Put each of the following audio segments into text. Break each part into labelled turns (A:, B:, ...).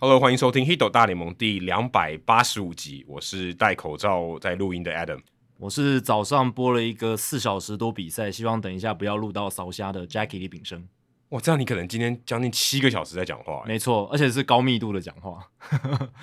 A: Hello，欢迎收听《h i d o 大联盟》第两百八十五集，我是戴口罩在录音的 Adam。
B: 我是早上播了一个四小时多比赛，希望等一下不要录到烧虾的 Jackie 李炳生。
A: 哇，这样你可能今天将近七个小时在讲话、欸，
B: 没错，而且是高密度的讲 话。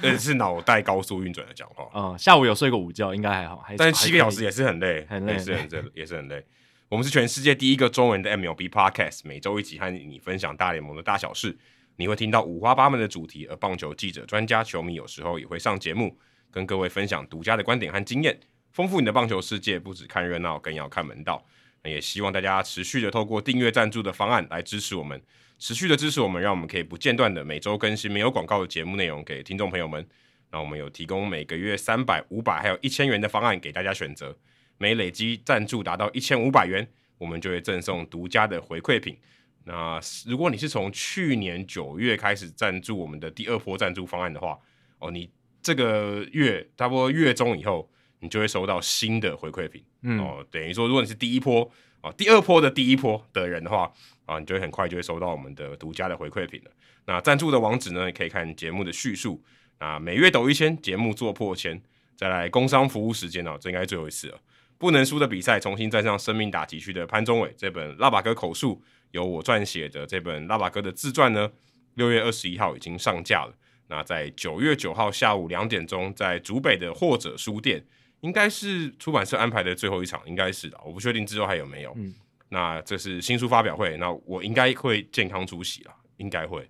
A: 呃，是脑袋高速运转的讲话，
B: 嗯，下午有睡个午觉，应该还好。还
A: 但是七个小时也
B: 也
A: 是很累，
B: 很累
A: 也是很累，也是很累。我们是全世界第一个中文的 MLB Podcast，每周一集和你分享大联盟的大小事。你会听到五花八门的主题，而棒球记者、专家、球迷有时候也会上节目，跟各位分享独家的观点和经验，丰富你的棒球世界。不只看热闹，更要看门道。那也希望大家持续的透过订阅赞助的方案来支持我们，持续的支持我们，让我们可以不间断的每周更新没有广告的节目内容给听众朋友们。那我们有提供每个月三百、五百还有一千元的方案给大家选择，每累积赞助达到一千五百元，我们就会赠送独家的回馈品。那如果你是从去年九月开始赞助我们的第二波赞助方案的话，哦，你这个月差不多月中以后，你就会收到新的回馈品。
B: 嗯
A: 哦，等于说，如果你是第一波哦，第二波的第一波的人的话，啊，你就会很快就会收到我们的独家的回馈品了。那赞助的网址呢，也可以看节目的叙述。啊，每月抖一千，节目做破千，再来工商服务时间哦，这应该最后一次了。不能输的比赛，重新站上生命打击区的潘宗伟这本拉巴哥口述由我撰写的这本拉巴哥的自传呢，六月二十一号已经上架了。那在九月九号下午两点钟，在竹北的或者书店，应该是出版社安排的最后一场，应该是的，我不确定之后还有没有。
B: 嗯
A: 那这是新书发表会，那我应该会健康出席啦，应该会。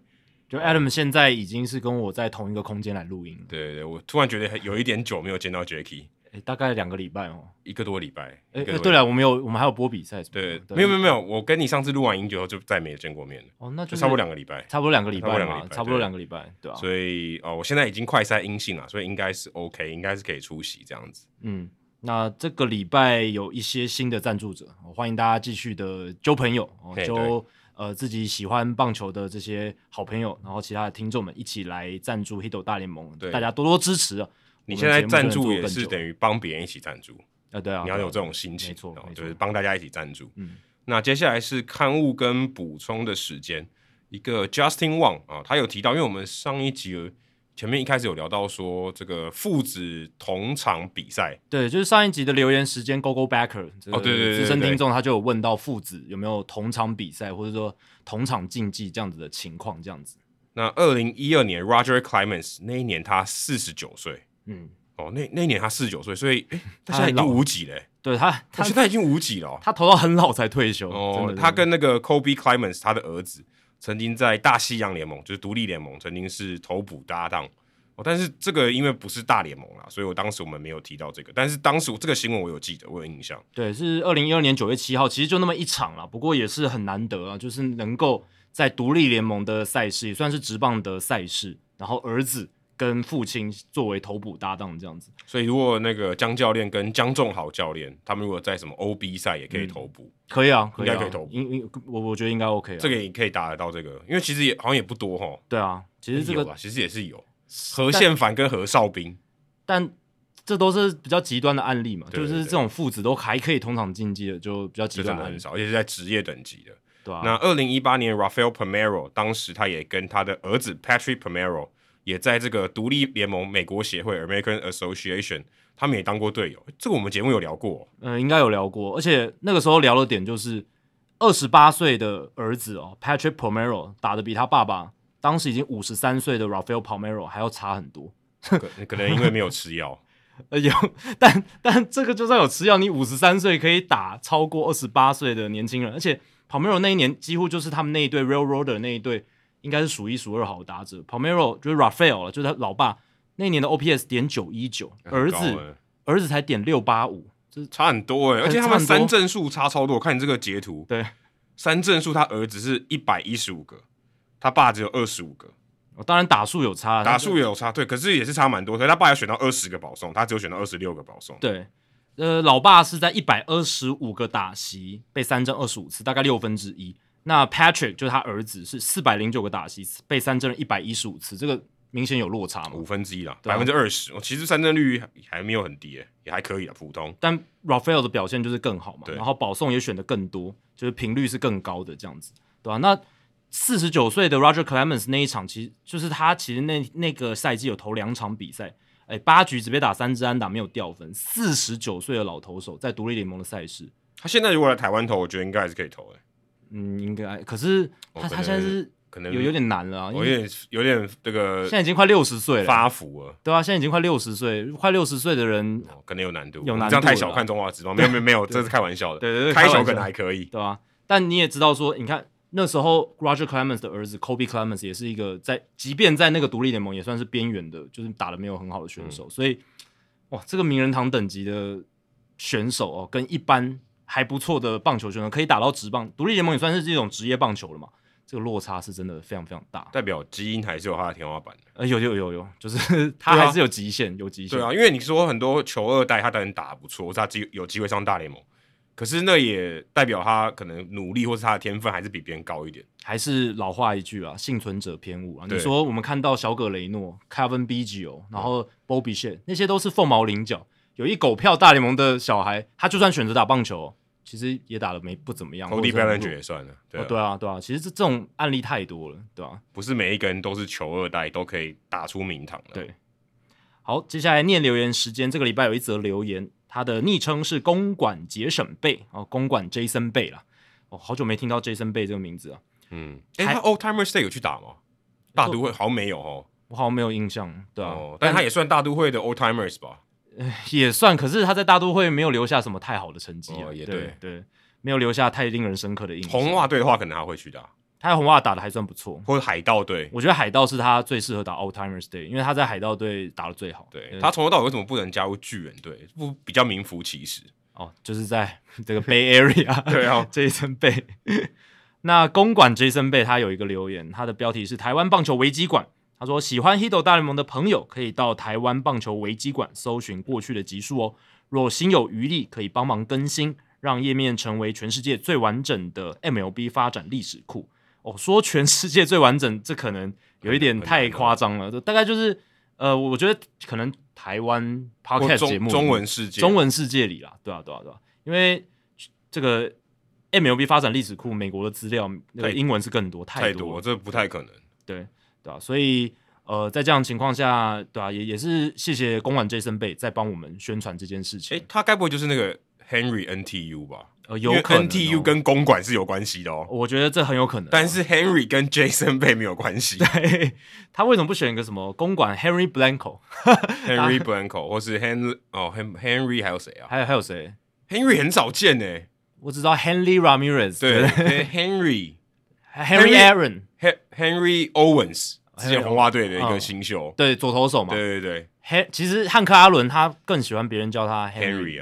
B: 就 Adam 现在已经是跟我在同一个空间来录音了，
A: 对对对，我突然觉得很有一点久没有见到 Jacky，
B: 诶大概两个礼拜哦。
A: 一个多礼拜。
B: 哎、
A: 一个多礼拜
B: 对了，我们有我们还有播比赛什么
A: 对
B: 的，
A: 没有没有没有，我跟你上次录完音之后就再没有见过面了，
B: 哦，嗯那
A: 就
B: 就是
A: 差不多两个礼拜。
B: 差不多两个礼拜
A: 差不多两个
B: 嘛
A: 礼，拜
B: 差不多两个礼拜，对啊，
A: 所以哦，我现在已经快筛阴性了，所以应该是 OK，应该是可以出席这样子。
B: 嗯，那这个礼拜有一些新的赞助者，哦欢迎大家继续的交朋友，哦
A: 嘿、对
B: 交呃自己喜欢棒球的这些好朋友，然后其他的听众们一起来赞助 Hito 大联盟，
A: 对
B: 大家多多支持啊！
A: 你
B: 我们
A: 现在
B: 节目才
A: 赞
B: 能
A: 助
B: 做
A: 也
B: 更
A: 是
B: 久
A: 等于帮别人一起赞助，
B: 啊，对啊，
A: 你要有
B: 对
A: 这
B: 啊
A: 种心情，
B: 没错
A: 哦
B: 没错
A: 就是帮大家一起赞助。
B: 嗯
A: 那接下来是刊物跟补充的时间，一个 Justin Wang 啊，他有提到，因为我们上一集有前面一开始有聊到说这个父子同场比赛，
B: 对，就是上一集的留言时间，Go Go Backer 这个
A: 哦对对对
B: 资深
A: 对
B: 听众他就有问到父子有没有同场比赛或者说同场竞技这样子的情况，这样子，
A: 那二零一二年 Roger Clemens 那一年他四十九岁
B: 嗯，
A: 哦，那那一年他四十九岁，所以诶他
B: 他
A: 现在已
B: 很
A: 经
B: 老
A: 无几嘞、欸，
B: 对他
A: 他
B: 他
A: 现在已经无几了哦、
B: 他投到很老才退休，真
A: 哦
B: 的，
A: 他
B: 真的
A: 跟那个 Kobe Clemens 他的儿子曾经在大西洋联盟，就是独立联盟，曾经是头捕搭档。哦，但是这个因为不是大联盟啦，所以我当时我们没有提到这个。但是当时我这个新闻我有记得，我有印象。
B: 对，是二零一二年九月七号，其实就那么一场啦，不过也是很难得啊，就是能够在独立联盟的赛事，也算是职棒的赛事，然后儿子跟父亲作为头捕搭档这样子，
A: 所以如果那个江教练跟江仲豪教练，他们如果在什么 OB 赛也可
B: 嗯
A: 以投捕，
B: 可以啊，
A: 应
B: 可以
A: 该
B: 啊，
A: 可以投
B: 应应我我觉得应该 OK 啊，
A: 这个也可以打得到这个，因为其实也好像也不多哈。
B: 对啊，其
A: 其
B: 实这个，
A: 其实也是有何宪凡跟何少斌，
B: 但这都是比较极端的案例嘛，
A: 对对
B: 就是这种父子都还可以同场竞技的，就比较极
A: 这
B: 端
A: 真
B: 的
A: 的
B: 案例
A: 很，少，而且是在职业等级的。
B: 对啊，
A: 那二零一八年，Rafael Palmero 当时他也跟他的儿子 Patrick Palmero 也在这个独立联盟美国协会 American Association，他们也当过队友。这个我们节目有聊过、哦
B: 嗯，应该有聊过，而且那个时候聊的点就是二十八岁的儿子哦，Patrick Pomero 打的比他爸爸当时已经五十三岁的 Rafael Pomero 还要差很多。
A: 哦， 可可能因为没有吃药。
B: 呃，有，但但这个就算有吃药，你五十三岁可以打超过二十八岁的年轻人，而且 Pomero 那一年几乎就是他们那一队 Railroader 那一队应该是数一数二好的打者，Pomero 就是 Rafael 了，就是他老爸那一年的 OPS 点九一九， 儿
A: 很高
B: 子
A: 欸
B: 儿子才点六八五，这是
A: 差很多哎、而且他
B: 差
A: 们
B: 很多
A: 三振数差超多。我看你这个截图，
B: 对。
A: 三振数他儿子是一百一十五个，他爸只有二十五个，
B: 哦当然打数有差，
A: 打
B: 但是
A: 数也有差，对，可是也是差蛮多。所以他爸要选到二十个保送，他只有选到二十六个保送。
B: 对，呃，老爸是在一百二十五个打席被三振二十五次，大概六分之一。那 Patrick 就是他儿子，是四百零九个打席被三振了一百一十五次，这个明显有落差嘛
A: 五。分之一啦，
B: 对
A: 百
B: 啊
A: 分之二十。哦其实三振率还还没有很低、欸，也还可以啊，普通。
B: 但 Rafael 的表现就是更好嘛，
A: 对
B: 然后保送也选的更多，就是频率是更高的这样子，对吧、那四十九岁的 Roger Clemens 那一场，其实就是他其实那那个赛季有投两场比赛，哎，八局只被打三支安打，没有掉分。四十九岁的老投手在独立联盟的赛事，
A: 他现在如果来台湾投，我觉得应该还是可以投的、欸
B: 嗯，应该可是
A: 哦可
B: 他、
A: 能
B: 他现在是
A: 可能
B: 有有点难了、啊，因
A: 我
B: 为
A: 有点有点这个
B: 现在已经快六十岁了，
A: 发福了。
B: 对啊，现在已经快六十岁，快六十岁的人，
A: 哦可能有难度，
B: 有难
A: 这样太
B: 度
A: 小
B: 了
A: 看中华职 棒，没有没有没有，这是开玩笑的。
B: 对对对
A: 开
B: 开
A: 小
B: 玩
A: 可能
B: 笑
A: 还可以。
B: 对啊，但你也知道说，你看那时候 Roger Clemens 的儿子 Kobe Clemens 也是一个在，即便在那个独立联盟也算是边缘的，就是打的没有很好的选手，所以哇，这个名人堂等级的选手哦，跟一般还不错的棒球选手可以打到职棒，独立联盟也算是这种职业棒球了嘛，这个落差是真的非常非常大。
A: 代表基因还是有它的天花板的。
B: 呃，有有有有，就是 他
A: 对啊
B: 还是有极限，有极限。
A: 对啊，因为你说很多球二代他当然打得不错，或是他机有机会上大联盟，可是那也代表他可能努力或是他的天分还是比别人高一点。
B: 还是老话一句啊，幸存者偏误啊。
A: 对
B: 你说我们看到小葛雷诺、Kevin b g o 然后 Bobby s h e 那些都是凤毛麟角。有一狗票大联盟的小孩，他就算选择打棒球，其实也打的没不怎么样。
A: Cody
B: 或
A: b
B: 者
A: e l l i n
B: 是很
A: g e
B: 弱
A: 也算了，对啊
B: 哦，对啊，对啊，其实这这种案例太多了，对吧、啊
A: 不是每一个人都是球二代都可以打出名堂的。
B: 对好，接下来念留言时间。这个礼拜有一则留言，他的昵称是公馆节省贝哦，公馆 Jason 贝啦。哦，好久没听到 Jason 贝这个名字啊，
A: 嗯，哎，
B: 还
A: 他 Old Timer Stay 有去打吗？大都会好像没有哦，
B: 我好像没有印象，对啊。
A: 哦，但他也算大都会的 Old Timers 吧？
B: 也算，可是他在大都会没有留下什么太好的成绩、啊
A: 哦也
B: 对对，没有留下太令人深刻的印象。
A: 红，袜队的话，可能他会去打，
B: 他在红袜打的还算不错，
A: 或者海盗队。
B: 我觉得海盗是他最适合打 All Timers Day，因为他在海盗队打的最好。
A: 对
B: 呃
A: 他从头到尾为什么不能加入巨人队？不比较名副其实？
B: 哦，就是在 这个 Bay Area，
A: 对啊
B: ，Jason Bay。那公馆 Jason Bay 他有一个留言，他的标题是“台湾棒球危机馆”。他说，喜欢 Hito 大联盟的朋友可以到台湾棒球危机馆搜寻过去的集数哦。若心有余力，可以帮忙更新，让页面成为全世界最完整的 MLB 发展历史库。哦，说全世界最完整，这可能有一点
A: 很难
B: 太
A: 哦
B: 夸张了。大概就是，呃，我觉得可能台湾
A: 或
B: podcast 节
A: 中
B: 目
A: 中文世界，
B: 中文世界里啦，对啊，对啊，对啊，因为这个 MLB 发展历史库，美国的资料那个
A: 太
B: 英文是更多，
A: 太
B: 太
A: 多，
B: 了
A: 这不太可能。
B: 对啊，所以呃，在这样的情况下，对啊，也也是谢谢公馆 Jason 贝在帮我们宣传这件事情，
A: 诶，他该不会就是那个 Henry NTU 吧？
B: 呃，
A: 因
B: 嗯有
A: 为
B: 可能、
A: NTU 跟公馆是有关系的哦，
B: 我觉得这很有可能、
A: 但是 Henry 跟 Jason 贝没有关系。
B: 他为什么不选一个什么公馆 Henry Blanco，
A: Henry Blanco 或是 Henry 哦，Hen- Henry 还有谁啊
B: 还有还有谁？
A: ？Henry 很少见呢。
B: 我只知道 Henry Ramirez，
A: 对，Henry
B: ，Henry Aaron，
A: Hen- Henry Owens 之前
B: Henry
A: 红袜队的一个
B: 嗯
A: 新秀。
B: 对，左投手嘛，
A: 对对对，
B: 嘿，其实汉克阿伦他更喜欢别人叫他 Henry，,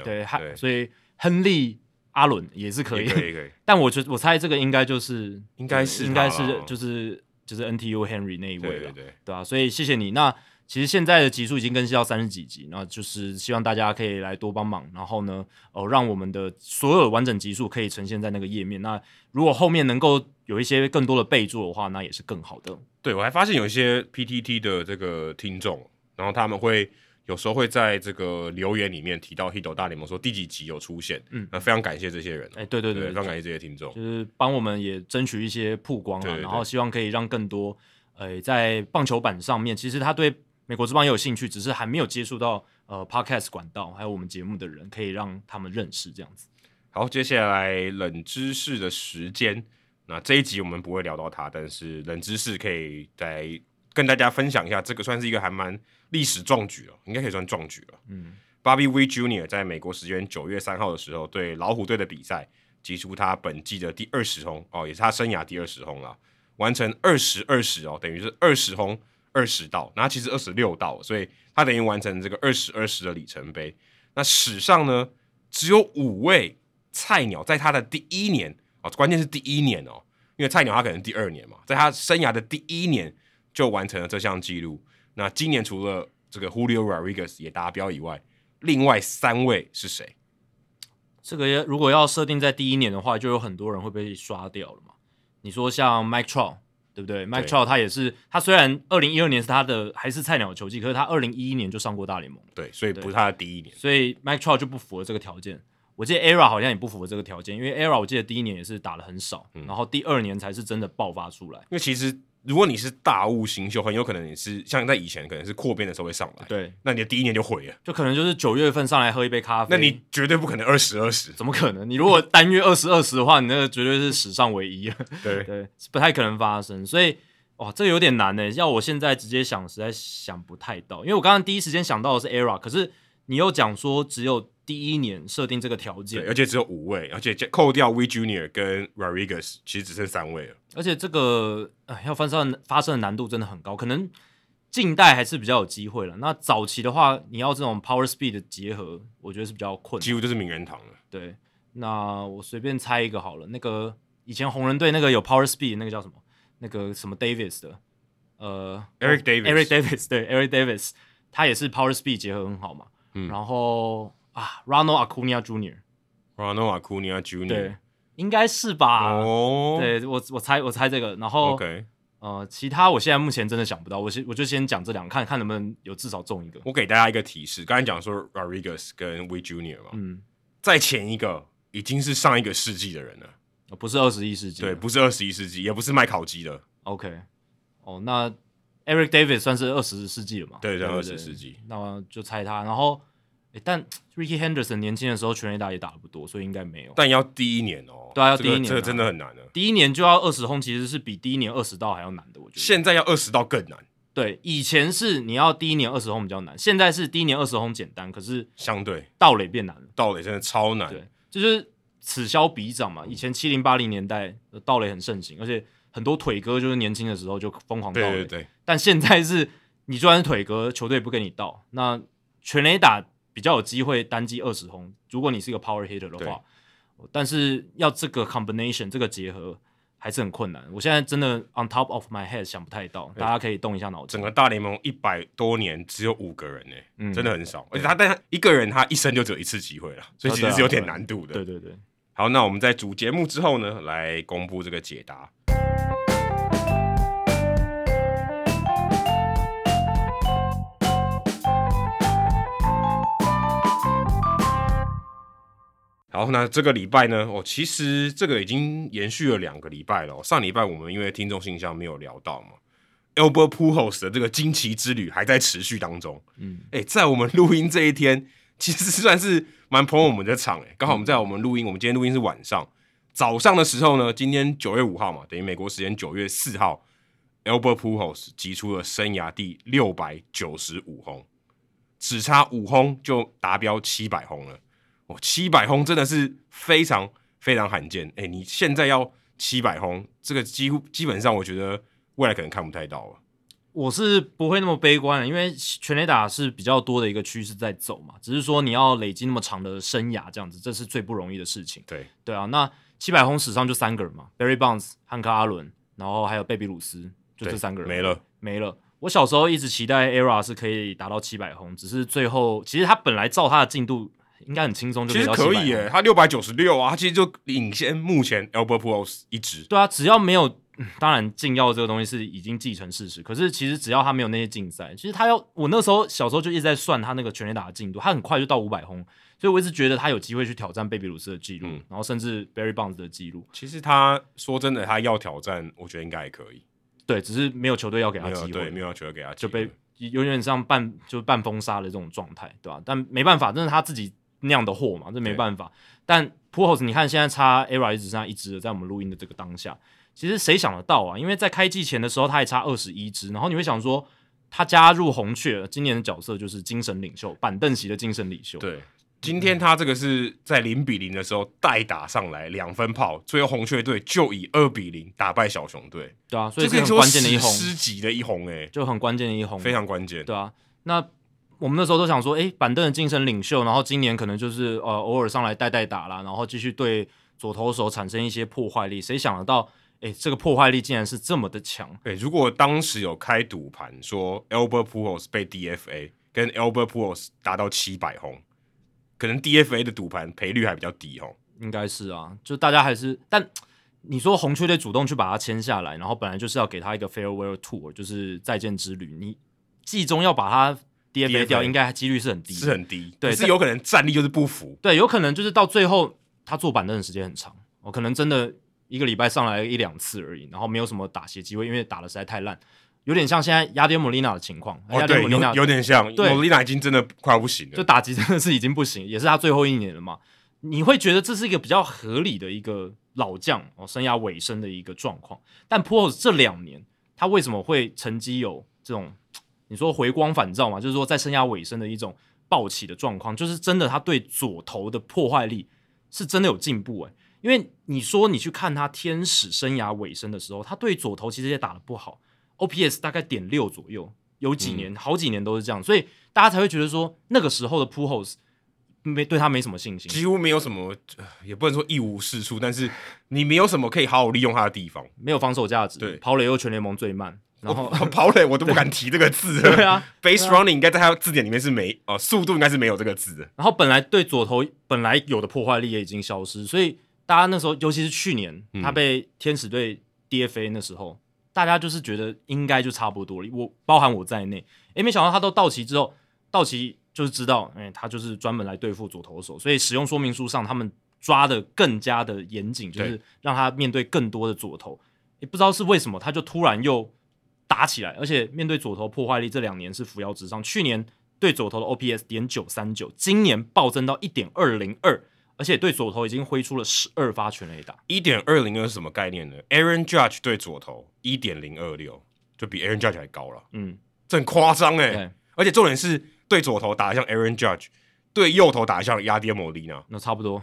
A: Henry 啊
B: 对，
A: 对
B: 汉，所以亨利阿伦也是可
A: 也
B: 以。啊
A: 可以可以。
B: 但我觉得我猜这个应该就是
A: 应该是
B: 应该
A: 他啦
B: 是就是就是 NTU Henry 那一位
A: 对
B: 了
A: 对，对，
B: 对啊，所以谢谢你。那其实现在的集数已经更新到三十几集，那就是希望大家可以来多帮忙，然后呢，哦，让我们的所有完整集数可以呈现在那个页面。那如果后面能够有一些更多的备注的话，那也是更好的。
A: 对我还发现有一些 PTT 的这个听众，然后他们会有时候会在这个留言里面提到《Hito 大联盟》，说第几集有出现，
B: 嗯
A: 那非常感谢这些人哦、
B: 哎，对对
A: 对
B: 对
A: 非，常感谢这些听众
B: 就。是帮我们也争取一些曝光啊，
A: 对对对
B: 然后希望可以让更多呃在棒球版上面，其实他对美国之棒也有兴趣，只是还没有接触到呃 podcast 管道，还有我们节目的人，可以让他们认识这样子。
A: 好，接下来冷知识的时间，那这一集我们不会聊到它，但是冷知识可以来跟大家分享一下，这个算是一个还蛮历史壮举了，应该可以算壮举了。
B: 嗯，
A: Bobby w e Jr. 在美国时间九月三号的时候，对老虎队的比赛击出他本季的第二十轰哦，也是他生涯第二十轰啦，完成二十二十哦，等于是二十轰二十道，那他其实二十六道，所以他等于完成这个二十二十的里程碑。那史上呢，只有五位菜鸟在他的第一年哦，关键是第一年哦，因为菜鸟他可能第二年嘛，在他生涯的第一年就完成了这项纪录。那今年除了这个 Julio Rodriguez 也达标以外，另外三位是谁？
B: 这个要如果要设定在第一年的话，就有很多人会被刷掉了嘛。你说像 Mike Trout 对不对？Mike Trout 他也是，他虽然二零一二年是他的还是菜鸟的球季，可是他二零一一年就上过大联盟了。
A: 对，所以不
B: 对
A: 是他的第一年。
B: 所以 Mike Trout 就不符合这个条件。我记得 ERA 好像也不符合这个条件，因为 ERA 我记得第一年也是打的很少，
A: 嗯
B: 然后第二年才是真的爆发出来。
A: 因为其实如果你是大物新秀，很有可能你是像在以前可能是扩编的时候会上来，，
B: 对，
A: 那你的第一年就毁了，
B: 就可能就是九月份上来喝一杯咖啡，
A: 那你绝对不可能二十二十，
B: 怎么可能？你如果单月二十二十的话，你那个绝对是史上唯一，
A: 对，
B: 对，是不太可能发生。所以，哇，这个有点难呢。要我现在直接想，实在想不太到，因为我刚刚第一时间想到的是 ERA，可是你又讲说只有第一年设定这个条
A: 对，
B: 件，
A: 而且只有五位，而且扣掉 V Junior 跟 Rodriguez，其实只剩三位了。
B: 而且这个、呃、要发生发生的难度真的很高，可能。近代还是比较有机会了。那早期的话，你要这种 power speed 的结合，我觉得是比较困难。
A: 几乎就是名人堂了。
B: 对，那我随便猜一个好了，那个以前红人队那个有 Power Speed 那个叫什么？那个什么 Davis 的，呃
A: Eric Davis
B: Eric Davis 对 Eric Davis，他也是 Power Speed 结合很好嘛。
A: 嗯
B: 然后啊，Ronald Acuna Jr.
A: Ronald Acuna Jr.
B: 对，应该是吧？
A: 嗯哦，
B: 对我我猜我猜这个，然后
A: ，OK，
B: 呃，其他我现在目前真的想不到，我先我就先讲这两个，看看能不能有至少中一个。
A: 我给大家一个提示，刚才讲说 Rodriguez 跟 V Junior 嘛，
B: 嗯，
A: 在前一个已经是上一个世纪的人了，
B: 呃不是啊二十一世纪的，
A: 对，不是二十一世纪，也不是卖烤鸡的，
B: OK，哦，那 Eric Davis 算是二十世纪了嘛？
A: 对对
B: 不
A: 20世纪，
B: 那就猜他。然后，诶但 Ricky Henderson 年轻的时候全垒打也打的不多，所以应该没有。
A: 但要第一年哦，
B: 对啊要
A: 这个
B: 第一年啊
A: 这个真的很难的。
B: 第一年就要二十轰，其实是比第一年二十道还要难的，我觉得。
A: 现在要二十到更难，
B: 对，以前是你要第一年二十轰比较难，现在是第一年二十轰简单，可是
A: 相对
B: 盗垒变难了。
A: 道理真的超难。
B: 对，这就是此消彼长嘛。以前七零八零年代呃盗垒很盛行，而且很多腿哥就是年轻的时候就疯狂盗
A: 对
B: 垒。
A: 对对，
B: 但现在是你就算是腿哥，球队不跟你到，那全垒打比较有机会单击二十轰，如果你是一个 power hitter 的
A: 对
B: 话，但是要这个 combination 这个结合还是很困难。我现在真的 on top of my head 想不太到，大家可以动一下脑
A: 整
B: 筋。
A: 个大联盟一百多年只有五个人呢、
B: 嗯
A: 真的很少。而且他但他一个人他一生就只有一次机会了，所以其
B: 对
A: 实
B: 啊
A: 是有点难度的。
B: 对对对，
A: 好，那我们在主节目之后呢，来公布这个解答。好，那这个礼拜呢，哦，其实这个已经延续了两个礼拜了哦、上礼拜我们因为听众信箱没有聊到嘛，Albert Pujols 的这个惊奇之旅还在持续当中。
B: 嗯，
A: 哎、在我们录音这一天，其实算是蛮捧我们的场哎、刚好我们在我们录音，我们今天录音是晚上，早上的时候呢，今天九月五号嘛，等于美国时间九月四号，Albert Pujols 击出了生涯第六百九十五轰，只差五轰就达标七百轰了。哦，七百轰真的是非常非常罕见。哎、你现在要七百轰，这个几乎基本上我觉得未来可能看不太到了。
B: 我是不会那么悲观的，因为全垒打是比较多的一个趋势在走嘛，只是说你要累积那么长的生涯这样子，这是最不容易的事情。
A: 对，
B: 对啊，那七百轰史上就三个人嘛，Barry Bonds、汉克阿伦，然后还有贝比鲁斯，就
A: 对
B: 这三个人
A: 没了。
B: 没了。我小时候一直期待 ERA 是可以达到七百轰，只是最后其实他本来照他的进度应该很轻松就
A: 其实
B: 到
A: 可
B: 700
A: 以
B: 轰
A: 耶，他六百九十六啊，他其实就领先目前 Albert Pujols 一直。
B: 对啊，只要没有，嗯当然禁药这个东西是已经既成事实。可是其实只要他没有那些竞赛，其实他要我那时候小时候就一直在算他那个全垒打的进度，他很快就到五百轰，所以我一直觉得他有机会去挑战贝比鲁斯的记录，
A: 嗯
B: 然后甚至 Barry Bonds 的记录。
A: 其实他说真的，他要挑战，我觉得应该也可以。
B: 对，只是没有球队要给他
A: 没
B: 机
A: 有啊
B: 会，
A: 对，没有要求给他机
B: 就
A: 会
B: 被有点像半就是半封杀的这种状态，对吧、但没办法，这是他自己酿的祸嘛，这没办法。但 p u o l s 你看现在差 ERA 一直剩下一支了，在我们录音的这个当下，其实谁想得到啊？因为在开季前的时候，他还差二十一支，然后你会想说，他加入红雀，今年的角色就是精神领袖，板凳席的精神领袖。
A: 对。今天他这个是在零比零的时候代打上来两分炮，最后红雀队就以二比零打败小熊队，
B: 对啊，所
A: 这
B: 以
A: 可
B: 是
A: 以
B: 很
A: 说
B: 关键的一
A: 史
B: 嗯轰，
A: 诗级的一红哎、
B: 就很关键的一轰，
A: 非常关键。
B: 对啊，那我们那时候都想说，诶，板凳的精神领袖，然后今年可能就是呃偶尔上来带带打啦，然后继续对左投手产生一些破坏力。谁想得到，诶，这个破坏力竟然是这么的强？
A: 对，如果当时有开赌盘说 Albert Pujols 被 DFA 跟 Albert Pujols 达到七百轰，可能 DFA 的赌盘赔率还比较低哦。
B: 应该是啊，就大家还是，但你说红雀队主动去把他签下来，然后本来就是要给他一个 farewell tour，就是再见之旅，你季中要把他 DFA 掉，
A: DFA
B: 应该几率是很低的，
A: 是很低，
B: 对
A: 可是
B: 但
A: 有可能战力就是不符，
B: 对，有可能就是到最后他做板凳的时间很长，哦，可能真的一个礼拜上来一两次而已，然后没有什么打斜机会，因为打的实在太烂，有点像现在雅典莫利娜的情况，
A: 哦，
B: 雅典
A: 对，
B: 莫利
A: 有
B: 娜
A: 有点像，
B: 对
A: 莫莉娜已经真的快要不行
B: 就
A: 了，
B: 打击真的是已经不行，也是他最后一年了嘛。你会觉得这是一个比较合理的一个老将哦生涯尾声的一个状况，但 p o s 这两年他为什么会成绩有这种你说回光返照嘛，就是说在生涯尾声的一种暴起的状况，就是真的他对左投的破坏力是真的有进步诶、因为你说你去看他天使生涯尾声的时候，他对左投其实也打得不好，OPS 大概点六左右，有
A: 嗯
B: 几年、好几年都是这样，所以大家才会觉得说那个时候的 Pujols 没对他没什么信心，
A: 几乎没有什么，呃也不能说一无是处，但是你没有什么可以好好利用他的地方。
B: 没有防守价值，
A: 对
B: 跑垒又全联盟 最慢，然后
A: 我我跑垒我都不敢提这个字
B: 对啊，
A: ，base running 应该在他字典里面是没哦、速度应该是没有这个字的。
B: 然后本来对左投本来有的破坏力也已经消失，所以大家那时候，尤其是去年
A: 嗯
B: 他被天使队 DFA 那时候，大家就是觉得应该就差不多了，我包含我在内，诶，没想到他到道奇之后，道奇就是知道，诶，他就是专门来对付左投手，所以使用说明书上他们抓的更加的严谨，就
A: 对
B: 是让他面对更多的左投，也不知道是为什么，他就突然又打起来，而且面对左投破坏力这两年是扶摇直上，去年对左投的 OPS 点九三九，今年暴增到一点二零二，而且对左投已经挥出了十二发全垒打，
A: 一点二零二是什么概念呢？Aaron Judge 对左投一点零二六，就比 Aaron Judge 还高了，
B: 嗯，
A: 这很夸张
B: 对
A: 哎！而且重点是对左投打得像 Aaron Judge，对右投打得像亚迪莫利 娜，
B: 那差不多，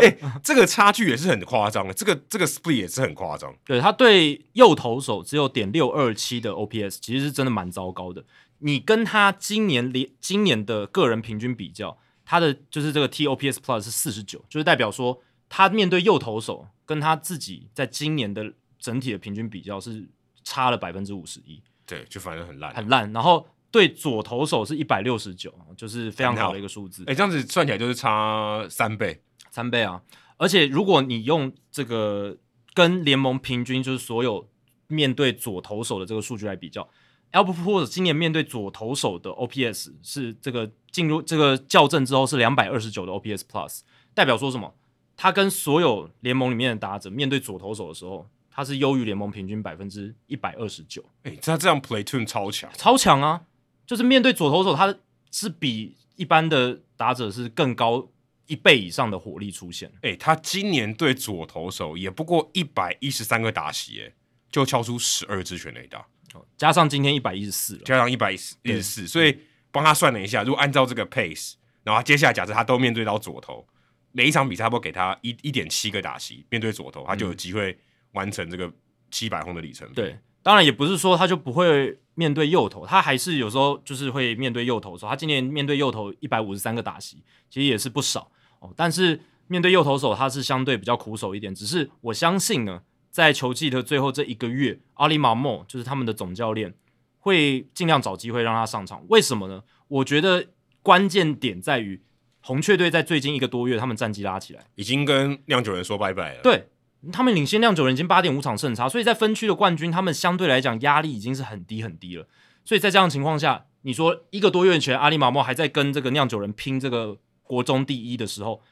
A: 哎、这个差距也是很夸张的，这个这个 split 也是很夸张。
B: 对他对右投手只有点六二七的 OPS，其实是真的蛮糟糕的。你跟他今年连今年的个人平均比较，他的就是这个 TOPS Plus 是四十九，就是代表说他面对右投手跟他自己在今年的整体的平均比较是差了百分之五十一，
A: 对，就反正很烂。哎、
B: 很烂。然后对左投手是一百六十九，就是非常好的一个数字。
A: 欸这样子算起来就是差三倍。
B: 三倍啊！而且如果你用这个跟联盟平均，就是所有面对左投手的这个数据来比较 a l b e r t p o r 今年面对左投手的 OPS 是这个进入这个校正之后是两百二十九的 OPS Plus，代表说什么？他跟所有联盟里面的打者面对左投手的时候，他是优于联盟平均百分之一百二十九，
A: 哎、他这样 platoon 超强，
B: 超强啊！就是面对左投手，他是比一般的打者是更高一倍以上的火力出现。
A: 哎、他今年对左投手也不过一百一十三个打席，哎，就敲出十二支全垒打，
B: 哦加上今天一百一十四了，
A: 加上一百一十四，所以帮他算了一下，如果按照这个 pace，然后他接下来假设他都面对到左投，每一场比赛不给他一一点七个打席，面对左投，他就有机会完成这个七百轰的里程碑。
B: 对，当然也不是说他就不会面对右投，他还是有时候就是会面对右投的时候，他今年面对右投一百五十三个打席，其实也是不少哦。但是面对右投手，他是相对比较苦手一点。只是我相信呢，在球季的最后这一个月，阿里马莫就是他们的总教练会尽量找机会让他上场。为什么呢？我觉得关键点在于红雀队在最近一个多月，他们战绩拉起来。
A: 已经跟酿酒人说拜拜了。
B: 对他们领先酿酒人已经八点五场胜差，所以在分区的冠军，他们相对来讲压力已经是很低很低了。所以在这样的情况下，你说一个多月前阿里马莫还在跟这个酿酒人拼这个国中第一的时候，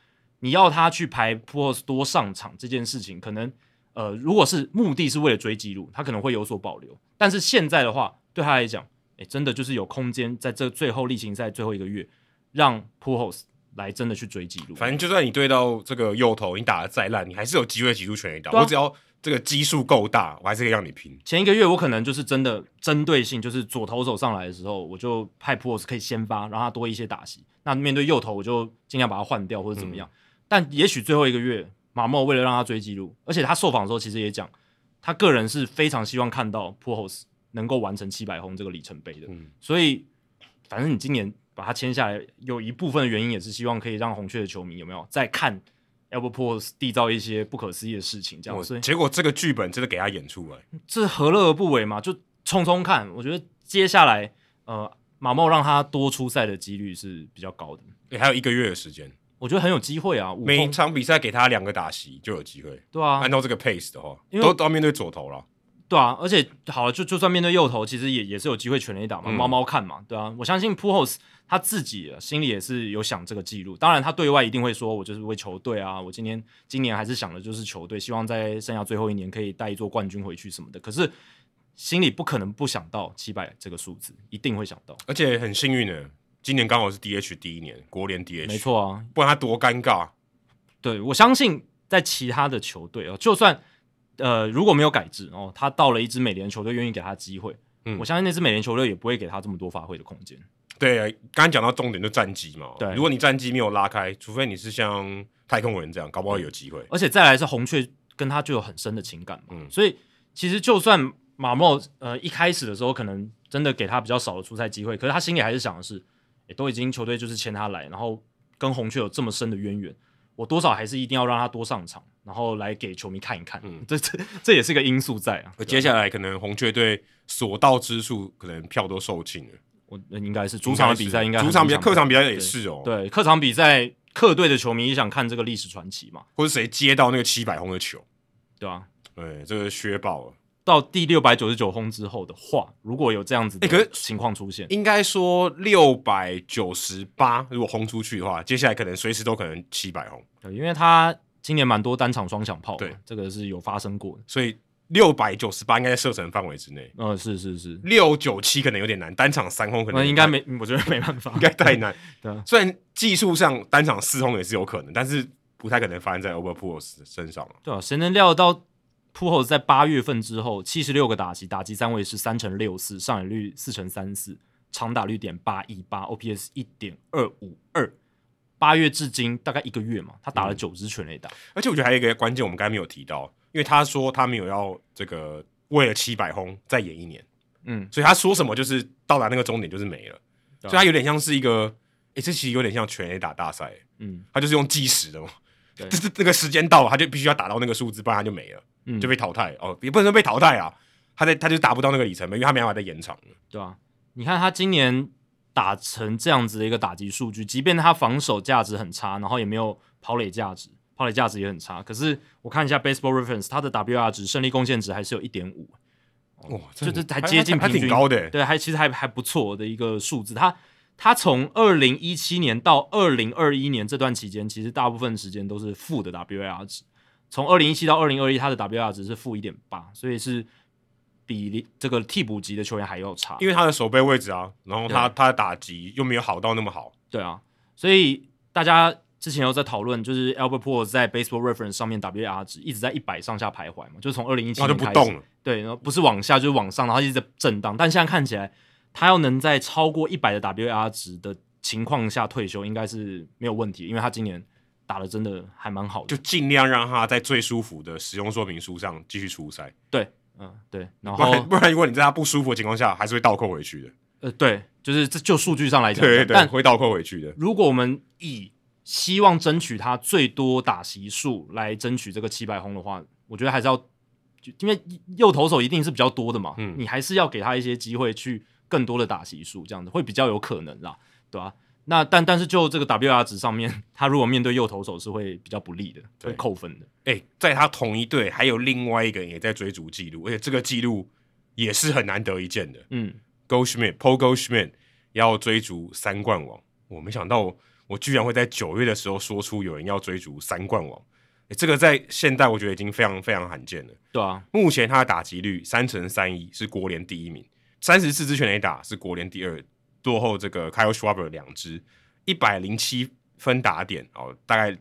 B: 你要他去排 p o s 多上场这件事情，可能呃，如果是目的是为了追纪录，他可能会有所保留。但是现在的话，对他来讲，哎，真的就是有空间在这最后例行赛最后一个月，让 p o s 来真的去追纪录。
A: 反正就算你对到这个右投，你打的再烂，你还是有机会挤出全垒打。
B: 对啊
A: 我只要这个基数够大，我还是可以让你拼。
B: 前一个月我可能就是真的针对性，就是左投手上来的时候，我就派 p o s 可以先发，让他多一些打席。那面对右投，我就尽量把他换掉或者
A: 嗯
B: 怎么样。但也许最后一个月，马莫为了让他追记录，而且他受访的时候其实也讲，他个人是非常希望看到 p o s 能够完成七百轰这个里程碑的。
A: 嗯
B: 所以，反正你今年把他签下来，有一部分的原因也是希望可以让红雀的球迷有没有再看 Albert p o s 缔造一些不可思议的事情，这样。
A: 我
B: 所以
A: 结果这个剧本真的给他演出来，
B: 这何乐而不为嘛？就冲冲看。我觉得接下来，呃，马茂让他多出赛的几率是比较高的，
A: 诶欸还有一个月的时间，
B: 我觉得很有机会啊。五啊
A: 每一
B: 轰对啊，而且好了，就就算面对右投，其实也也是有机会全垒打嘛，
A: 嗯
B: 猫猫看嘛，对啊，我相信 p u o l s 他自己啊心里也是有想这个记录，当然他对外一定会说，我就是为球队啊，我今天今年还是想的就是球队，希望在生涯最后一年可以带一座冠军回去什么的，可是心里不可能不想到七百这个数字，一定会想到，
A: 而且很幸运呢，今年刚好是 DH 第一年，国联 DH，
B: 没，错啊，
A: 不然他多尴尬。
B: 对我相信在其他的球队哦，就算呃如果没有改制哦，他到了一支美联球队愿意给他机会，
A: 嗯
B: 我相信那支美联球队也不会给他这么多发挥的空间。
A: 对，刚刚讲到重点就战绩嘛。
B: 对
A: 如果你战绩没有拉开，除非你是像太空人这样，搞不好有机会。
B: 而且再来是红雀跟他就有很深的情感嘛，
A: 嗯
B: 所以其实就算马莫呃一开始的时候可能真的给他比较少的出赛机会，可是他心里还是想的是，也都已经球队就是签他来，然后跟红雀有这么深的渊源，我多少还是一定要让他多上场，然后来给球迷看一看，
A: 嗯
B: 这这这也是个因素在啊。
A: 而接下来可能红雀队所到之处，可能票都售罄了。
B: 我呃应该是主场的比赛，应该
A: 主场比赛、
B: 很
A: 客场比赛
B: 对
A: 也是哦。，
B: 对客场比赛，客队的球迷也想看这个历史传奇嘛，
A: 或者谁接到那个七百轰的球，
B: 对吧、
A: 对，这个削爆了。
B: 到第六百九十九轰之后的话，如果有这样子
A: 欸可
B: 的
A: 是
B: 情况出现，
A: 应该说六百九十八，如果轰出去的话，接下来可能随时都可能七百轰，
B: 对因为他今年蛮多单场双响炮嘛，
A: 对
B: 这个是有发生过的。
A: 所以六百九十八应该在射程范围之内。
B: 嗯，是是是，
A: 六九七可能有点难，单场三轰可能
B: 那应该没，嗯我觉得没办法
A: 应。该太难
B: 对啊。
A: 虽然技术上单场四轰也是有可能，但是不太可能发生在 Over p o o l s 身上了。
B: 对啊，谁能料到铺后在八月份之后，七十六个打击，打击三位是三乘六四，上垒率四乘三四，长打率点八一八，OPS 一点二五二。八月至今大概一个月嘛，他
A: 嗯
B: 打了九支全垒打，
A: 而且我觉得还有一个关键，我们刚才没有提到，因为他说他没有要这个为了七百轰再演一年，
B: 嗯，
A: 所以他说什么就是到达那个终点就是没了，
B: 对
A: 所
B: 啊
A: 以他有点像是一个，诶、这其实有点像全 A 打大赛，
B: 嗯
A: 他就是用计时的嘛。
B: 对
A: 就是那个时间到了，他就必须要打到那个数字，不然他就没了，
B: 嗯，
A: 就被淘汰、哦，也不能说被淘汰啊，他在他就达不到那个里程碑，因为他没办法再延长了。
B: 对啊，你看他今年打成这样子的一个打击数据，即便他防守价值很差，然后也没有跑垒价值，跑垒价值也很差。可是我看一下 Baseball Reference，他的 WR 值胜利贡献值还是有一点五，
A: 哇，
B: 哦就
A: 真的
B: 这还接近
A: 还
B: 平
A: 挺
B: 均
A: 高的、欸，
B: 对，还其实还还不错的一个数字。他他从二零一七年到二零二一年这段期间，其实大部分时间都是负的 WAR 值。从二零一七到二零二一，他的 WAR 值是负一点八，所以是比这个替补级的球员还要差。
A: 因为他的守备位置啊，然后他他的打击又没有好到那么好，
B: 对啊，所以大家之前有在讨论，就是 Albert p o o l 在 Baseball Reference 上面 WAR 值一直在一百上下徘徊嘛，就是从二零一七
A: 然后就
B: 年
A: 不
B: 开始
A: 动，了。
B: 对，然后不是往下就是往上，然后一直在震荡。但现在看起来，他要能在超过一百的 WAR 值的情况下退休，应该是没有问题，因为他今年打的真的还蛮好的
A: 就。尽量让他在最舒服的使用说明书上继续出赛，
B: 对，嗯，对，然
A: 不然
B: 后
A: 不然如果你在他不舒服的情况下，还是会倒扣回去的。
B: 呃，对，就是这就数据上来讲，
A: 对对对，
B: 但
A: 会倒扣回去的。
B: 如果我们以希望争取他最多打席数来争取这个七百轰的话，我觉得还是要，就因为右投手一定是比较多的嘛，
A: 嗯
B: 你还是要给他一些机会去更多的打席数，这样子会比较有可能啦，对吧、那但但是就这个 WR 值上面，他如果面对右投手是会比较不利的，
A: 对
B: 会扣分的。
A: 哎、在他同一队还有另外一个人也在追逐记录，而且这个记录也是很难得一见的。
B: 嗯，
A: Goldschmidt、Paul Goldschmidt 要追逐三冠王，我没想到我居然会在九月的时候说出有人要追逐三冠王，诶这个在现代我觉得已经非常非常罕见了。
B: 对啊，
A: 目前他的打击率三乘三一是国联第一名，三十四支全垒打是国联第二，落后这个 Kyle Schwarber 两支，一百零七分打点哦，大概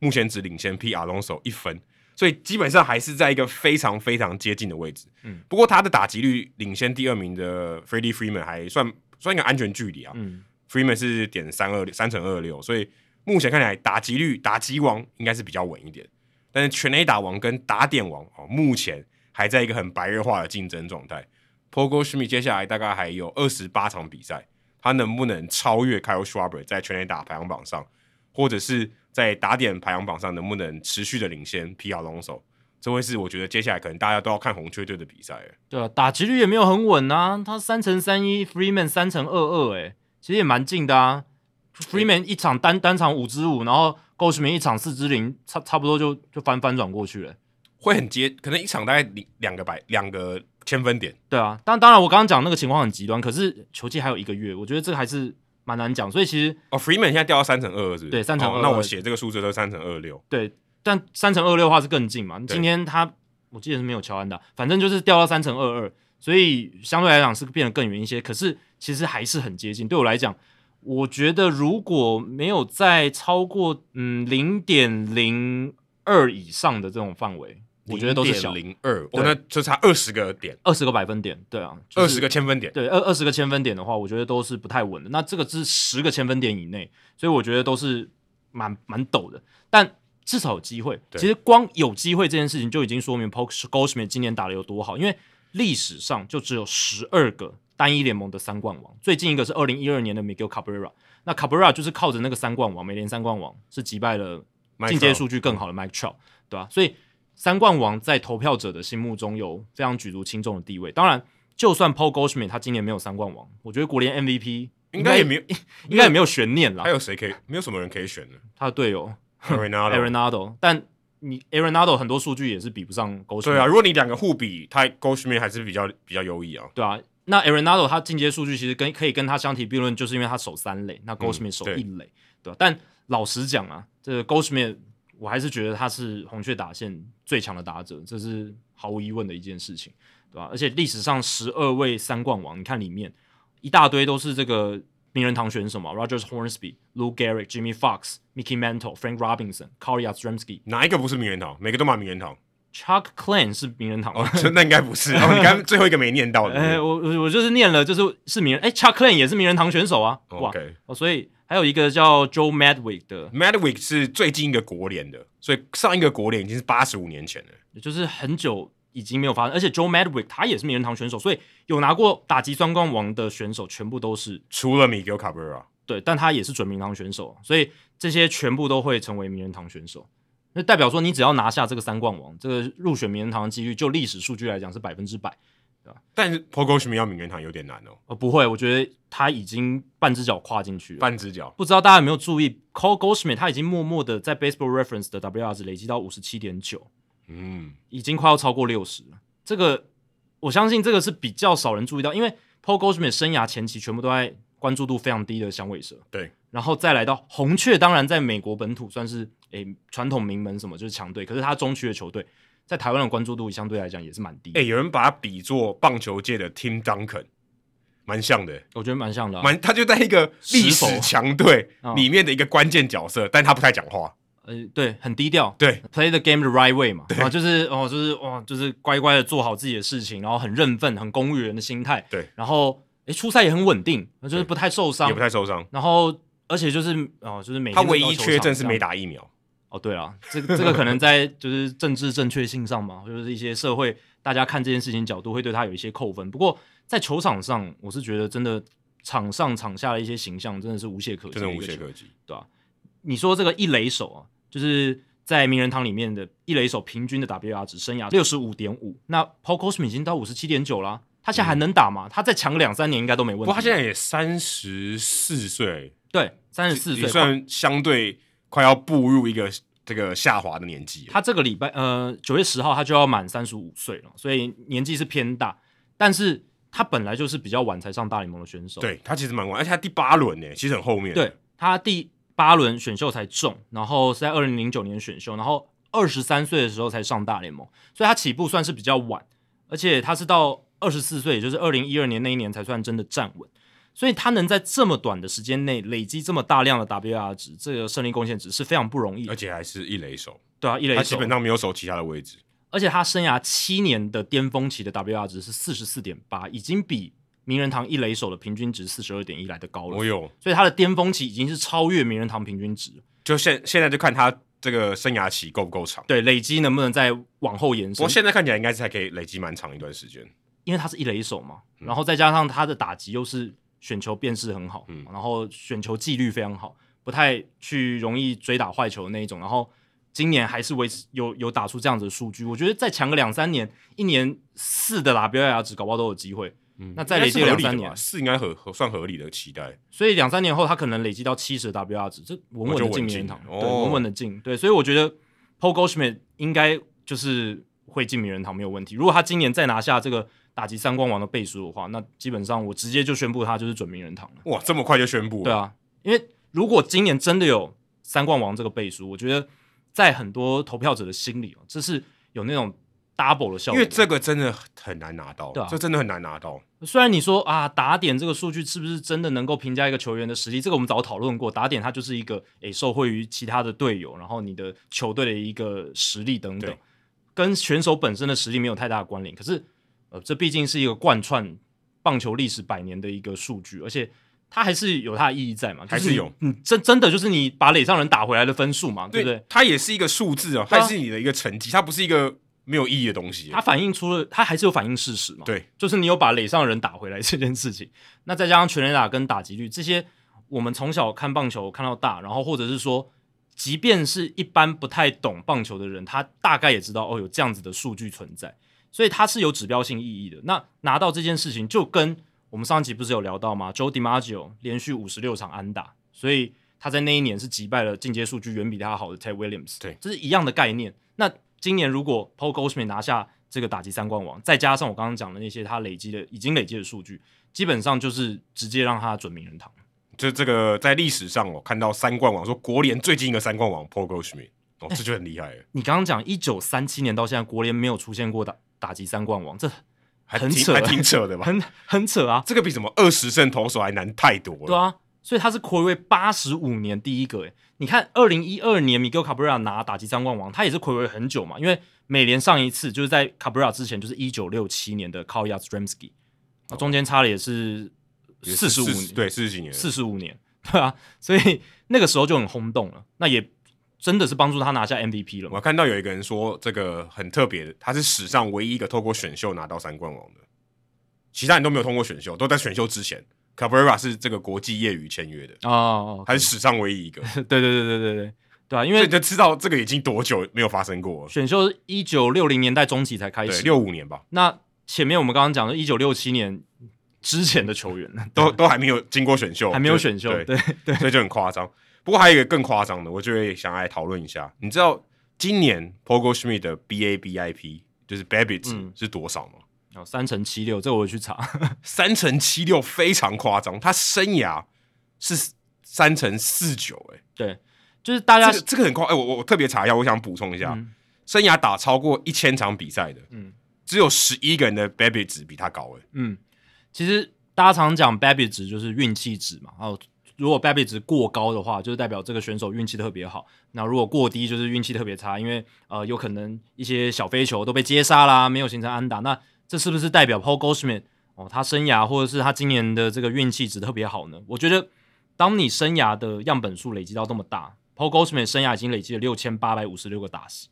A: 目前只领先 P Alonso 一分，所以基本上还是在一个非常非常接近的位置。
B: 嗯，
A: 不过他的打击率领先第二名的 Freddie Freeman 还算算一个安全距离啊、
B: 嗯，
A: f r e e m a n 是点三二三乘二六，所以目前看起来打击率打击王应该是比较稳一点，但是全垒打王跟打点王哦，目前还在一个很白热化的竞争状态。Pogo Schmidt 接下来大概还有二十八场比赛，他能不能超越 Kyle Schwarber 在全垒打排行榜上，或者是在打点排行榜上能不能持续的领先 P. Alonso？这会是我觉得接下来可能大家都要看红雀队的比赛了。
B: 对啊，打击率也没有很稳啊，他三乘三一，Freeman 三乘二二，哎，其实也蛮近的啊。Freeman 一场单单场五支五，然后 g o s h m a n 一场四支零，差差不多就就翻翻转过去了。
A: 会很接，可能一场大概两两个百两个千分点。
B: 对啊，但当然我刚刚讲那个情况很极端，可是球季还有一个月，我觉得这个还是蛮难讲。所以其实
A: 哦，Freeman 现在掉到三乘二，是不是？
B: 对3乘
A: 哦
B: 22
A: 那我写这个数字都是三乘二六。
B: 对，但三乘二六的话是更近嘛。今天他我记得是没有乔安的，啊反正就是掉到三乘二二，所以相对来讲是变得更远一些。可是其实还是很接近。对我来讲，我觉得如果没有在超过嗯零点零二以上的这种范围，我觉得都是小
A: 零二，
B: 对
A: 哦，那就差二十个点，
B: 二十个百分点。对啊，
A: 二
B: 就
A: 十
B: 是
A: 个千分点。
B: 对，二二十个千分点的话，我觉得都是不太稳的。那这个是十个千分点以内，所以我觉得都是蛮蛮陡的，但至少有机会。
A: 对
B: 其实光有机会这件事情就已经说明 p o s c o s h m i t 今年打的有多好，因为历史上就只有十二个单一联盟的三冠王，最近一个是二零一二年的 Miguel Cabrera。那 Cabrera 就是靠着那个三冠王，美联三冠王是击败了
A: Mike
B: 进阶
A: Trout
B: 数据更好的 Mike Trout，对吧、所以三冠王在投票者的心目中有非常举足轻重的地位。当然，就算 Paul Goldschmidt 他今年没有三冠王，我觉得国联 MVP
A: 应该也没有，
B: 应该也没有悬念啦
A: 还。有谁可以？没有什么人可以 选的。
B: 他的队友 Aaron
A: Arenado，
B: Nado，但你 Aaron Nado 很多数据也是比不上 Goldschmidt，
A: 对啊，如果你两个互比，他 g o s h m i 还是比较比较优异啊。
B: 对啊，那 a r o n a d o 他进阶数据其实跟可以跟他相提并论，就是因为他守三垒，那 Goldschmidt 守
A: 嗯对
B: 一垒，对吧、但老实讲啊，这个 Goldschmidt 我还是觉得他是红雀打线最强的打者，这是毫无疑问的一件事情，对吧、而且历史上十二位三冠王，你看里面一大堆都是这个名人堂选手嘛，Rogers Hornsby、Lou Gehrig、Jimmy Fox、Mickey Mantle、Frank Robinson、k a r y a s t r e m s k y
A: 哪一个不是名人堂？每个都骂名人堂
B: Chuck Klein 是名人堂吗
A: 哦，这那应该不是。哦，你刚刚最后一个没念到
B: 哎、
A: 的。
B: 我我我就是念了，就是是名人，哎、c h u c k Klein 也是名人堂选手啊，哇
A: OK，Madwick
B: 哦，所以还有一个叫 Joe Madwick 的，
A: 是最近一个国联的，所以上一个国联已经是八十五年前了。
B: 就是很久已经没有发生，而且 Joe Madwick 他也是名人堂选手，所以有拿过打击双冠王的选手全部都是
A: 除了 Miguel Cabrera，
B: 对，但他也是准名人堂选手，所以这些全部都会成为名人堂选手。那代表说，你只要拿下这个三冠王，这个入选名人堂的几率，就历史数据来讲是百分之百。
A: 但是 p o g o s h m i 要名人堂有点难哦，
B: 呃，不会，我觉得他已经半只脚跨进去了。
A: 半只脚。
B: 不知道大家有没有注意，Cole Goldschmidt 他已经默默的在 Baseball Reference 的 WR 值累积到五十七点九，
A: 嗯，
B: 已经快要超过六十了。这个我相信这个是比较少人注意到，因为 Paul Goldschmidt 生涯前期全部都在关注度非常低的响尾蛇，
A: 对，
B: 然后再来到红雀，当然在美国本土算是诶传统名门什么就是强队，可是他中区的球队在台湾的关注度相对来讲也是蛮低，
A: 哎、有人把他比作棒球界的 Tim Duncan，蛮像的，
B: 我觉得蛮像的啊、
A: 蛮、他就在一个历
B: 石
A: 史
B: 头
A: 强队
B: 嗯
A: 里面的一个关键角色，但他不太讲话。
B: 呃对，很低调，
A: 对，
B: play the game the right way 嘛，啊，就是哦，就是哦，就是乖乖的做好自己的事情，然后很认份、很公务员的心态，
A: 对，
B: 然后诶出赛也很稳定，就是
A: 对
B: 不太受伤
A: 也不，太受伤。
B: 然后而且就是哦，就是每
A: 他
B: 天都
A: 唯
B: 到
A: 一
B: 球
A: 缺
B: 场
A: 阵是
B: 这样
A: 没打疫苗。
B: 哦，对啊，这个这个可能在就是政治正确性上嘛，或者是一些社会大家看这件事情角度会对他有一些扣分。不过在球场上，我是觉得真的场上场下的一些形象真的是无懈可击，
A: 真的无懈可击。
B: 对吧、你说这个一垒手啊，就是在名人堂里面的一垒手平均的 WR 值生涯六十五点五，那 Paul c o s m i 已经到五十七点九啦，他现在还能打吗？他再强两三年应该都没问
A: 不
B: 题。
A: 过他现在也三十四岁，
B: 对三十四
A: 也
B: 岁，
A: 算相对快要步入一个这个下滑的年纪了。
B: 他这个礼拜呃九月十号他就要满三十五岁了，所以年纪是偏大，但是他本来就是比较晚才上大联盟的选手，
A: 对他其实蛮晚，而且他第八轮呢，其实很后面。
B: 对，他第八轮选秀才中，然后是在二零零九年选秀，然后二十三岁的时候才上大联盟，所以他起步算是比较晚，而且他是到二十四岁，也就是二零一二年那一年才算真的站稳。所以他能在这么短的时间内累积这么大量的 WR 值，这个胜利贡献值是非常不容易的
A: 而。且还是一垒手，
B: 对啊，一垒
A: 他
B: 手
A: 基本上没有守其他的位置。
B: 而且他生涯七年的巅峰期的 WR 值是四十四点八，已经比名人堂一垒手的平均值四十二点一来的高了。
A: 我有，
B: 所以他的巅峰期已经是超越名人堂平均值了，
A: 就现现在就看他这个生涯期够不够长。
B: 对，累积能不能再往后延
A: 不
B: 伸
A: 过？现在看起来应该是还可以累积蛮长一段时间。
B: 因为他是一垒手嘛，
A: 嗯
B: 然后再加上他的打击又是选球辨识很好，
A: 嗯
B: 然后选球纪律非常好，不太去容易追打坏球的那一种。然后今年还是维持有有打出这样子的数据，我觉得再强个两三年，一年四的拉比尔牙值，啊搞不好都有机会。
A: 嗯
B: 那再累积两三年，
A: 是应该合合算合理的期待。
B: 所以两三年后，他可能累积到七十 WR 值，这稳稳
A: 我就
B: 的
A: 稳
B: 进名
A: 进
B: 人堂，
A: 了
B: 对，
A: 哦
B: 稳稳的进。对，所以我觉得 Paul Goldschmidt 应该就是会进名人堂没有问题。如果他今年再拿下这个打击三冠王的背书的话，那基本上我直接就宣布他就是准名人堂了。
A: 哇，这么快就宣布了？
B: 对啊，因为如果今年真的有三冠王这个背书，我觉得在很多投票者的心里哦，这是有那种 double 的效
A: 因
B: 果。
A: 为这个真的很难拿到，
B: 对啊
A: 这真的很难拿到。
B: 虽然你说啊，打点这个数据是不是真的能够评价一个球员的实力？这个我们早讨论过，打点它就是一个诶、受惠于其他的队友，然后你的球队的一个实力等等
A: 对，
B: 跟选手本身的实力没有太大的关联。可是呃，这毕竟是一个贯穿棒球历史百年的一个数据，而且它还是有它的意义在嘛，就
A: 还是
B: 你
A: 有，
B: 嗯，真真的就是你把垒上人打回来的分数嘛，对不对？
A: 它也是一个数字哦，
B: 对
A: 它
B: 啊
A: 也是你的一个成绩，它不是一个没有意义的东西
B: 它。反映出了，它还是有反映事实嘛？
A: 对，
B: 就是你有把垒上人打回来这件事情。 那再加上全垒打跟打击率这些，我们从小看棒球看到大，然后或者是说，即便是一般不太懂棒球的人，他大概也知道哦有这样子的数据存在，所以它是有指标性意义的。那拿到这件事情，就跟我们上一集不是有聊到吗？Joe DiMaggio 连续五十六场安打，所以他在那一年是击败了进阶数据远比他好的 Ted Williams，
A: 对
B: 这是一样的概念。那今年如果 Paul Goldschmidt 拿下这个打击三冠王，再加上我刚刚讲的那些他累积的已经累积的数据，基本上就是直接让他准名人堂。
A: 就这个在历史上哦，看到三冠王，说国联最近一个三冠王 Paul Goldschmidt，哦，
B: 哎
A: 这就很厉害了，
B: 你刚刚讲一九三七年到现在，国联没有出现过打打击三冠王，这
A: 还
B: 很
A: 挺
B: 扯
A: 还挺扯的吧？
B: 很很扯啊，
A: 这个比什么二十胜投手还难太多了。
B: 对啊，所以他是暌违八十五年第一个诶。你看，二零一二年米 i 卡布 a 拿打击三冠王，他也是暌违很久嘛，因为美联上一次就是在卡布 a 之前，就是一九六七年的 Kyle Yastrzemski，那中间差了也是
A: 哦也
B: 四
A: 是
B: 十
A: 40
B: 五年，
A: 对，四十几年了，
B: 四十五年， 对啊，所以那个时候就很轰动了，那也真的是帮助他拿下 MVP 了嘛
A: 我看到有一个人说这个很特别的，他是史上唯一一个透过选秀拿到三冠王的，其他人都没有通过选秀，都在选秀之前。Cabrera 是这个国际业余签约的，
B: 哦哦，哦
A: 还是史上唯一一个，
B: 对对对对对对，对啊，因
A: 所以你
B: 为
A: 就知道这个已经多久没有发生过了。
B: 选秀一九六零年代中期才开
A: 对，
B: 始，
A: 六五年吧，
B: 那前面我们刚刚讲的，一九六七年之前的球员
A: 都都还没有经过选秀，
B: 还没有
A: 就
B: 选秀，
A: 哦对，
B: 对，
A: 所以就很夸张。不过还有一个更夸张的，我就会想来讨论一下。你知道今年 Pogo Schmidt 的 BABIP 就是 Babbitt、
B: 嗯
A: 是多少吗？
B: 哦，三乘七六，这我有去查，
A: 三乘七六非常夸张，他生涯是三乘四九，哎，
B: 对，就是大家
A: 这个这啊个很夸，哎、我我我特别查一下，我想补充一下，
B: 嗯
A: 生涯打超过一千场比赛的，
B: 嗯
A: 只有十一个人的 Baby 值比他高，哎，
B: 嗯，其实大家常讲 Baby 值就是运气值嘛，还有如果 Baby 值过高的话，就是代表这个选手运气特别好；那如果过低，就是运气特别差，因为呃有可能一些小飞球都被接杀啦，没有形成安打，那这是不是代表 Paul Goldschmidt 哦他生涯或者是他今年的这个运气值特别好呢？我觉得当你生涯的样本数累积到这么大，Paul Goldschmidt 生涯已经累积了六千八百五十六个打席。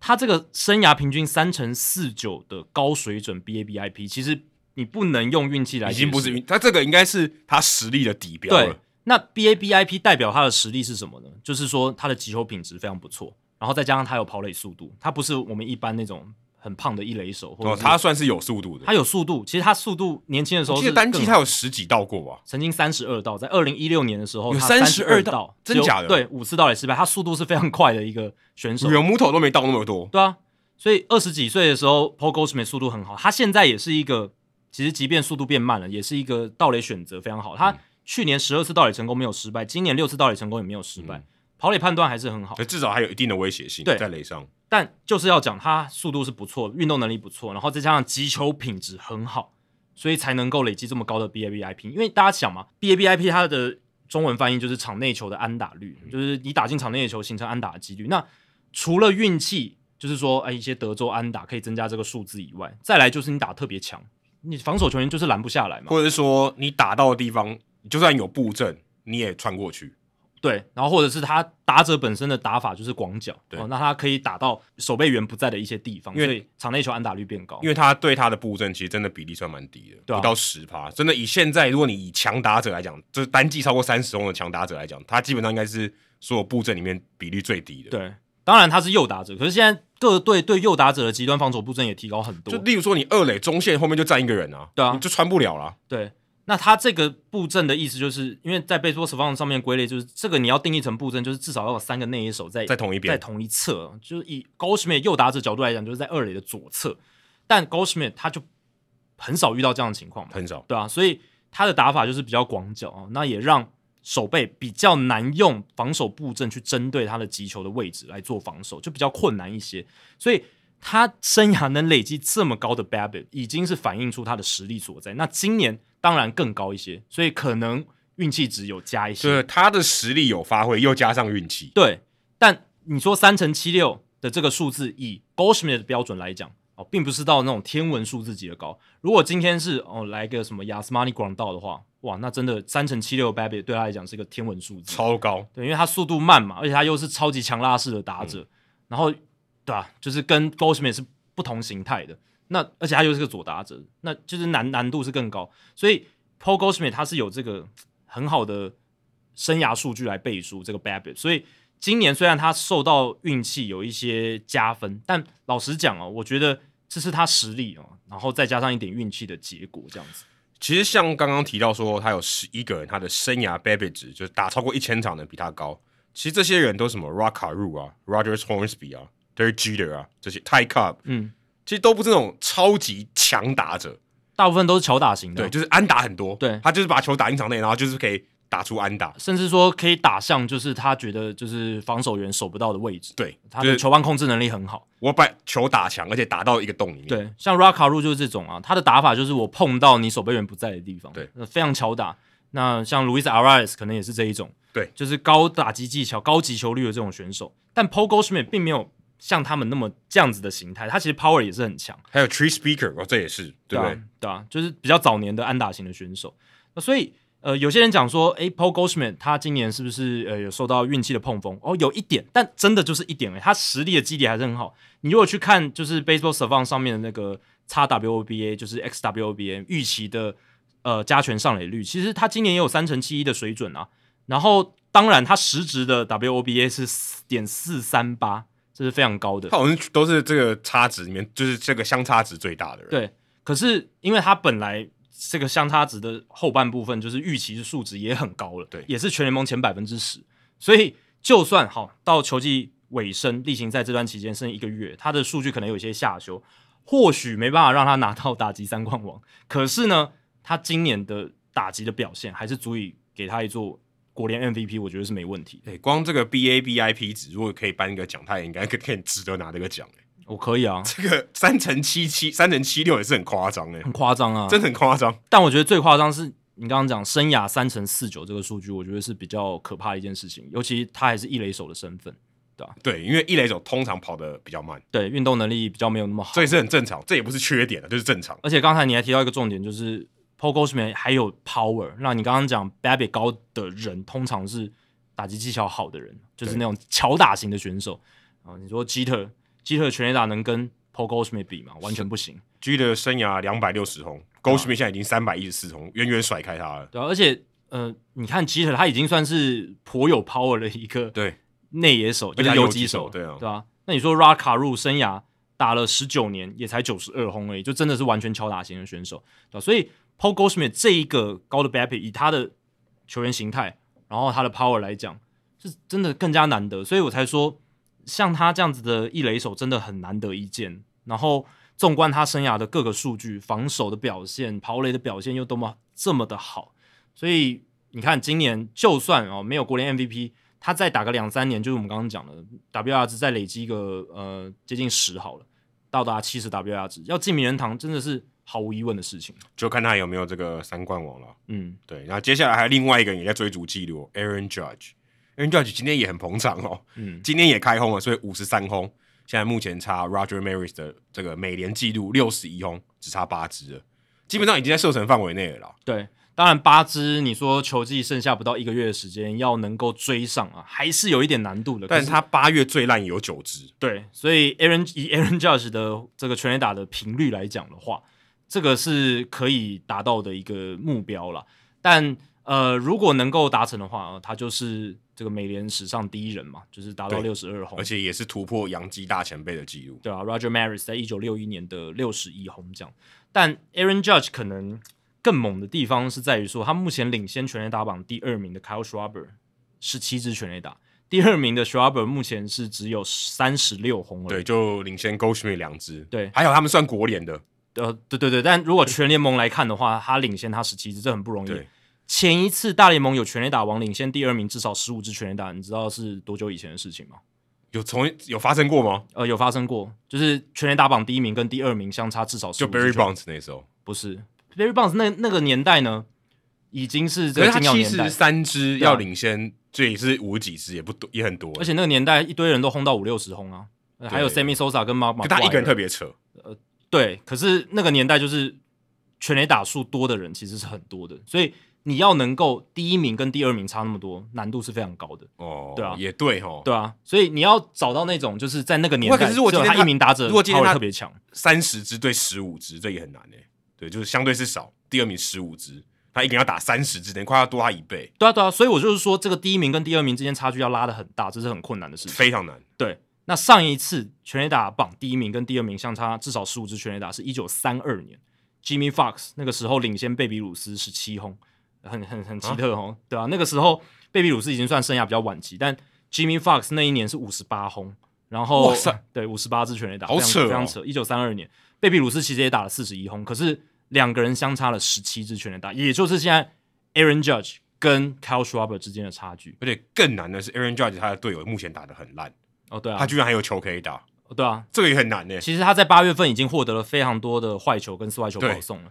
B: 他这个生涯平均三乘四九的高水准 BABIP，其实你不能用运气来
A: 已
B: 解释，
A: 经不是运，他这个应该是他实力的底标
B: 啊对
A: 了，，
B: 那 BABIP 代表他的实力是什么呢？就是说他的击球品质非常不错，然后再加上他有跑垒速度，他不是我们一般那种很胖的一垒手，或者
A: 哦，
B: 是
A: 他算是有速度的
B: 他。有速度。其实他速度年轻的时候
A: 我记
B: 是
A: 得单季
B: 更
A: 他有十几道过吧，
B: 曾经三十二道，在二零一六年的时候
A: 有
B: 他
A: 32道
B: 道，
A: 真
B: 只有
A: 假的
B: 对，五次盗垒失败，他速度是非常快的一个选手。
A: 有木头都没到那么多，
B: 对啊，所以二十几岁的时候，Paul Goldschmidt 速度很好，他现在也是一个，其实即便速度变慢了，也是一个盗垒选择非常
A: 嗯
B: 好。他去年十二次盗垒成功没有失败，今年六次盗垒成功也没有失败，
A: 嗯
B: 跑垒判断还是很好
A: 可。至少还有一定的威胁性
B: 对
A: 在垒上。
B: 但就是要讲他速度是不错，运动能力不错，然后再加上击球品质很好，所以才能够累积这么高的 BABIP。因为大家想嘛，BABIP 它的中文翻译就是场内球的安打率，就是你打进场内的球形成安打的几率。那除了运气，就是说哎一些德州安打可以增加这个数字以外，再来就是你打得特别强，你防守球员就是拦不下来嘛。
A: 或者是说你打到的地方，就算有布阵，你也穿过去。
B: 对，然后或者是他打者本身的打法就是广角，
A: 对
B: 哦，那他可以打到守备员不在的一些地方，
A: 因为
B: 所以场内球安打率变高。
A: 因为他对他的布阵其实真的比例算蛮低的，
B: 对啊
A: 不到十趴。真的以现在，如果你以强打者来讲，就是单季超过三十轰的强打者来讲，他基本上应该是所有布阵里面比例最低的。，
B: 对，当然他是右打者，可是现在各队对右打者的极端防守布阵也提高很多
A: 就。例如说你二垒中线后面就站一个人啊，
B: 啊对啊
A: 你就穿不了啦。
B: 对，那他这个布阵的意思就是，因为在 baseball s a v a n 上面归类，就是这个你要定义成布阵，就是至少要有三个内野手在
A: 在同一边
B: 在同一侧。就是以 Goldschmidt 右打者角度来讲，就是在二垒的左侧，但 Goldschmidt 他就很少遇到这样的情况嘛，
A: 很少。
B: 对啊，所以他的打法就是比较广角啊，那也让手背比较难用防守布阵去针对他的击球的位置来做防守，就比较困难一些。所以他生涯能累积这么高的 BABIP，已经是反映出他的实力所在。那今年当然更高一些，所以可能运气值有加一些。
A: 就是他的实力有发挥，又加上运气，
B: 对，但你说三乘七六的这个数字，以 Goldschmidt 的标准来讲，哦，并不是到那种天文数字级的高。如果今天是哦来个什么 Yasmani g r a n d 的话，哇，那真的三乘七六 b a b y 对他来讲是一个天文数字，
A: 超高。
B: 对，因为他速度慢嘛，而且他又是超级强拉式的打者，然后对啊，就是跟 Goldschmidt 是不同形态的。那而且他又是个左打者，那就是难难度是更高。所以 Paul Goldschmidt 他是有这个很好的生涯数据来背书这个 Babbitt，所以今年虽然他受到运气有一些加分，但老实讲哦，我觉得这是他实力哦，然后再加上一点运气的结果这样子。
A: 其实像刚刚提到说，他有十一个人，他的生涯 BABIP 值就是打超过一千场的比他高。其实这些人都什么 Rock Caru 啊、Rogers Hornsby 啊、Derek Jeter 啊这些 Ty Cobb，
B: 嗯，
A: 其实都不是那种超级强打者，
B: 大部分都是巧打型的，哦
A: 对，就是安打很多，
B: 对
A: 他就是把球打进场内，然后就是可以打出安打，
B: 甚至说可以打向就是他觉得就是防守员守不到的位置，
A: 对，
B: 他
A: 就
B: 的
A: 是
B: 球棒控制能力很好。
A: 我把球打墙，而且打到一个洞里面，
B: 对，像 Rakaru 就是这种啊，他的打法就是我碰到你守备员不在的地方，
A: 对
B: 呃，非常巧打。那像 Luis Arias 可能也是这一种，
A: 对，
B: 就是高打击技巧、高击球率的这种选手。但 p o g o s c h m i d t 并没有像他们那么这样子的形态，他其实 power 也是很强，
A: 还有 Tree Speaker，哦，这也是对不
B: 啊
A: 对？，
B: 对啊，就是比较早年的安打型的选手。那所以呃，有些人讲说，诶 p a u l Goldschmidt 他今年是不是呃有受到运气的碰风？哦，有一点，但真的就是一点诶、他实力的基底还是很好。你如果去看就是 Baseball Savant 上面的那个 XWOBA，就是 XWOBA 预期的呃加权上垒率，其实他今年也有三成七一的水准啊。然后当然，他实质的 WOBA 是点四三八，这是非常高的
A: 他。好像都是这个差值里面，就是这个相差值最大的人，
B: 对，可是因为他本来这个相差值的后半部分就是预期的数值也很高了，
A: 对
B: 也是全联盟前百分之十，所以就算好到球季尾声，例行赛这段期间剩一个月，他的数据可能有一些下修，或许没办法让他拿到打击三冠王，可是呢，他今年的打击的表现还是足以给他一座国联 MVP，我觉得是没问题的。
A: 对，哎光这个 BABIP 值，如果可以颁一个奖，他也应该可可以值得拿这个奖、 欸。
B: 我可以啊，
A: 这个三乘七七、三乘七六也是很夸张哎、
B: 很夸张啊，
A: 真的很夸张。
B: 但我觉得最夸张是你刚刚讲生涯三乘四九这个数据，我觉得是比较可怕的一件事情，尤其他还是一垒手的身份，
A: 对，因为一垒手通常跑得比较慢，
B: 对运动能力比较没有那么好
A: 这。也是很正常，这也不是缺点了，啊这是正常。
B: 而且刚才你还提到一个重点，就是 p o g o s m a n 还有 power。那你刚刚讲 b a b i t 高的人，通常是打击技巧好的人，就是
A: 对
B: 那种巧打型的选手啊。你说 Jeter Jeter 全垒打能跟 p o g o s m a n 比吗？完全不行。
A: G 的生涯两百六十轰 g o l d s m i t 现在已经三百一十四轰，远远甩开他了。
B: 对啊、而且呃，你看 Jeter 他已经算是颇有 power 的一个
A: 对，
B: 内野手，
A: 而
B: 就
A: 且他
B: 是
A: 游
B: 游
A: 击
B: 击
A: 手
B: 手，
A: 对啊
B: 对啊。那你说 Rakaru 生涯打了十九年，也才九十二轰而已，就真的是完全敲打型的选手，对吧、所以 Paul Goldschmidt 这一个高的 b a p 以他的球员形态，然后他的 power 来讲，是真的更加难得，所以我才说像他这样子的一垒手真的很难得一见。然后纵观他生涯的各个数据，防守的表现、跑垒的表现又多么这么的好，所以你看今年就算哦没有国联 MVP，他再打个两三年，就是我们刚刚讲的 WR 值再累积一个呃接近十好了，到达七十 WR 值，要进名人堂真的是毫无疑问的事情。
A: 就看他有没有这个三冠王了。
B: 嗯，
A: 对，然后接下来还有另外一个人也在追逐记录，Aaron Judge。Aaron Judge 今天也很捧场哦，
B: 嗯
A: 今天也开轰了，所以五十三轰，现在目前差 Roger Maris 的这个美联纪录六十一轰，只差八支了，基本上已经在射程范围内了啦。
B: 对，当然八支你说球季剩下不到一个月的时间，要能够追上啊，还是有一点难度的。
A: 但
B: 可
A: 是
B: 是
A: 他八月最烂也有九支，
B: 对，所以 Aaron 以 Aaron Judge 的这个全垒打的频率来讲的话，这个是可以达到的一个目标啦。但呃，如果能够达成的话，呃他就是这个美联史上第一人嘛，就是达到
A: 对
B: 六十二轰
A: 而，且也是突破洋基大前辈的记录。
B: 对啊，Roger Maris 在一九六一年的六十一轰这样。但 Aaron Judge 可能更猛的地方是在于说，他目前领先全垒打榜第二名的 Kyle Schwarber 十七支全垒打，第二名的 Schwarber 目前是只有三十六轰而已
A: 对，。就领先 Goldschmidt 两支。
B: 对
A: 还好他们算国联的，
B: 呃，对对对，但如果全联盟来看的话，他领先他十七支，这很不容易
A: 对。
B: 前一次大联盟有全垒打王领先第二名至少十五支全垒打，你知道是多久以前的事情吗？
A: 有从有发生过吗？
B: 呃，有发生过，就是全垒打榜第一名跟第二名相差至少
A: 就
B: 15支
A: Barry
B: 全
A: Bonds 那时候，
B: 不是 Barry Bonds 那那个年代呢，已经是这
A: 可是
B: 个
A: 他
B: 禁药
A: 七
B: 年代
A: 十，三支
B: 对啊
A: 要领先，这也是五十几支，也不多，也很多。
B: 而且那个年代一堆人都轰到五六十轰啊，呃还有
A: 对
B: Sammy Sosa 跟 Mark，
A: 就他一个人特
B: 别
A: 别扯，
B: 对，可是那个年代就是全垒打数多的人其实是很多的，所以你要能够第一名跟第二名差那么多，难度是非常高的，
A: 哦，
B: 对啊
A: 也对哦，
B: 对啊，所以你要找到那种就是在那个年
A: 哇
B: 代，
A: 可是如果
B: 只有
A: 今天
B: 他
A: 他
B: 一名打者，
A: 如果今天
B: 他会
A: 他
B: 特别强，
A: 三十支对十五支，这也很难诶。对，就是相对是少，第二名十五支，他一个人要打三十支，等于快要多他一倍，
B: 对啊对啊，所以我就是说这个第一名跟第二名之间差距要拉的很大，这是很困难的事情。
A: 非常难。
B: 对，那上一次全垒打榜第一名跟第二名相差至少十五支全垒打，是一九三二年，Jimmy Fox 那个时候领先贝比鲁斯十七轰，很很很奇特哦，对啊，那个时候贝比鲁斯已经算生涯比较晚期，但 Jimmy Fox 那一年是五十八轰，然后
A: 哇塞
B: 对五十八支全垒打，
A: 好
B: 非常
A: 扯哦
B: 非常扯。一九三二年，贝比鲁斯其实也打了四十一轰，可是两个人相差了十七支全垒打，也就是现在 Aaron Judge 跟 Kyle Schwarber 之间的差距。
A: 而且更难的是，Aaron Judge 他的队友目前打得很烂，
B: 哦，对
A: 他
B: 啊，
A: 居然还有球可以打，
B: 哦对啊，
A: 这个也很难呢。欸
B: 其实他在八月份已经获得了非常多的坏球跟四坏球保送了，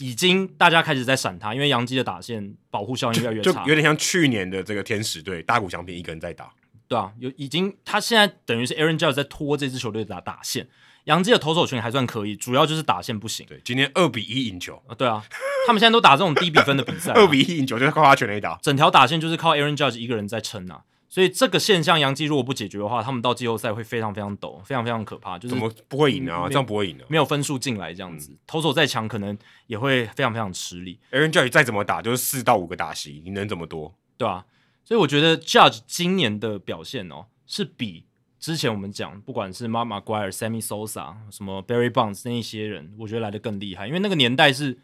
B: 已经大家开始在闪他，因为杨基的打线保护效应越来越
A: 就
B: 差
A: 有，点像去年的这个天使队大谷翔平一个人在打，
B: 对啊，有已经他现在等于是 Aaron Judge 在拖这支球队的打打线，杨基的投手群还算可以，主要就是打线不行
A: 对，今天二比一赢球，
B: 啊，对啊，他们现在都打这种低比分的比赛啊、
A: 二比一赢球就是靠他全垒打，
B: 整条打线就是靠 Aaron Judge 一个人在撑啊，所以这个现象杨基如果不解决的话，他们到季后赛会非常非常陡，非常非常可怕，就是
A: 怎么不会赢啊？
B: 没
A: 这样不会赢啊
B: 没有分数进来这样子，投手再强可能也会非常非常吃力。
A: ！Aaron Judge 再怎么打就是四到五个打席，你能怎么多？
B: 对啊，所以我觉得 Judge 今年的表现哦，是比之前我们讲，不管是 Mama g u i r e Sammy Sosa、什么 Barry Bonds 那一些人，我觉得来的更厉害，因为那个年代是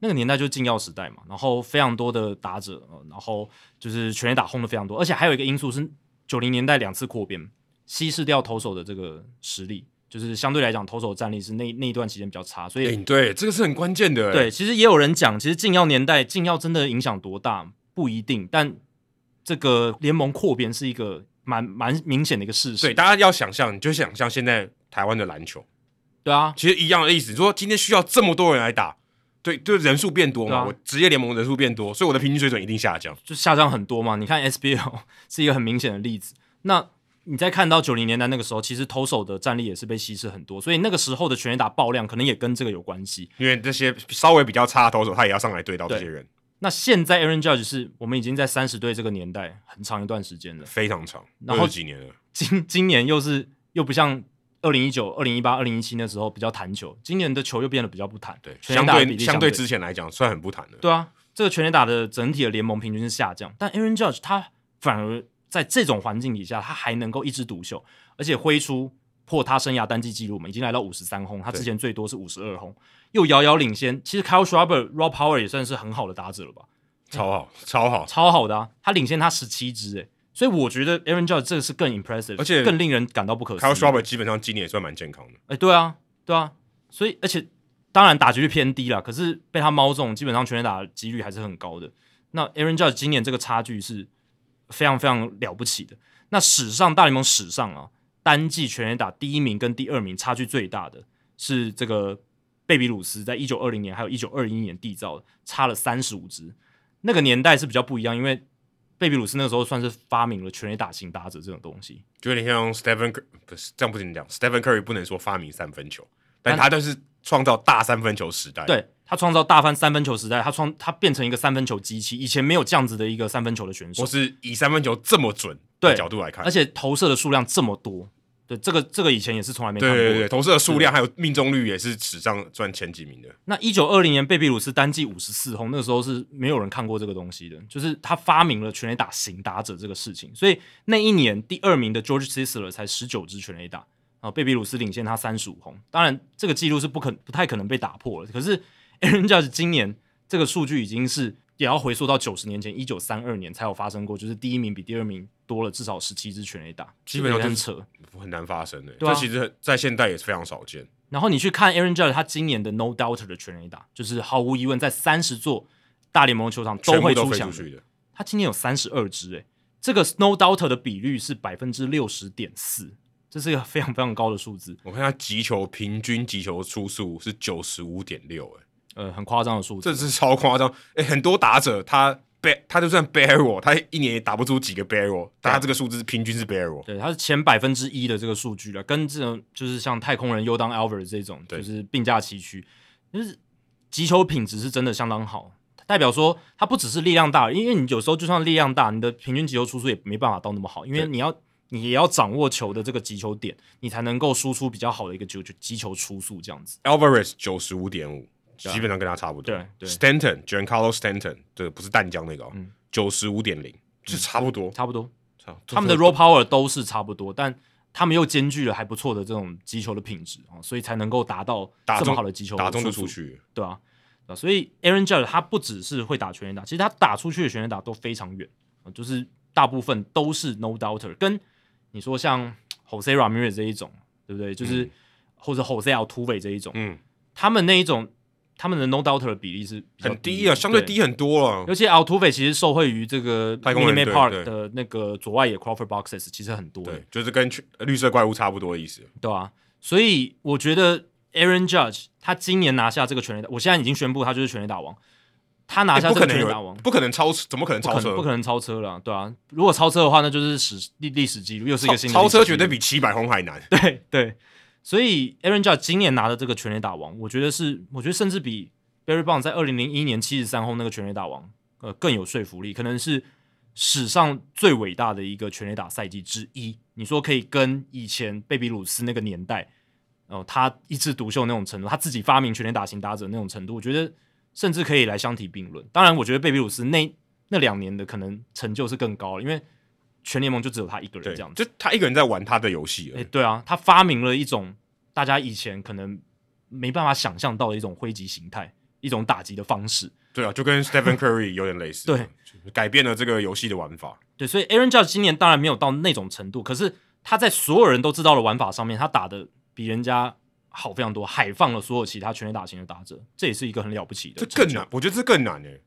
B: 那个年代就是禁药时代嘛，然后非常多的打者，呃然后就是全垒打轰的非常多，而且还有一个因素是九零年代两次扩编，稀释掉投手的这个实力，就是相对来讲投手战力是那那一段期间比较差，所以、
A: 哎、对，这个是很关键的、欸
B: 对，，其实也有人讲，其实禁药年代禁药真的影响多大不一定，但这个联盟扩编是一个蛮蛮明显的一个事实。
A: 所以大家要想象，你就想象现在台湾的篮球
B: 对啊，
A: 其实一样的意思。你说今天需要这么多人来打，对，就人数变多嘛，
B: 对啊
A: 我职业联盟人数变多，所以我的平均水准一定下降。
B: 就下降很多嘛。你看 SBL 是一个很明显的例子。那你再看到九零年代那个时候，其实投手的战力也是被稀释很多，所以那个时候的全垒打爆量可能也跟这个有关系。
A: 因为这些稍微比较差的投手，他也要上来对到这些人，
B: 那现在 Aaron Judge 是我们已经在三十队这个年代很长一段时间了，
A: 非常长，
B: 然
A: 二
B: 后
A: 十几年了。
B: 今 今年又是又不像二零一九、二零一八、二零一七那时候比较弹球，今年的球又变得比较不弹，
A: 对，
B: 全垒
A: 相
B: 打的比
A: 对
B: 例
A: 相
B: 相
A: 对之前来讲，算很不谈的。
B: 对啊，这个全垒打的整体的联盟平均是下降，但 Aaron Judge 他反而在这种环境底下，他还能够一枝独秀，而且挥出破他生涯单季纪录嘛，已经来到五十三轰，他之前最多是五十二轰，又遥遥领先。其实 Kyle Schwarber、Rob Power 也算是很好的打者了吧，
A: 超好，超好。
B: 超好的啊，他领先他十七支诶。所以我觉得 Aaron Judge 这个是更 impressive，
A: 而且
B: 更令人感到不可思议。
A: Kyle Schwarber 基本上今年也算蛮健康的，
B: 哎、对啊，对啊，所以而且当然打击率偏低啦，可是被他猫中，基本上全垒打的几率还是很高的。那 Aaron Judge 今年这个差距是非常非常了不起的。那史上大联盟史上啊，单季全垒打第一名跟第二名差距最大的是这个贝比鲁斯，在一九二零年还有一九二一年缔造的，差了三十五支。那个年代是比较不一样，因为贝比鲁斯那个时候算是发明了全垒打型打者这种东西。
A: 就有点像 Stephen Cur- 不是这样不行讲，Stephen Curry 不能说发明三分球，但
B: 但
A: 他就是创造大三分球时代。，
B: 对他创造大翻三分球时代，他创他变成一个三分球机器，以前没有这样子的一个三分球的选手
A: 我，是以三分球这么准
B: 对
A: 的角度来看
B: 而，且投射的数量这么多，对这个这个以前也是从来没看
A: 对
B: 过的。
A: 对对，投射的数量还有命中率也是史上算前几名的。
B: 那一九二零年贝比鲁斯单季五十四轰，那个时候是没有人看过这个东西的，就是他发明了全垒打型打者这个事情，所以那一年第二名的 George Sisler 才十九支全垒打，啊，贝比鲁斯领先他三十五轰，当然这个记录是不可不太可能被打破了，可是 Aaron Judge 今年这个数据已经是也要回溯到九十年前一九三二年才有发生过，就是第一名比第二名多了至少十七支全垒打，
A: 基本上
B: 这个很
A: 就是
B: 扯，
A: 很难发生的、
B: 对啊
A: 这其实在现代也是非常少见。
B: 然后你去看 Aaron Judge 他今年的 No Doubter 的全垒打，就是毫无疑问在三十座大联盟球场
A: 全部
B: 会
A: 都
B: 出
A: 飞
B: 墙
A: 出
B: 的。
A: 去的，
B: 他今年有三十二支，诶，欸这个 No Doubter 的比率是百分之六十点四，这是一个非常非常高的数字，
A: 我看他击球平均击球出速是九十五点六，哎，
B: 呃，很夸张的数字。
A: 这是超夸张。哎、很多打者他 bar 他就算 barrel，他一年也打不出几个 barrel，但他这个数字平均是 barrel。
B: 对，它是前百分之一的这个数据了，跟这种就是像太空人尤当 Alvarez 这种，
A: 对
B: 就是并驾齐驱，就是击球品质是真的相当好，代表说它不只是力量大，因为你有时候就算力量大，你的平均击球出速也没办法到那么好，因为
A: 对
B: 你要你也要掌握球的这个击球点，你才能够输出比较好的一个球击球出速这样子。
A: Alvarez 九十五点五，
B: 对啊
A: 基本上跟他差不多。
B: 对对
A: Stanton Giancarlo Stanton，对，不是淡江那个、哦
B: 嗯，
A: 九十五点零，就差不多。
B: 差不多，
A: 差不多
B: 他们的 raw power 都是差不多，但他们又兼具了还不错的这种击球的品质哦，所以才能够达到
A: 打
B: 这么
A: 中
B: 好的击球
A: 打中就出
B: 速度
A: 去，
B: 对啊，对啊所以 Aaron Judge 他不只是会打全垒打，其实他打出去的全垒打都非常远啊就是大部分都是 no doubter，跟你说像 Jose Ramirez 这一种，对不对？就是、
A: 嗯
B: 或者 Jose Altuve 这一种，
A: 嗯，
B: 他们那一种他们的 no doubter 的比例是比较
A: 很低
B: 的
A: 啊，相对。低很多啊了。
B: 尤其 Altuve 其实受惠于这个
A: 太空人
B: Minute Maid
A: 队
B: Park
A: 对
B: 的那个左外野 Crawford Boxes 其实很多的，
A: 对，就是跟去呃绿色怪物差不多的意思。
B: 对啊，所以我觉得 Aaron Judge 他今年拿下这个全垒打，我现在已经宣布他就是全垒打王，他拿
A: 哎
B: 下
A: 不
B: 这
A: 可
B: 个
A: 能
B: 全
A: 有
B: 垒打王
A: 人，，不可能超，怎么可能
B: 不
A: 超
B: 可能不可
A: 车？
B: 能超车了，对啊，如果超车的话，那就是史历历史记录，又是一
A: 超
B: 个新的历
A: 超车
B: 史记
A: 绝
B: 录
A: 对比七百红还难。
B: 对对，所以 Aaron Judge 今年拿的这个全垒打王，我觉得是，我觉得甚至比 Barry Bond 在二零零一年七十三轰那个全垒打王，呃，更有说服力，可能是史上最伟大的一个全垒打赛季之一。你说可以跟以前贝比鲁斯那个年代，哦、他一枝独秀那种程度，他自己发明全垒打型打者那种程度，我觉得甚至可以来相提并论。当然，我觉得贝比鲁斯那那两年的可能成就是更高了，因为全联盟就只有他一个人
A: 对，
B: 这样子。
A: 就他一个人在玩他的游戏而
B: 哎、
A: 已。
B: 对啊，他发明了一种大家以前可能没办法想象到的一种挥击形态，一种打击的方式。
A: 对啊，就跟 Stephen Curry 有点类似。
B: 对，
A: 改变了这个游戏的玩法。
B: 对，所以 Aaron Judge 今年当然没有到那种程度，可是他在所有人都知道的玩法上面，他打的比人家好非常多，海放了所有其他全垒打型的打者，这也是一个很了不起的
A: 这
B: 成就。
A: 更难，我觉得这更难欸诶。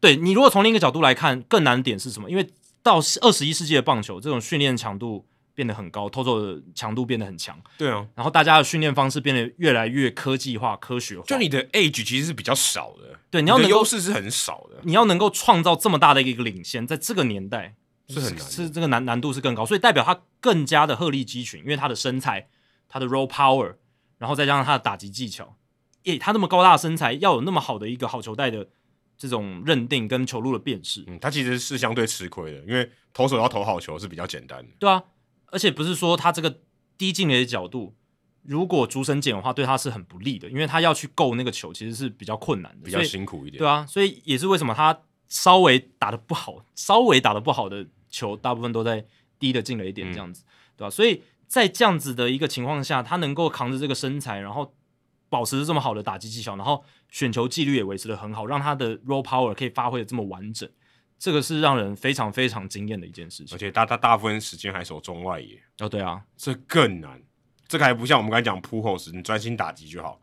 B: 对你如果从另一个角度来看，更难的点是什么？因为到二十一世纪的棒球，这种训练强度变得很高，偷走的强度变得很强，
A: 对啊，
B: 然后大家的训练方式变得越来越科技化、科学化。
A: 就你的 age 其实是比较少的，
B: 对你
A: 你
B: 要
A: 的
B: 能够
A: 优势是很少的，
B: 你要能够创造这么大的一个领先，在这个年代
A: 是很难的
B: 是这个难难度是更高，所以代表他更加的鹤立鸡群，因为他的身材、他的 roll power，然后再加上他的打击技巧，耶，他那么高大的身材，要有那么好的一个好球带的这种认定跟球路的辨识，
A: 嗯，他其实是相对吃亏的，因为投手要投好球是比较简单的。
B: 对啊，而且不是说他这个低进垒的角度。如果竹绳剪的话，对他是很不利的，因为他要去够那个球，其实是比较困难的，
A: 比较
B: 所以
A: 辛苦一点。
B: 对啊，所以也是为什么他稍微打的不好，稍微打的不好的球，大部分都在低的进了一点
A: 嗯
B: 这样子，对吧、所以在这样子的一个情况下，他能够扛着这个身材，然后保持着这么好的打击技巧，然后选球纪律也维持的很好，让他的 roll power 可以发挥的这么完整，这个是让人非常非常惊艳的一件事
A: 而
B: 情。
A: 且他他大部分时间还守中外野，
B: 哦，对啊，
A: 这更难。这个还不像我们刚才讲 p u h o s 你专心打击就好。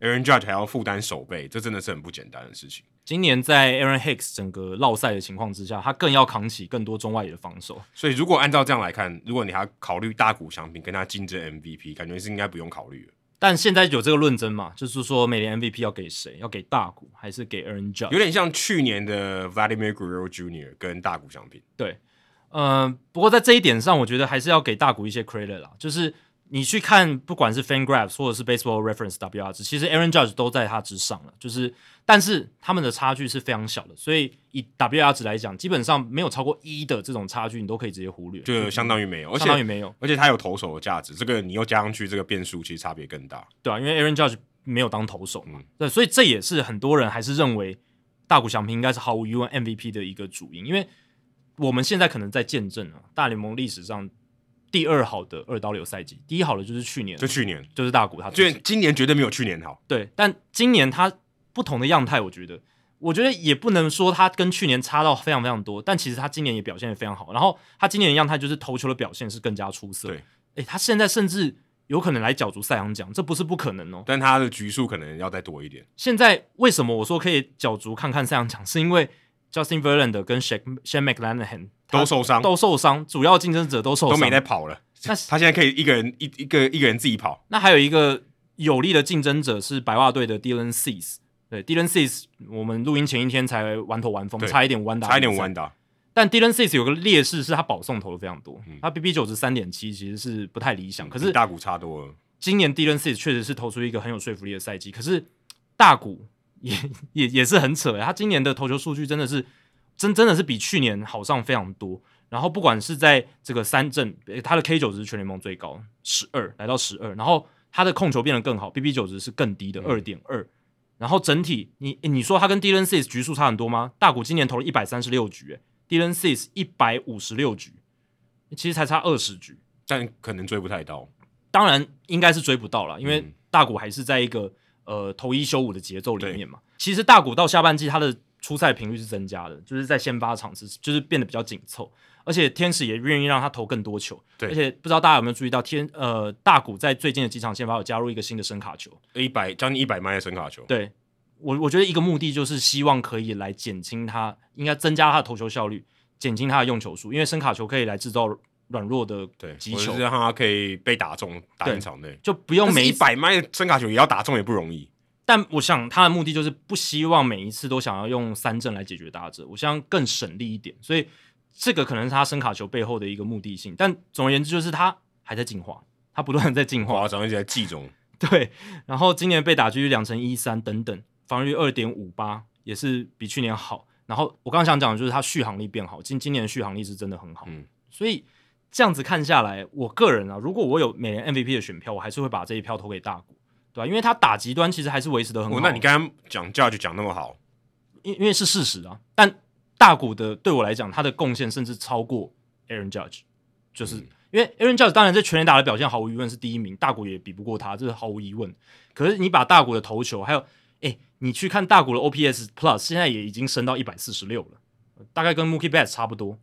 A: Aaron Judge 还要负担守备，这真的是很不简单的事情。
B: 今年在 Aaron Hicks 整个落赛的情况之下，他更要扛起更多中外野的防守。
A: 所以如果按照这样来看，如果你还要考虑大谷翔平跟他竞争 MVP，感觉是应该不用考虑了，
B: 但现在有这个论争嘛，就是说每年 MVP 要给谁？要给大谷还是给 Aaron Judge？
A: 有点像去年的 Vladimir Guerrero Jr. 跟大谷翔平。
B: 呃，不过在这一点上，我觉得还是要给大谷一些 credit 啦。就是你去看，不管是 FanGraphs 或者是 Baseball Reference WR 值，其实 Aaron Judge 都在他之上了。就是，但是他们的差距是非常小的，所以以 WR 值来讲，基本上没有超过一的这种差距，你都可以直接忽略，嗯
A: 就相当于没有，而
B: 相当于
A: 且
B: 没有，
A: 而且他有投手的价值，这个你又加上去，这个变数其实差别更大。
B: 对啊，因为 Aaron Judge 没有当投手嘛，
A: 嗯
B: 对，所以这也是很多人还是认为大谷翔平应该是毫无疑问 MVP 的一个主因，因为我们现在可能在见证啊，大联盟历史上第二好的二刀流赛季，第一好的就是去年，
A: 就去年，
B: 就是大谷他自
A: 就
B: 己
A: 今年绝对没有去年好，
B: 对，但今年他不同的样态，我觉得，我觉得也不能说他跟去年差到非常非常多，但其实他今年也表现的非常好。然后他今年的样态就是投球的表现是更加出色。
A: 对，
B: 诶，他现在甚至有可能来角逐赛扬奖，这不是不可能哦。
A: 但他的局数可能要再多一点。
B: 现在为什么我说可以角逐看看赛扬奖，是因为 Justin Verlander 跟 Shane Shane McClanahan
A: 都受伤，
B: 都受伤，主要竞争者都受
A: 都
B: 伤，
A: 没在跑了。
B: 那
A: 他现在可以一个人一一个一个人自己跑，
B: 那还有一个有力的竞争者是白袜队的 Dylan Cease。对，Dylan Cease，我们录音前一天才完头完封，
A: 对
B: 差一点完打，
A: 差一点完。打。
B: 但 Dylan Cease 有个劣势是他保送投的非常多，
A: 嗯
B: 他 BB 九值三点七其实是不太理想。可是
A: 比大谷差多了，
B: 今年 Dylan Cease 确实是投出一个很有说服力的赛季，可是大谷也 也也是很扯欸，他今年的投球数据真的是真真的是比去年好上非常多。然后不管是在这个三振，呃他的 K 九值是全联盟最高，十二来到十二，然后他的控球变得更好，BB 九值是更低的二点二。然后整体你诶你说他跟 Dylan Cease 局数差很多吗？大谷今年投了一百三十六局、欸、，Dylan Cease 一百五十六局，其实才差二十局。
A: 但可能追不太到。
B: 当然应该是追不到了，因为
A: 嗯
B: 大谷还是在一个呃投一休五的节奏里面嘛。其实大谷到下半季他的出赛频率是增加的，就是在先发场次就是变得比较紧凑，而且天使也愿意让他投更多球。
A: 对
B: 而且不知道大家有没有注意到天呃大谷在最近的几场先发有加入一个新的声卡球，
A: 一百将近一百迈的神卡球，
B: 对我，我觉得一个目的就是希望可以来减轻他，应该增加他的投球效率，减轻他的用球数，因为声卡球可以来制造软弱的
A: 对，
B: 击
A: 或者
B: 球
A: 是，让他可以被打中，打
B: 对
A: 进场内。
B: 就不用每
A: 一
B: 一次
A: 百迈的神卡球也要打中也不容易，
B: 但我想他的目的就是不希望每一次都想要用三振来解决打者，我希望更省力一点，所以这个可能是他声卡球背后的一个目的性。但总而言之，就是他还在进化，他不断地在进化。
A: 哇，长一直在记中，
B: 对，然后今年被打击率两成一三等等，防御率二点五八也是比去年好。然后我刚刚想讲的就是他续航力变好，今今年的续航力是真的很好。
A: 嗯
B: 所以这样子看下来，我个人啊，如果我有每年 MVP 的选票，我还是会把这一票投给大谷，对吧、因为他打极端其实还是维持的很好。
A: 哦，那你刚刚讲价就讲那么好，
B: 因因为是事实啊。但大谷的对我来讲，他的贡献甚至超过 Aaron Judge，就是、
A: 嗯
B: 因为 Aaron Judge 当然在全垒打的表现毫无疑问是第一名，大谷也比不过他，这是毫无疑问。可是你把大谷的投球，还有哎、你去看大谷的 OPS Plus，现在也已经升到一百四十六了，大概跟 Mookie Betts 差不多，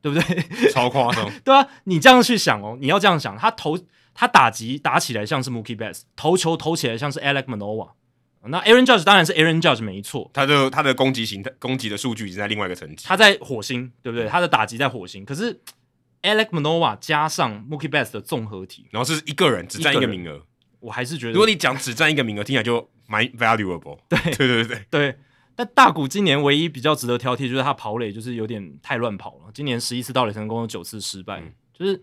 B: 对不对？
A: 超夸张。
B: 对啊，你这样去想哦，你要这样想，他投他打击打起来像是 Mookie Betts，投球投起来像是 Alec Manoa。那 Aaron Judge 当然是 Aaron Judge 没错，
A: 他的他的攻击型攻击的数据已经在另外一个层级，
B: 他在火星，对不对？他的打击在火星，可是 Alec Manoa 加上 Mookie Betts 的综合体，
A: 然后是一个人只占一
B: 一
A: 个
B: 个人
A: 名额。
B: 我还是觉
A: 如果
B: 得
A: 你讲只占一个名额，听起来就蛮 valuable。对对对对，
B: 对。但大谷今年唯一比较值得挑剔就是他跑垒就是有点太乱跑了，今年十一次盗垒成功，有九次失败，
A: 嗯
B: 就是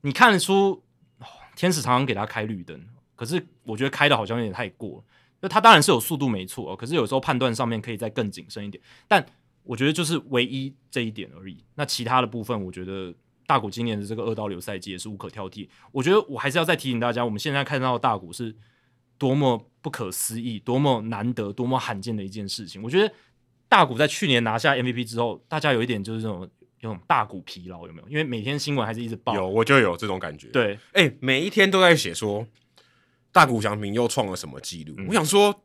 B: 你看得出、哦天使常常给他开绿灯，可是我觉得开的好像有点太过了。就他当然是有速度没错、哦，可是有时候判断上面可以再更谨慎一点。但我觉得就是唯一这一点而已。那其他的部分，我觉得大谷今年的这个二刀流赛季也是无可挑剔。我觉得我还是要再提醒大家，我们现在看到的大谷是多么不可思议、多么难得、多么罕见的一件事情。我觉得大谷在去年拿下 MVP 之后，大家有一点就是这种有种大谷疲劳，有没有？因为每天新闻还是一直报，
A: 有我就有这种感觉。，
B: 哦对
A: 哎、每一天都在写说大谷翔平又创了什么记录、
B: 嗯
A: 我想说，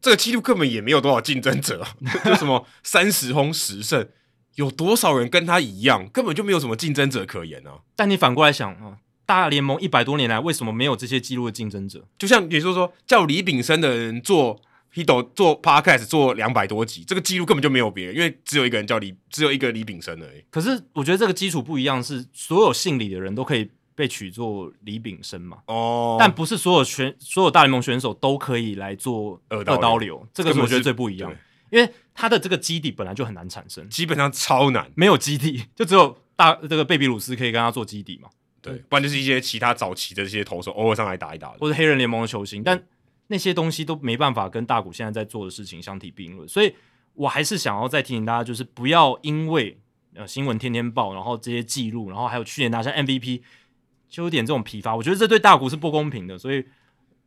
A: 这个记录根本也没有多少竞争 者，啊就什么三十轰十胜，有多少人跟他一样，根本就没有什么竞争者可言啊！
B: 但你反过来想啊，大联盟一百多年来为什么没有这些记录的竞争者？
A: 就像你说说，叫李炳生的人做 Hido 做 Podcast 做两百多集，这个记录根本就没有别人，因为只有一个人叫李，只有一个李炳生而已。
B: 可是我觉得这个基础不一样，是所有姓李的人都可以被取作李炳生嘛，
A: 哦
B: 但不是所有选所有大联盟选手都可以来做
A: 二
B: 二
A: 刀流
B: 刀流，这个
A: 根
B: 是
A: 本
B: 我觉得
A: 是
B: 最不一样
A: 对，
B: 因为他的这个基底本来就很难产生，
A: 基本上超难，
B: 没有基底，就只有大这个贝比鲁斯可以跟他做基底嘛，
A: 对，不然就是一些其他早期的这些投手偶尔上来打一打的。
B: 或者黑人联盟的球星，但那些东西都没办法跟大谷现在在做的事情相提并论，所以我还是想要再提醒大家，就是不要因为呃新闻天天报，然后这些记录，然后还有去年拿下 MVP，就有点这种疲乏，我觉得这对大谷是不公平的，所以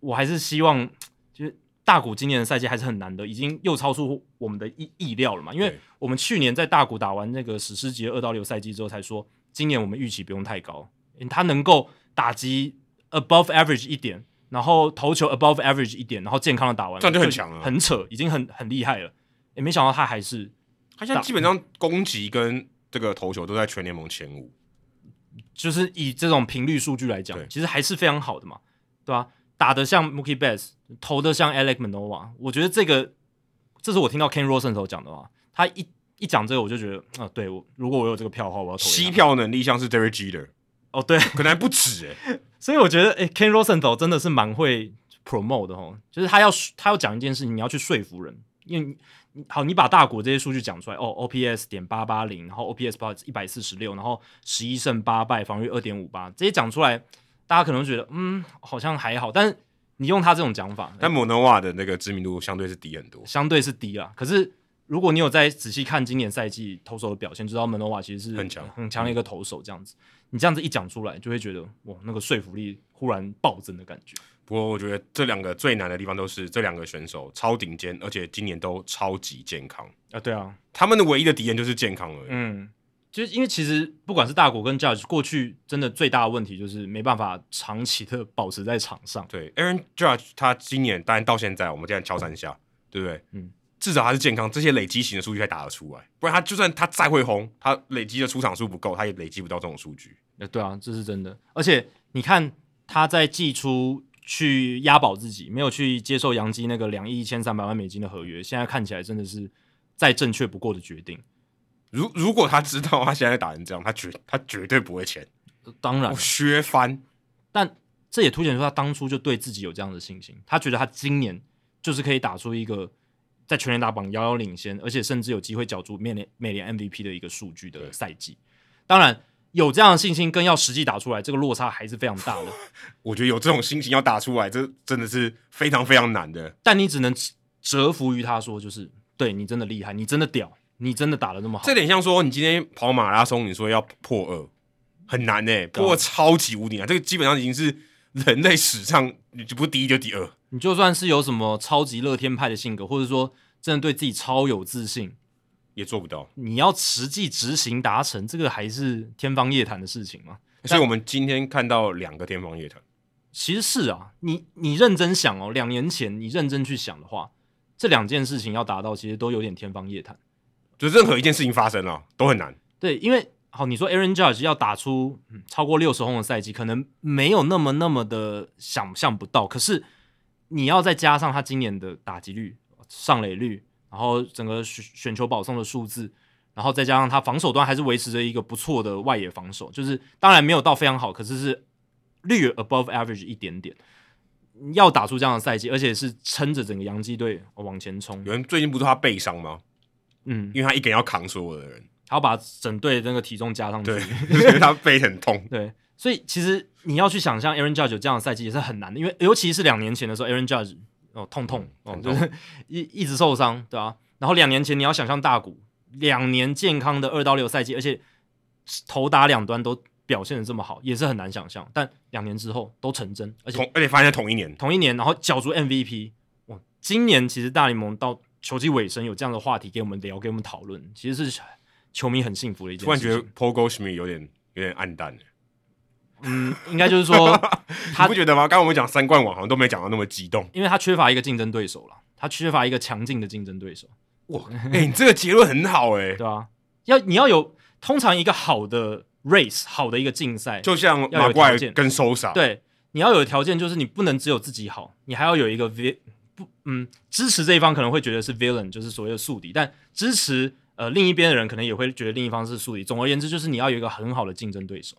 B: 我还是希望就是大谷今年的赛季还是很难的，已经又超出我们的意意料了嘛，因为
A: 对
B: 我们去年在大谷打完那个史诗级的二刀流赛季之后，才说今年我们预期不用太高，嗯他能够打击 above average 一点，然后投球 above average 一点，然后健康的打完，
A: 这样就很强了
B: 很扯，已经很很厉害了。也没想到他还是
A: 他现在基本上攻击跟这个投球都在全联盟前五，
B: 就是以这种频率数据来讲
A: 对，
B: 其实还是非常好的嘛，对吧、打得像 Mookie Betts，投得像 Alec Manoa，我觉得这个这是我听到 Ken Rosen 时候讲的话，他一一讲这个我就觉得啊、对我如果我有这个票的话，我要投给他
A: 吸票能力像是 Derek Jeter，
B: 哦，对，
A: 可能还不止哎、
B: 所以我觉得，诶 k e n Rosenthal 真的是蛮会 promote 的哦，就是他要他要讲一件事情，你要去说服人，因为你好，你把大国这些数据讲出来，哦，OPS 点八八零，然后 OPS 八一百四十六，然后十一胜八败，防御二点五八，这些讲出来，大家可能会觉得，嗯，好像还好，但是你用他这种讲法，
A: 但 Monoa 的那个知名度相对是低很多，
B: 相对是低啦。可是如果你有在仔细看今年赛季投手的表现，知道门诺瓦其实是
A: 很强
B: 很强的一个投手，这样子，你这样子一讲出来，就会觉得哇，那个说服力忽然暴增的感觉。
A: 不过我觉得这两个最难的地方都是这两个选手超顶尖，而且今年都超级健康。
B: 啊，对啊，
A: 他们的唯一的敌人就是健康而已。
B: 嗯，就是因为其实不管是大国跟 Judge，过去真的最大的问题就是没办法长期的保持在场上。
A: 对，Aaron Judge 他今年当然到现在，我们这样敲三下，对不对？
B: 嗯，
A: 至少他是健康，这些累积型的数据才打得出来，不然他就算他再会轰，他累积的出场数不够，他也累积不到这种数据。
B: 呃，对啊，这是真的。而且你看他在季初去押宝自己，没有去接受杨基那个两亿一千三百万美金的合约，现在看起来真的是再正确不过的决定。
A: 如如果他知道他现在打成这样，他绝他绝对不会签，
B: 呃当然
A: 我，削翻。
B: 但这也凸显出他当初就对自己有这样的信心，他觉得他今年就是可以打出一个在全垒打榜遥遥领先，而且甚至有机会角逐美联美联 MVP 的一个数据的赛季。当然，有这样的信心跟要实际打出来，这个落差还是非常大的。
A: 我觉得有这种心情要打出来，这真的是非常非常难的。
B: 但你只能折服于他说，就是对你真的厉害，你真的屌，你真的打的那么好
A: 这。点像说你今天跑马拉松，你说要破二，很难呢、欸
B: 啊
A: 破二超级无敌难，这个基本上已经是人类史上你就不第一就第二。
B: 你就算是有什么超级乐天派的性格，或者说真的对自己超有自信，
A: 也做不到，
B: 你要实际执行达成，这个还是天方夜谭的事情嘛。
A: 所以我们今天看到两个天方夜谭。
B: 其实是啊，你你认真想哦，两年前你认真去想的话，这两件事情要达到，其实都有点天方夜谭。
A: 就任何一件事情发生了都很难，
B: 对，因为好，你说 Aaron Judge 要打出、嗯超过六十轰的赛季，可能没有那么那么的想象不到。可是你要再加上他今年的打击率、上垒率，然后整个选选球保送的数字，然后再加上他防守端还是维持着一个不错的外野防守，就是当然没有到非常好，可是是略 above average 一点点。要打出这样的赛季，而且是撑着整个洋基队往前冲
A: 有，人最近不是说他背伤吗？
B: 嗯，
A: 因为他一个人要扛所有的人，
B: 还要把整队的那个体重加上去
A: 对，， 所以他背很痛。
B: 对，所以其实你要去想象 Aaron Judge 有这样的赛季也是很难的，因为尤其是两年前的时候，Aaron Judge 哦痛痛哦
A: 很
B: 就
A: 痛
B: 是 一一直受伤，对啊？然后两年前你要想象大谷两年健康的二到六赛季，而且头打两端都表现的这么好，也是很难想象。但两年之后都成真，而且
A: 同而且发现在同一年，
B: 同一年，然后角逐 MVP。哇，今年其实大联盟到球季尾声有这样的话题给我们聊，给我们讨论，其实是球迷很幸福的一件
A: 突然
B: 事情。
A: 觉得 Pogo Schmi 有点有点暗淡了，
B: 嗯，应该就是说他
A: 你不觉得吗？刚刚我们讲三冠王好像都没讲到那么激动。
B: 因为他缺乏一个竞争对手了，他缺乏一个强劲的竞争对手，
A: 哇，哎、你这个结论很好哎、
B: 对吧、要你要有通常一个好的 race，好的一个竞赛，
A: 就像
B: 要
A: 马
B: 有
A: 怪
B: 条件
A: 跟收傻，
B: 对你要有的条件就是你不能只有自己好，你还要有一个 v 不嗯支持这一方可能会觉得是 villain，就是所谓的宿敌，但支持呃另一边的人可能也会觉得另一方是宿敌。总而言之，就是你要有一个很好的竞争对手，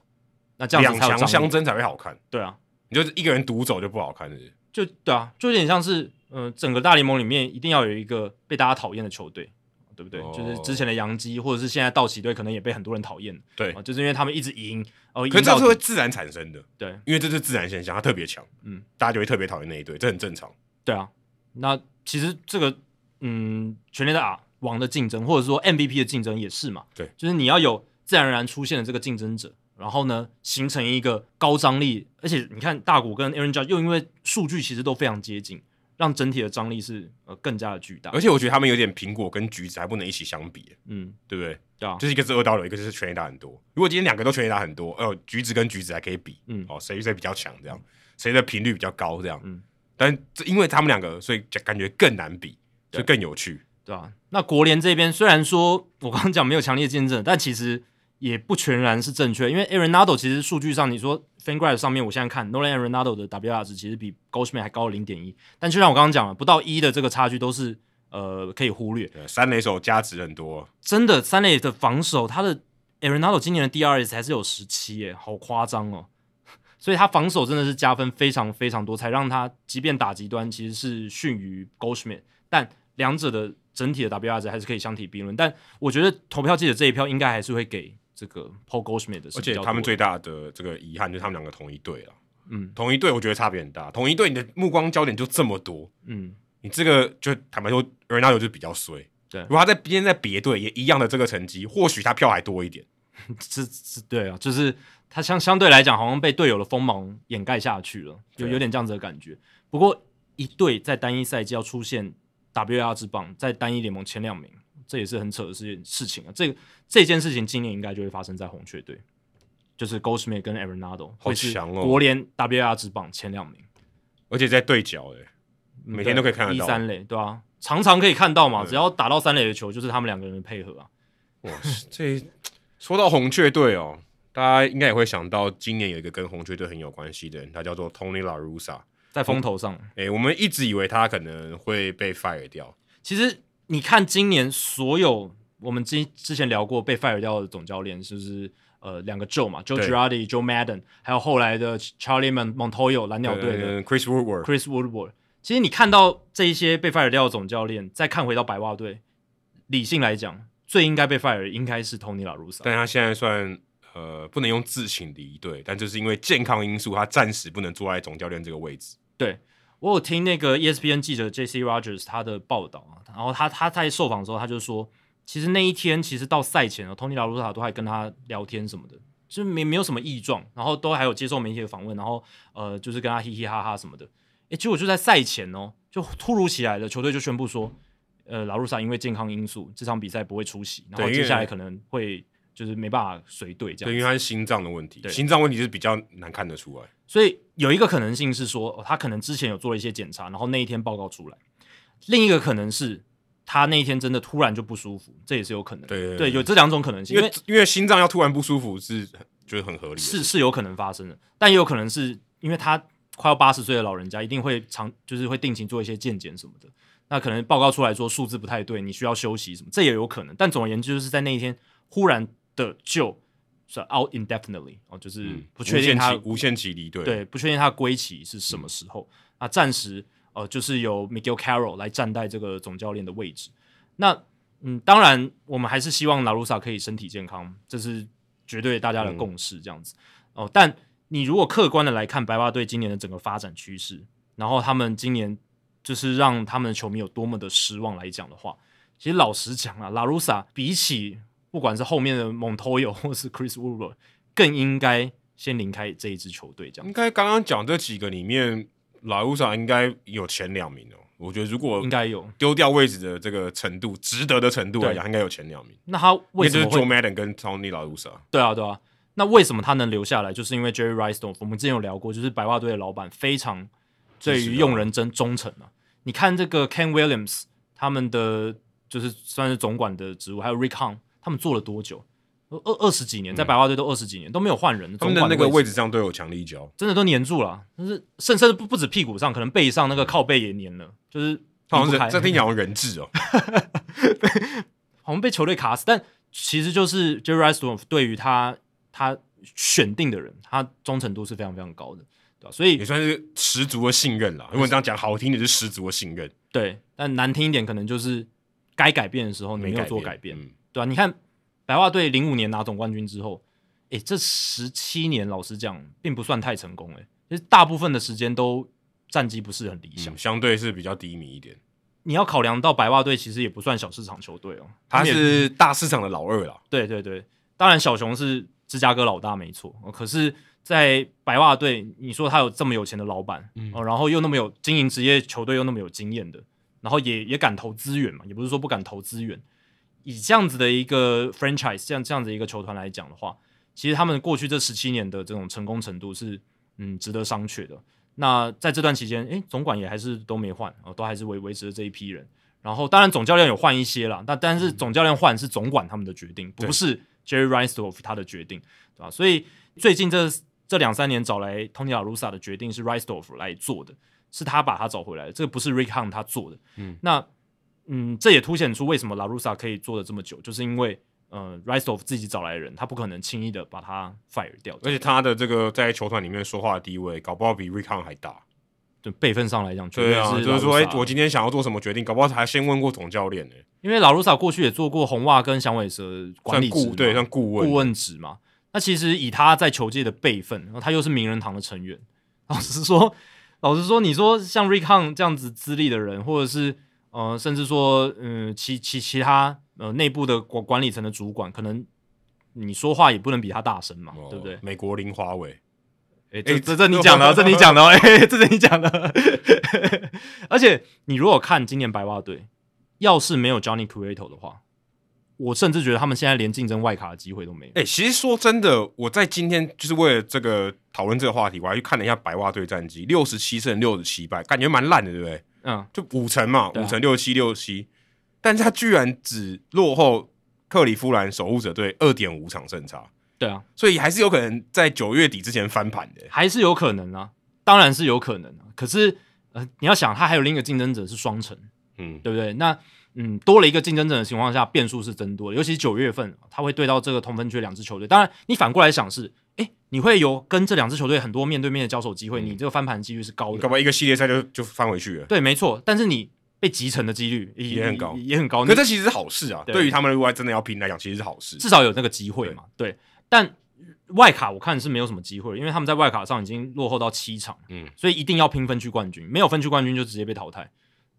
B: 那这样
A: 两
B: 子才有
A: 强
B: 张
A: 相
B: 力。
A: 争才会好看。
B: 对啊，
A: 你就是一个人独走就不好看，是不是
B: 就对啊，就有点像是，嗯、整个大联盟里面一定要有一个被大家讨厌的球队，对不对？
A: 哦
B: 就是之前的洋基，或者是现在道奇队，可能也被很多人讨厌，
A: 对
B: 啊，就是因为他们一直赢，哦，
A: 可
B: 赢
A: 是这
B: 到
A: 是会自然产生的，
B: 对
A: 因为这是自然现象，他特别强，
B: 嗯，
A: 大家就会特别讨厌那一队，这很正常。
B: 对啊。那其实这个，嗯，全垒打王的竞争，或者说 MVP 的竞争也是嘛，
A: 对，
B: 就是你要有自然而然出现的这个竞争者。然后呢，形成一个高张力，而且你看大谷跟 Aaron Judge 又因为数据其实都非常接近，让整体的张力是呃更加的巨大
A: 而。且我觉得他们有点苹果跟橘子还不能一起相比，
B: 嗯，
A: 对不对？
B: 对啊，
A: 就是一个是二刀流，一个是全垒打很多。如果今天两个都全垒打很多，哦，橘子跟橘子还可以比，
B: 嗯
A: 哦，谁谁比较强这样，谁的频率比较高这样，
B: 嗯。
A: 但这因为他们两个，所以就感觉更难比，就更有趣。
B: 对啊，那国联这边虽然说我刚刚讲没有强烈竞争，但其实也不全然是正确，因为 Aaron Nado 其实数据上，你说 FanGraph 上面我现在看 Nolan Aaron Nado 的 WR 值其实比 Goldschmidt 还高零点一，但就像我刚刚讲了，不到一的这个差距都是呃可以忽略。
A: 对三垒手价值很多，
B: 真的三垒的防守，他的 Aaron Nado 今年的 DRS 还是有十七耶，好夸张哦！ 所以他防守真的是加分非常非常多，才让他即便打极端其实是逊于 Goldschmidt，但两者的整体的 WR 值还是可以相提并论。但我觉得投票记者这一票应该还是会给这个 Paul Goldschmidt 的是
A: 而
B: 比较多的，
A: 且他们最大的这个遗憾就是他们两个同一队了。
B: 嗯
A: 同一队我觉得差别很大，同一队你的目光焦点就这么多，
B: 嗯
A: 你这个就坦白说 r e n a l d o 就比较衰。
B: 对
A: 如果他在今天在别队也一样的这个成绩，或许他票还多一点。
B: 是是对啊，就是他相相对来讲，好像被队友的锋芒掩盖下去了，有
A: 对啊
B: 有点这样子的感觉。不过一队在单一赛季要出现 WR 之棒，在单一联盟前两名，这也是很扯的事事情啊。这个这件事情今年应该就会发生在红雀队，就是 Goldschmidt 跟 a r o n a d o
A: 好
B: 会是
A: 强哦
B: 国联 WR 之棒前两名，
A: 而且在对角、欸，每天都可以看得到
B: 一三垒，对啊，常常可以看到嘛，
A: 对
B: 只要打到三垒的球，就是他们两个人的配合啊。
A: 哇，这说到红雀队哦，大家应该也会想到今年有一个跟红雀队很有关系的人，他叫做 Tony La Russa。
B: 在风头上，
A: 诶、我们一直以为他可能会被 fire 掉，
B: 其实你看今年所有我们之之前聊过被 fire 掉的总教练，就是呃两个 Joe 嘛，Joe
A: 对
B: Girardi、Joe Madden，还有后来的 Charlie Mon- Montoyo 蓝鸟队的
A: 嗯 Chris Woodward，
B: Chris Woodward。其实你看到这一些被 fire 掉的总教练，再看回到白袜队，理性来讲，最应该被 fire 的应该是 Tony La Russa。
A: 但他现在算呃不能用自请离队，但就是因为健康因素，他暂时不能坐在总教练这个位置。
B: 我有听那个 E ESPN 记者 J.C. Rogers 他的报道啊，然后他他在受访的时候，他就说，其实那一天其实到赛前啊，Tony La Russa 都还跟他聊天什么的，就是没没有什么异状，然后都还有接受媒体的访问，然后呃就是跟他嘻嘻哈哈什么的。诶，结果就在赛前哦，就突如其来的球队就宣布说，呃，拉鲁萨因为健康因素，这场比赛不会出席，然后
A: 对因
B: 接
A: 为
B: 下来可能会就是没办法随队这
A: 对，
B: 样
A: 因
B: 子
A: 为。他是心脏的问题
B: 对，
A: 心脏问题是比较难看得出来。
B: 所以有一个可能性是说，哦他可能之前有做了一些检查，然后那一天报告出来；另一个可能是他那一天真的突然就不舒服，这也是有可能的。
A: 对对对
B: 有这两种可能性，
A: 因
B: 因
A: 为
B: 为
A: 因为心脏要突然不舒服是觉得很合理的事，
B: 是是有可能发生的，但也有可能是因为他快要八十岁的老人家，一定会常就是会定期做一些健检什么的。那可能报告出来说数字不太对，你需要休息什么，这也有可能。但总而言之，就是在那一天忽然的就是啊 out indefinitely 哦，就是
A: 嗯
B: 不确定他
A: 无限期无限期离队。，
B: 对，不确定他的归期是什么时候。那暂时呃，就是由 Miguel Carroll 来站代这个总教练的位置。那嗯，当然我们还是希望拉鲁萨可以身体健康，这是绝对大家的共识，这样子哦、但你如果客观的来看白袜队今年的整个发展趋势，然后他们今年就是让他们的球迷有多么的失望来讲的话，其实老实讲啊，拉鲁萨比起不管是后面的蒙托友或是 Chris Woodward，更应该先离开这一支球队这样
A: 应。该刚刚讲这几个里面，老乌萨应该有前两名哦。我觉得如果
B: 应该有。
A: 丢掉位置的这个程度，值得的程度来讲，应该有前两名。
B: 那他为什
A: 因
B: 么
A: 就是 Joe
B: 会？
A: Madden 跟 Tony 老乌萨，
B: 对啊，对啊。那为什么他能留下来？就是因为 Jerry r i s t o n 我们之前有聊过，就是白袜队的老板非常对
A: 支持
B: 于
A: 他
B: 用人真忠诚啊。你看这个 Ken Williams 他们的就是算是总管的职务，还有 Rick Hahn 他们做了多久？二二二十几年，在白袜队都二十几年、都没有换人，
A: 嗯他们的
B: 总管
A: 那个位
B: 置
A: 置上都有强力胶，
B: 真的都粘住了啊、就是甚甚至不不止屁股上，可能背上那个靠背也粘了，就是
A: 他好
B: 离不
A: 像
B: 开
A: 人，这听起来好像人质哦。
B: 好像被球队卡死，但其实就是 Jerry r i s t o r 对于他他选定的人，他忠诚度是非常非常高的，对吧、所
A: 也
B: 以
A: 算是十足的信任啦。如果你这样讲好听点，是十足的信任，
B: 对，但难听一点，可能就是该改变的时候你没有
A: 改
B: 做
A: 变
B: 改变，
A: 嗯
B: 对吧、你看白袜队零五年拿总冠军之后，诶，这十七年老实讲并不算太成功、诶，就是大部分的时间都战绩不是很理想。
A: 嗯相对是比较低迷一点。
B: 你要考量到白袜队其实也不算小市场球队哦，
A: 他
B: 们也
A: 是大市场的老二啦，
B: 对对对，当然小熊是芝加哥老大没错，哦可是，在白袜队，你说他有这么有钱的老板，
A: 嗯
B: 哦，然后又那么有经营职业球队又那么有经验的，然后也也敢投资源嘛，也不是说不敢投资源。以这样子的一个 franchise，这样这样子的一个球团来讲的话，其实他们过去这十七年的这种成功程度是嗯值得商榷的。那在这段期间，诶，总管也还是都没换，哦，都还是维维持着这一批人。然后当然总教练有换一些啦，但但是总教练换是总管他们的决定，
A: 嗯对
B: 不是 Jerry Reinsdorf 他的决定，对吧？所以最近这这两三年找来 Tony La Russa 的决定是 Reinsdorf 来做的，是他把他找回来的，这个不是 Rick Hunt 他做的。
A: 嗯，
B: 那嗯，这也凸显出为什么 La Russa 可以做的这么久，就是因为呃 Reinsdorf 自己找来的人，他不可能轻易的把他 fire 掉，
A: 而且他的这个在球团里面说话的地位，搞不好比 Recon 还大。
B: 就辈分上来讲，绝
A: 对啊，
B: 是
A: 就是说，
B: La
A: 哎、
B: Russa
A: 我今天想要做什么决定，搞不好还先问过总教练呢、
B: 因为老卢萨过去也做过红袜跟响尾蛇管
A: 算
B: 理职嘛，
A: 顾对，算顾问。
B: 顾问职嘛。那其实以他在球界的辈分，然后他又是名人堂的成员，老实说，老实说，你说像 Rick Hunt 这样子资历的人，或者是呃，甚至说嗯、其其其他呃内部的管管理层的主管，可能你说话也不能比他大声嘛，
A: 哦
B: 对不对？
A: 美国林华伟，
B: 哎、
A: 哎
B: 这这这你讲的哦，这你讲的哦，哎、 这是你讲的。 而且你如果看今年白袜队，要是没有 Johnny Cueto 的话，我甚至觉得他们现在连竞争外卡的机会都没有。
A: 哎、其实说真的，我在今天就是为了这个讨论这个话题，我还去看了一下白袜队战绩，六十七胜六十七败，感觉蛮烂的，对不对？
B: 嗯，
A: 就五成嘛，
B: 对啊
A: 五成六七六七，但是他居然只落后克利夫兰守护者队二点五场胜差，
B: 对啊，
A: 所以还是有可能在九月底之前翻盘的。
B: 还是有可能啊，当然是有可能啊。可是呃，你要想，他还有另一个竞争者是双城，
A: 嗯，
B: 对不对？那嗯，多了一个竞争者的情况下，变数是增多的。尤其九月份，他会对到这个同分区两支球队。当然，你反过来想是，哎，你会有跟这两支球队很多面对面的交手机会，你这个翻盘几率是高的
A: 搞。不好一个系列赛就就翻回去了。
B: 对，没错，但是你被集成的几率也
A: 也很高
B: 也也很
A: 可
B: 高。哦你
A: 这其实是好事啊，
B: 对
A: 对于他们如果真的要拼来讲，其实是好事。
B: 至少有那个机会嘛，对。但外卡我看是没有什么机会，因为他们在外卡上已经落后到七场，
A: 嗯
B: 嗯，所以一定要拼分区冠军，没有分区冠军就直接被淘汰。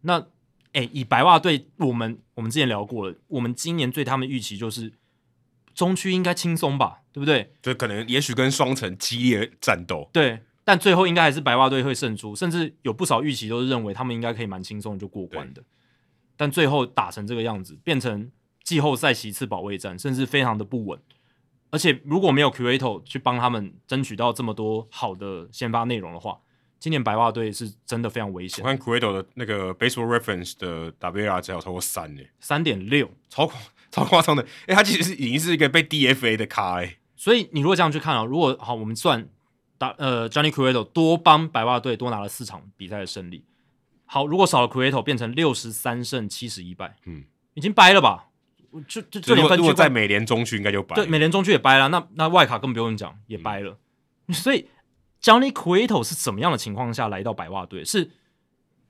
B: 那哎、以白袜队，我们我们之前聊过了，我们今年对他们预期就是中区应该轻松吧，对不对？
A: 就可能也许跟双城激烈战斗，
B: 对，但最后应该还是白袜队会胜出，甚至有不少预期都是认为他们应该可以蛮轻松地就过关的，但最后打成这个样子，变成季后赛席次保卫战，甚至非常的不稳。而且如果没有 Curato 去帮他们争取到这么多好的先发内容的话，今年白袜队是真的非常危
A: 我
B: 险，
A: 看 Credo 的那个 Baseball Reference 的 WAR 只有超过三呢、
B: 三点六。
A: 超夸 超夸张的。哎、他其实是已经是一个被 DFA 的咖哎、
B: 所以你如果这样去看啊，如果好，我们算打呃 Johnny Cueto 多帮白袜队多拿了四场比赛的胜利，好，如果少了 Cueto 变成六十三胜七十一败，
A: 嗯
B: 嗯，已经掰了吧？我就就就
A: 如
B: 连
A: 果
B: 分
A: 如
B: 区
A: 果在
B: 冠
A: 美联中区应该就白。
B: 对美联中区也掰了，那那外卡更不用讲也掰了，
A: 嗯
B: 所以 Johnny Cueto 是怎么样的情况下来到白袜队？是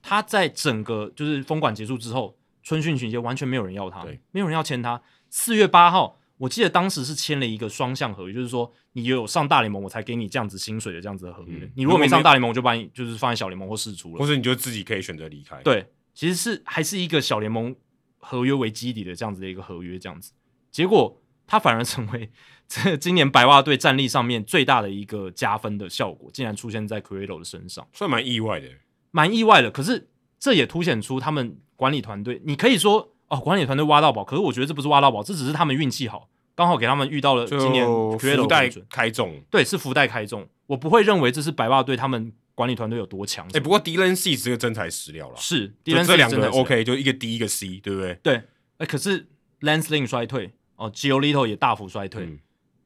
B: 他在整个就是封馆结束之后，春训期间完全没有人要他
A: 对，
B: 没有人要签他。四月八号，我记得当时是签了一个双向合约，就是说你有上大联盟，我才给你这样子薪水的这样子的合约。
A: 嗯
B: 你如果没上大联盟，我就把你就是放在小联盟或释出
A: 或
B: 了。
A: 是你就自己可以选择离开。，
B: 对，其实是还是一个小联盟合约为基底的这样子的一个合约，这样子。结果他反而成为 这今年白袜队战力上面最大的一个加分的效果，竟然出现在 c u r e t o 的身上。
A: 算蛮意外的。
B: 蛮意外的。可是这也凸显出他们管理团队，你可以说哦，管理团队挖到宝，可是我觉得这不是挖到宝，这只是他们运气好，刚好给他们遇到了今年
A: 就
B: Credo
A: 福袋
B: 很准
A: 开中。
B: 对，是福袋开中。我不会认为这是白袜队他们管理团队有多强。
A: 哎、不过 Dylan C 是个真材实料了，
B: 是
A: 就
B: Dylan
A: 这
B: Cease
A: 两个
B: 真的
A: 人
B: 是
A: OK，就一个 D 一个 C，对不对？
B: 对，哎，可是 Lance Lynn 衰退哦，Giolito 也大幅衰退，
A: 嗯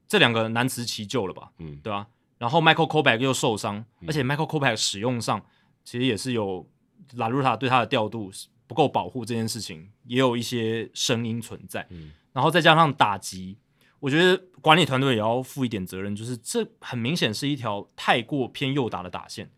B: 这两个难辞其咎了吧？
A: 嗯，
B: 对吧、然后 Michael Kobach 又受伤，而且 Michael Kobach 使用上其实也是有拉鲁塔对他的调度是不够保护这件事情，也有一些声音存在。
A: 嗯
B: 然后再加上打击，我觉得管理团队也要负一点责任，就是这很明显是一条太过偏右打的打线，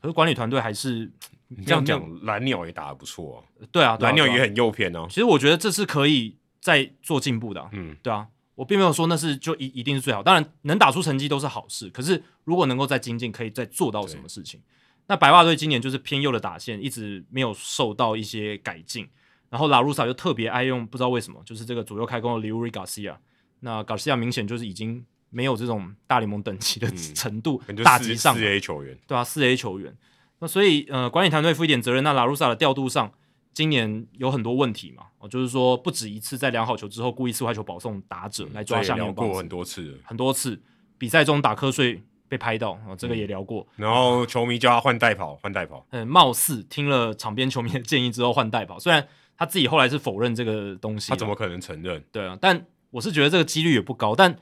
B: 可是管理团队还是
A: 你这样
B: 没有，
A: 讲，蓝鸟也打得不错、哦，
B: 对啊，对啊
A: 蓝鸟
B: 对啊
A: 也很诱骗哦。
B: 其实我觉得这是可以再做进步的啊、
A: 嗯，
B: 对啊，我并没有说那是就一一定是最好，当然能打出成绩都是好事。可是如果能够再精进，可以再做到什么事情？那白袜队今年就是偏右的打线，一直没有受到一些改进。然后拉鲁萨又特别爱用，不知道为什么，就是这个左右开弓的 Leury Garcia。那 Garcia 明显就是已经没有这种大联盟等级的
A: 嗯
B: 程度，
A: 感觉
B: 打
A: 四
B: 击上
A: 四 A 球员，
B: 对啊，四 A 球员。那所以呃，管理团队负一点责任。那拉鲁萨的调度上，今年有很多问题嘛，哦，就是说不止一次在量好球之后故意四坏球保送打者来
A: 嗯
B: 抓
A: 这
B: 下
A: 也
B: 面
A: 聊
B: 的棒
A: 过
B: 子
A: 很多次了。
B: 很多次，比赛中打瞌睡被拍到啊、哦，这个
A: 嗯
B: 也聊过。呃
A: 然后球迷叫他换代跑，换代跑，
B: 嗯，貌似听了场边球迷的建议之后换代跑，虽然他自己后来是哦否认这个东西嘛，
A: 他怎么可能承认？
B: 对啊？但我是觉得这个几率也不高，但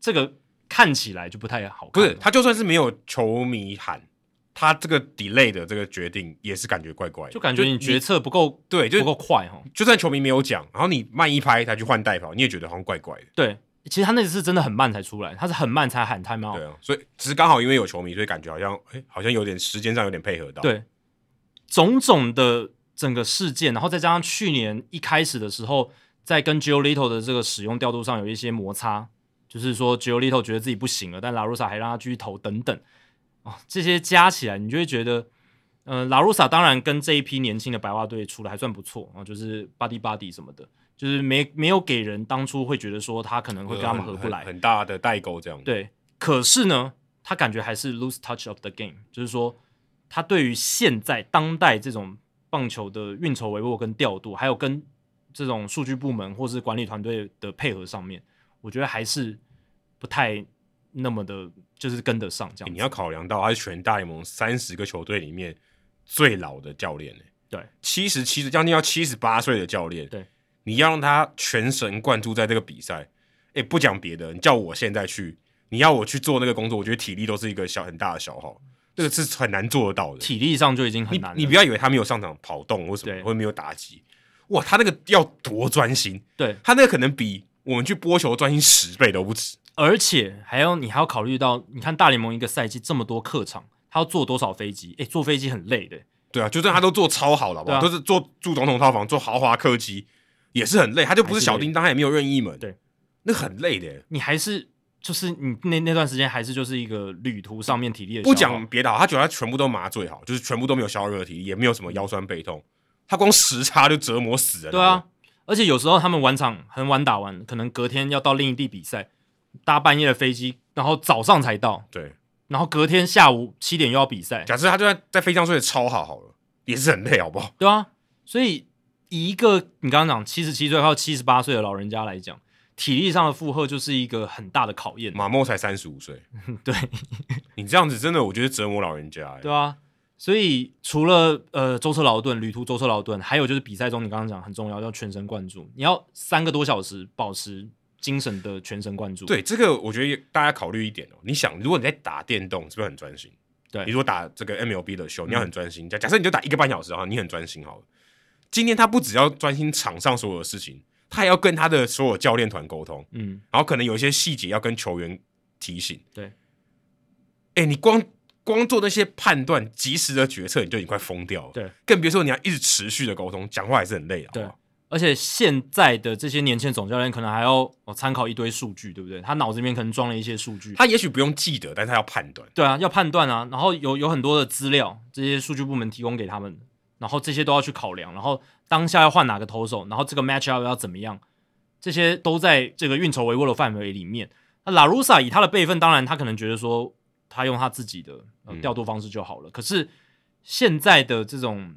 B: 这个看起来就不太好看。
A: 不是，他就算是没有球迷喊，他这个 delay 的这个决定也是感觉怪怪的，
B: 就感觉你决
A: 你
B: 策不够
A: 对，就
B: 不够快哈。
A: 就算球迷没有讲，然后你慢一拍，他去换代跑，你也觉得好像怪怪的，
B: 对，其实他那次真的很慢才出来，他是很慢才喊 time out
A: 对。啊，所以只是刚好因为有球迷，所以感觉好像哎、好像有点时间上有点配合到，
B: 对，种种的整个事件，然后再加上去年一开始的时候，在跟 Giolito 的这个使用调度上有一些摩擦，就是说 Giolito 觉得自己不行了，但拉鲁萨还让他继续投等等哦，这些加起来，你就会觉得，呃，拉鲁萨当然跟这一批年轻的白袜队出的还算不错啊、哦就是 body body 什么的，就是没没有给人当初会觉得说他可能
A: 呃，
B: 会跟他们合不来
A: 很，很大的代沟这样，，
B: 对，可是呢，他感觉还是 lose touch of the game，就是说他对于现在当代这种棒球的运筹帷幄跟调度，还有跟这种数据部门或是管理团队的配合上面，我觉得还是不太那么的，就是跟得上这样子。
A: 欸你要考量到他是全大联盟三十个球队里面最老的教练、欸，
B: 对，
A: 七十七将近要七十八岁的教练，
B: 对，
A: 你要让他全神贯注在这个比赛，哎、不讲别的，你叫我现在去，你要我去做那个工作，我觉得体力都是一个小很大的消耗，这个是很难做得到的。
B: 体力上就已经很
A: 你
B: 难了。啊
A: 你不要以为他没有上场跑动或什
B: 对
A: 么，或没有打击，哇，他那个要多专心，
B: 对，
A: 他那个可能比我们去播球专心十倍都不止。
B: 而且还要你还要考虑到，你看大联盟一个赛季这么多客场，他要坐多少飞机？诶，坐飞机很累的。
A: 对啊，就算他都做超好了，好不好？
B: 对
A: 都
B: 啊
A: 是做住总统套房、做豪华客机，也是很累。他就不
B: 还
A: 是
B: 是
A: 小叮当，他也没有任意门，
B: 对，
A: 那很累的。
B: 你还是就是你那那段时间还是就是一个旅途上面体力的消
A: 不
B: 耗
A: 讲别的好，他觉得他全部都麻醉好，就是全部都没有消耗任何体力，也没有什么腰酸背痛，他光时差就折磨死人。
B: 对啊，，而且有时候他们晚场很晚打完，可能隔天要到另一地比赛，搭半夜的飞机，然后早上才到，
A: 对。
B: 然后隔天下午七点又要比赛，
A: 假设他就算在飞机上睡得超好，好了，也是很累，好不好？
B: 对啊，所以以一个你刚刚讲七十七岁到七十八岁的老人家来讲，体力上的负荷就是一个很大的考验，
A: 马莫才三十五岁，
B: 对
A: 你这样子真的，我觉得折磨老人家、欸。
B: 对啊。所以除了呃舟车劳顿、旅途舟车劳顿，还有就是比赛中你刚刚讲很重要，要全神贯注，你要三个多小时保持精神的全神贯注。
A: 对这个，我觉得也大家考虑一点哦。你想，如果你在打电动，是不是很专心？
B: 对嗯
A: 你如果打这个 MLB 的秀，你要很专心。假假设你就打一个半小时啊，你很专心好了。今天他不只要专心场上所有的事情，他还要跟他的所有教练团沟通，
B: 嗯，
A: 然后可能有一些细节要跟球员提醒。
B: 对，
A: 哎，你光光做那些判断、及时的决策，你就已经快疯掉了。
B: 对，
A: 更别说你要一直持续的沟通，讲话还是很累的。啊
B: 对
A: 好不好
B: 而且现在的这些年轻的总教练可能还要哦参考一堆数据，对不对？他脑子里面可能装了一些数据，
A: 他也许不用记得，但是他要判断。
B: 对啊，要判断啊，然后有有很多的资料，这些数据部门提供给他们，然后这些都要去考量，然后当下要换哪个投手，然后这个 match up 要怎么样，这些都在这个运筹帷幄的范围里面。那拉鲁萨以他的辈分，当然他可能觉得说他用他自己的呃
A: 嗯
B: 调度方式就好了，可是现在的这种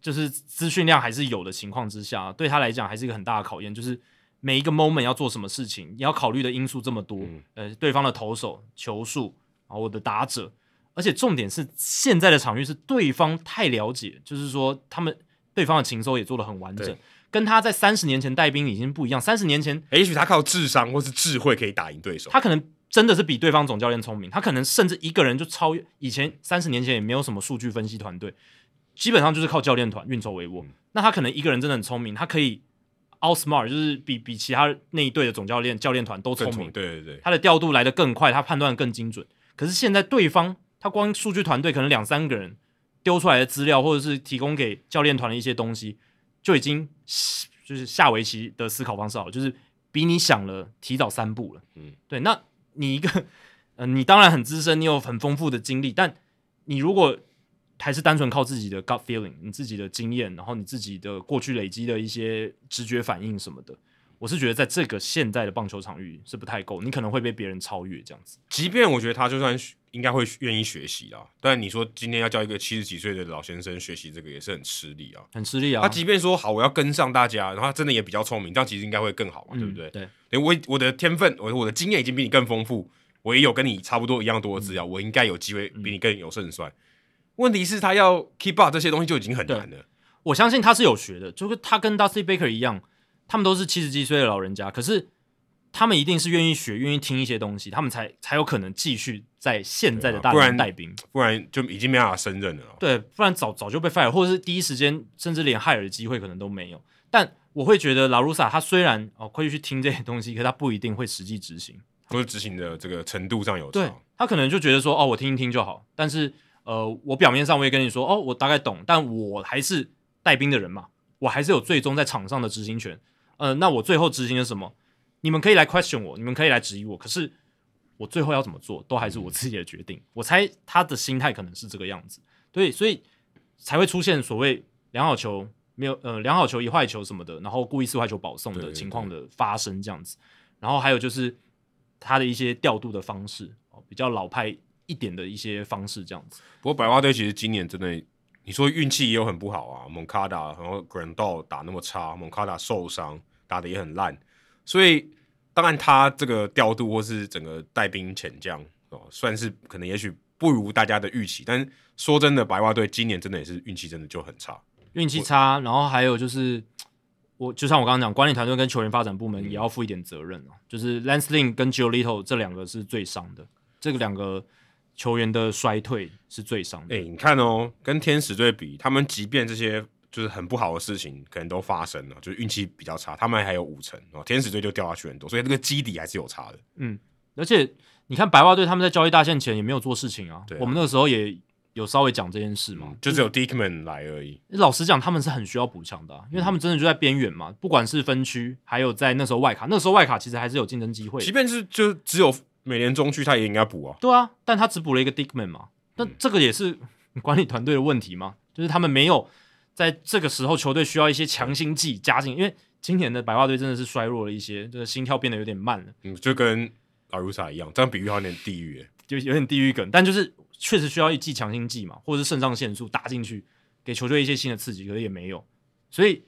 B: 就是资讯量还是有的情况之下，对他来讲还是一个很大的考验，就是每一个 moment 要做什么事情，你要考虑的因素这么多，
A: 嗯
B: 呃，对方的投手、球速，然后我的打者，而且重点是现在的场域是对方太了解，就是说他们对方的情搜也做的很完整
A: 对，
B: 跟他在三十年前带兵已经不一样，三十年前
A: 也许他靠智商或是智慧可以打赢对手。
B: 他可能真的是比对方总教练聪明，他可能甚至一个人就超越以前三十年前也没有什么数据分析团队，基本上就是靠教练团运筹帷幄。那他可能一个人真的很聪明，他可以 out smart，就是比比其他那一队的总教练、教练团都
A: 更
B: 聪明，
A: 对对对，
B: 他的调度来得更快，他判断得更精准。可是现在对方他光数据团队可能两三个人丢出来的资料，或者是提供给教练团的一些东西，就已经就是下围棋的思考方式好了，就是比你想了提早三步了。
A: 嗯，
B: 对。那你一个，呃，你当然很资深，你有很丰富的经历，但你如果还是单纯靠自己的 gut feeling，你自己的经验，然后你自己的过去累积的一些直觉反应什么的，我是觉得在这个现在的棒球场域是不太够，你可能会被别人超越这样子。
A: 即便我觉得他就算学应该会愿意学习啦，但你说今天要叫一个七十几岁的老先生学习这个也是很吃力啊。
B: 很吃力啊，
A: 他即便说好，我要跟上大家，然后他真的也比较聪明，这样其实应该会更好嘛，
B: 嗯
A: 对不对？
B: 对，
A: 对我我的天分，我我的经验已经比你更丰富，我也有跟你差不多一样多的资料，我
B: 嗯
A: 应该有机会比你更有胜算。问题是，他要 keep up 这些东西就已经很难了。
B: 我相信他是有学的，就是他跟 Dusty Baker 一样，他们都是七十几岁的老人家，可是他们一定是愿意学、愿意听一些东西，他们才才有可能继续在现在的
A: 对
B: 大
A: 啊不
B: 联
A: 然
B: 盟带兵。
A: 不然就已经没办法胜任了哦。
B: 对，不然早早就被 fire，或者是第一时间甚至连害尔的机会可能都没有。但我会觉得拉鲁萨他虽然哦可以去听这些东西，可他不一定会实际执行。
A: 或者执行的这个程度上有
B: 对
A: 差。
B: 他可能就觉得说哦我听一听就好，但是呃我表面上我也跟你说哦我大概懂，但我还是带兵的人嘛，我还是有最终在场上的执行权。呃，那我最后执行了什么？你们可以来 question 我，你们可以来质疑我，可是我最后要怎么做，都还是我自己的决定。 我猜他的心态可能是这个样子，对，所以才会出现所谓良好球没有呃良好球一坏球什么的，然后故意四坏球保送
A: 对
B: 的
A: 对
B: 情况的发生这样子。然后还有就是他的一些调度的方式，哦，比较老派一点的一些方式这样子。
A: 不过白袜队其实今年真的，你说运气也有很不好啊。蒙卡达然后 Grandal 打那么差，蒙卡达受伤打的也很烂，所以当然他这个调度或是整个带兵遣将哦，算是可能也许不如大家的预期。但是说真的，白袜队今年真的也是运气真的就很差。
B: 运气差，然后还有就是，我就像我刚刚讲，管理团队跟球员发展部
A: 嗯
B: 门也要负一点责任哦、就是 Lance Lynn 跟 Giolito 这两个是最伤的，这个两个球员的衰退是最伤的。
A: 哎、你看哦，跟天使队比，他们即便这些就是很不好的事情可能都发生了，就是运气比较差，他们还有五成哦，天使队就掉下去很多，所以这个基底还是有差的。
B: 而且你看白袜队他们在交易大限前也没有做事情啊，
A: 对啊
B: 我们那个时候也有稍微讲这件事嘛，
A: 嗯，就只有 Dickman 来而已。
B: 老实讲，他们是很需要补强的啊、因为他
A: 嗯
B: 们真的就在边缘嘛，不管是分区，还有在那时候外卡，那时候外卡其实还是有竞争机会的。
A: 即便是就只有美联中区，他也应该补啊。
B: 对啊，但他只补了一个 Dickman 嘛，那
A: 嗯
B: 这个也是管理团队的问题嘛，就是他们没有在这个时候球队需要一些强心剂加进，因为今年的白袜队真的是衰弱了一些，就是心跳变得有点慢了，
A: 嗯，就跟阿鲁萨一样，这样比喻好像有点地狱 耶。
B: 就有点地狱梗，但就是确实需要一剂强心剂嘛，或者是肾上腺素打进去，给球队一些新的刺激，可是也没有，所以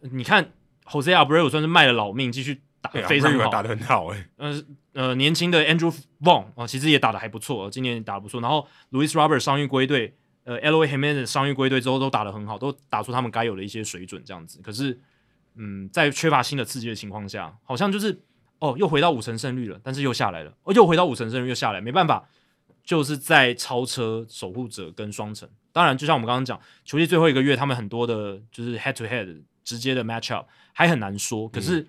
B: 呃你看 Jose Abreu 算是卖了老命，继续打
A: 对
B: 得
A: 啊，
B: 非常
A: Abreu
B: 好，
A: 打的很好哎。
B: 呃呃，年轻的 Andrew Vaughn 哦，其实也打的还不错、哦，今年也打得不错。然后 Louis Robert 伤愈归队，呃 l o Jimenez 伤愈归队之后都打得很好，都打出他们该有的一些水准这样子。可是，嗯，在缺乏新的刺激的情况下，好像就是哦，又回到五成胜率了，但是又下来了，哦，又回到五成胜率又下来，没办法，就是在超车守护者跟双城。当然，就像我们刚刚讲，球季最后一个月，他们很多的就是 head to head 直接的 match up 还很难说，可是。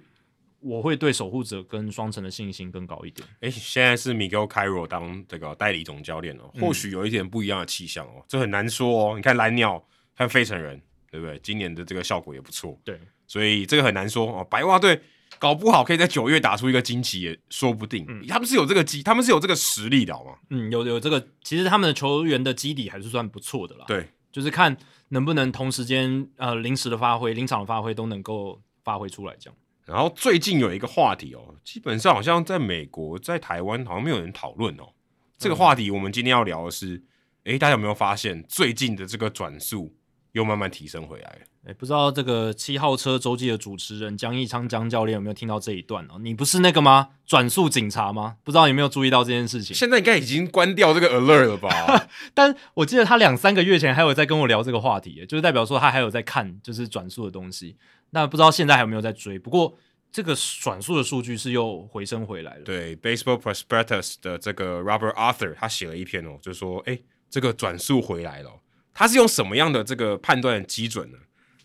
B: 我会对守护者跟双城的信心更高一点。
A: 哎，现在是 Miguel Cairo 当这个代理总教练哦，
B: 嗯
A: 或许有一点不一样的气象哦，这很难说哦。你看蓝鸟，看费城人，对不对？今年的这个效果也不错，
B: 对，
A: 所以这个很难说哦。白袜队搞不好可以在九月打出一个惊奇也说不定，他们是有这个机，他们是有这个实力的好吗？
B: 嗯，有有这个，其实他们的球员的基底还是算不错的啦。，
A: 对，
B: 就是看能不能同时间呃临时的发挥、临场的发挥都能够发挥出来，这样。
A: 然后最近有一个话题哦，基本上好像在美国、在台湾好像没有人讨论哦。这个话题我们今天要聊的是，诶，大家有没有发现最近的这个转速又慢慢提升回来了？
B: 哎，不知道这个七号车周记的主持人江一昌江教练有没有听到这一段哦？你不是那个吗？转速警察吗？不知道有没有注意到这件事情？
A: 现在应该已经关掉这个 alert 了吧？
B: 但我记得他两三个月前还有在跟我聊这个话题耶，就是代表说他还有在看就是转速的东西。那不知道现在还有没有在追？不过这个转速的数据是又回升回来了。，
A: 对，Baseball Prospectus 的这个 Robert Arthur 他写了一篇哦，就说，诶，这个转速回来了哦、他是用什么样的这个判断基准呢？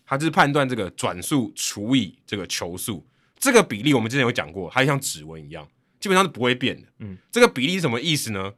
A: 他是判断这个转速除以这个球速，这个比例我们之前有讲过，它像指纹一样，基本上是不会变的。
B: 嗯，
A: 这个比例是什么意思呢？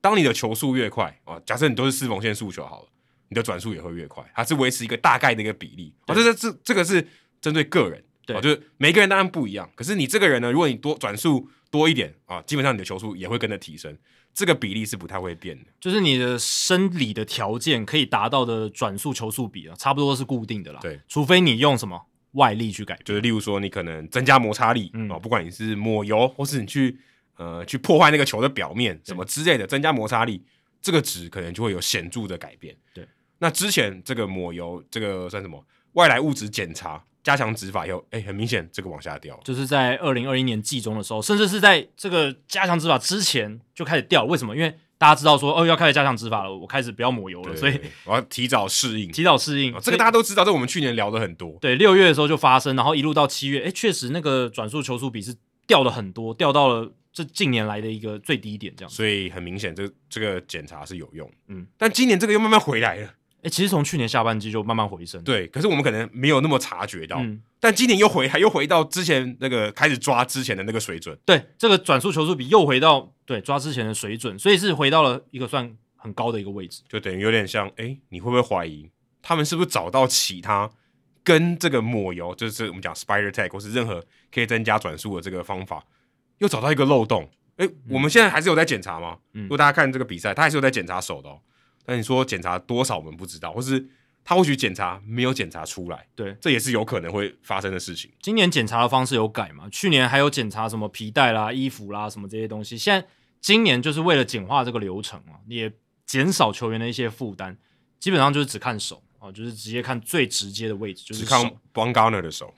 A: 当你的球速越快啊，假设你都是四缝线速球好了，你的转速也会越快，它是维持一个大概的一个比例。哦，这这这这个是针对个人，
B: 对
A: 哦，就是每个人当然不一样，可是你这个人呢，如果你多转速多一点啊，基本上你的球速也会跟着提升，这个比例是不太会变的。
B: 就是你的生理的条件可以达到的转速球速比啊，差不多是固定的啦。
A: 对，
B: 除非你用什么外力去改变。
A: 就是例如说，你可能增加摩擦力啊、
B: 嗯
A: 哦不管你是抹油，或是你去呃去破坏那个球的表面什么之类的，增加摩擦力，这个值可能就会有显著的改变。
B: 对，
A: 那之前这个抹油，这个算什么外来物质检查加强执法以后，哎，很明显这个往下掉了。
B: 就是在二零二一年季中的时候，甚至是在这个加强执法之前就开始掉。为什么？因为大家知道说哦要开始加强执法了，我开始不要抹油了，
A: 对
B: 所以
A: 对我要提早适应。
B: 提早适应。
A: 哦这个大家都知道，这我们去年聊的很多。
B: 对，六月的时候就发生，然后一路到七月，哎，确实那个转速球速比是掉了很多，掉到了这近年来的一个最低点这样子。
A: 所以很明显，这这个检查是有用，
B: 嗯
A: 嗯，但今年这个又慢慢回来了，
B: 哎，其实从去年下半季就慢慢回升。，
A: 对，可是我们可能没有那么察觉到，
B: 嗯，
A: 但今年又回还又回到之前那个开始抓之前的那个水准，
B: 对，这个转速球速比又回到对抓之前的水准，所以是回到了一个算很高的一个位置。
A: 就等于有点像，哎、你会不会怀疑他们是不是找到其他跟这个抹油，就是我们讲 spider tag 或是任何可以增加转速的这个方法，又找到一个漏洞？哎、我们现在还是有在检查吗？
B: 嗯
A: 如果大家看这个比赛，他还是有在检查手的、哦，但你说检查多少我们不知道，或是他或许检查没有检查出来，
B: 对，
A: 这也是有可能会发生的事情。
B: 今年检查的方式有改嘛？去年还有检查什么皮带啦、衣服啦什么这些东西，现在今年就是为了简化这个流程啊，也减少球员的一些负担，基本上就是只看手啊，就是直接看最直接的位置，就是
A: 只
B: 手
A: 看 b o n g a r n e r 的 手，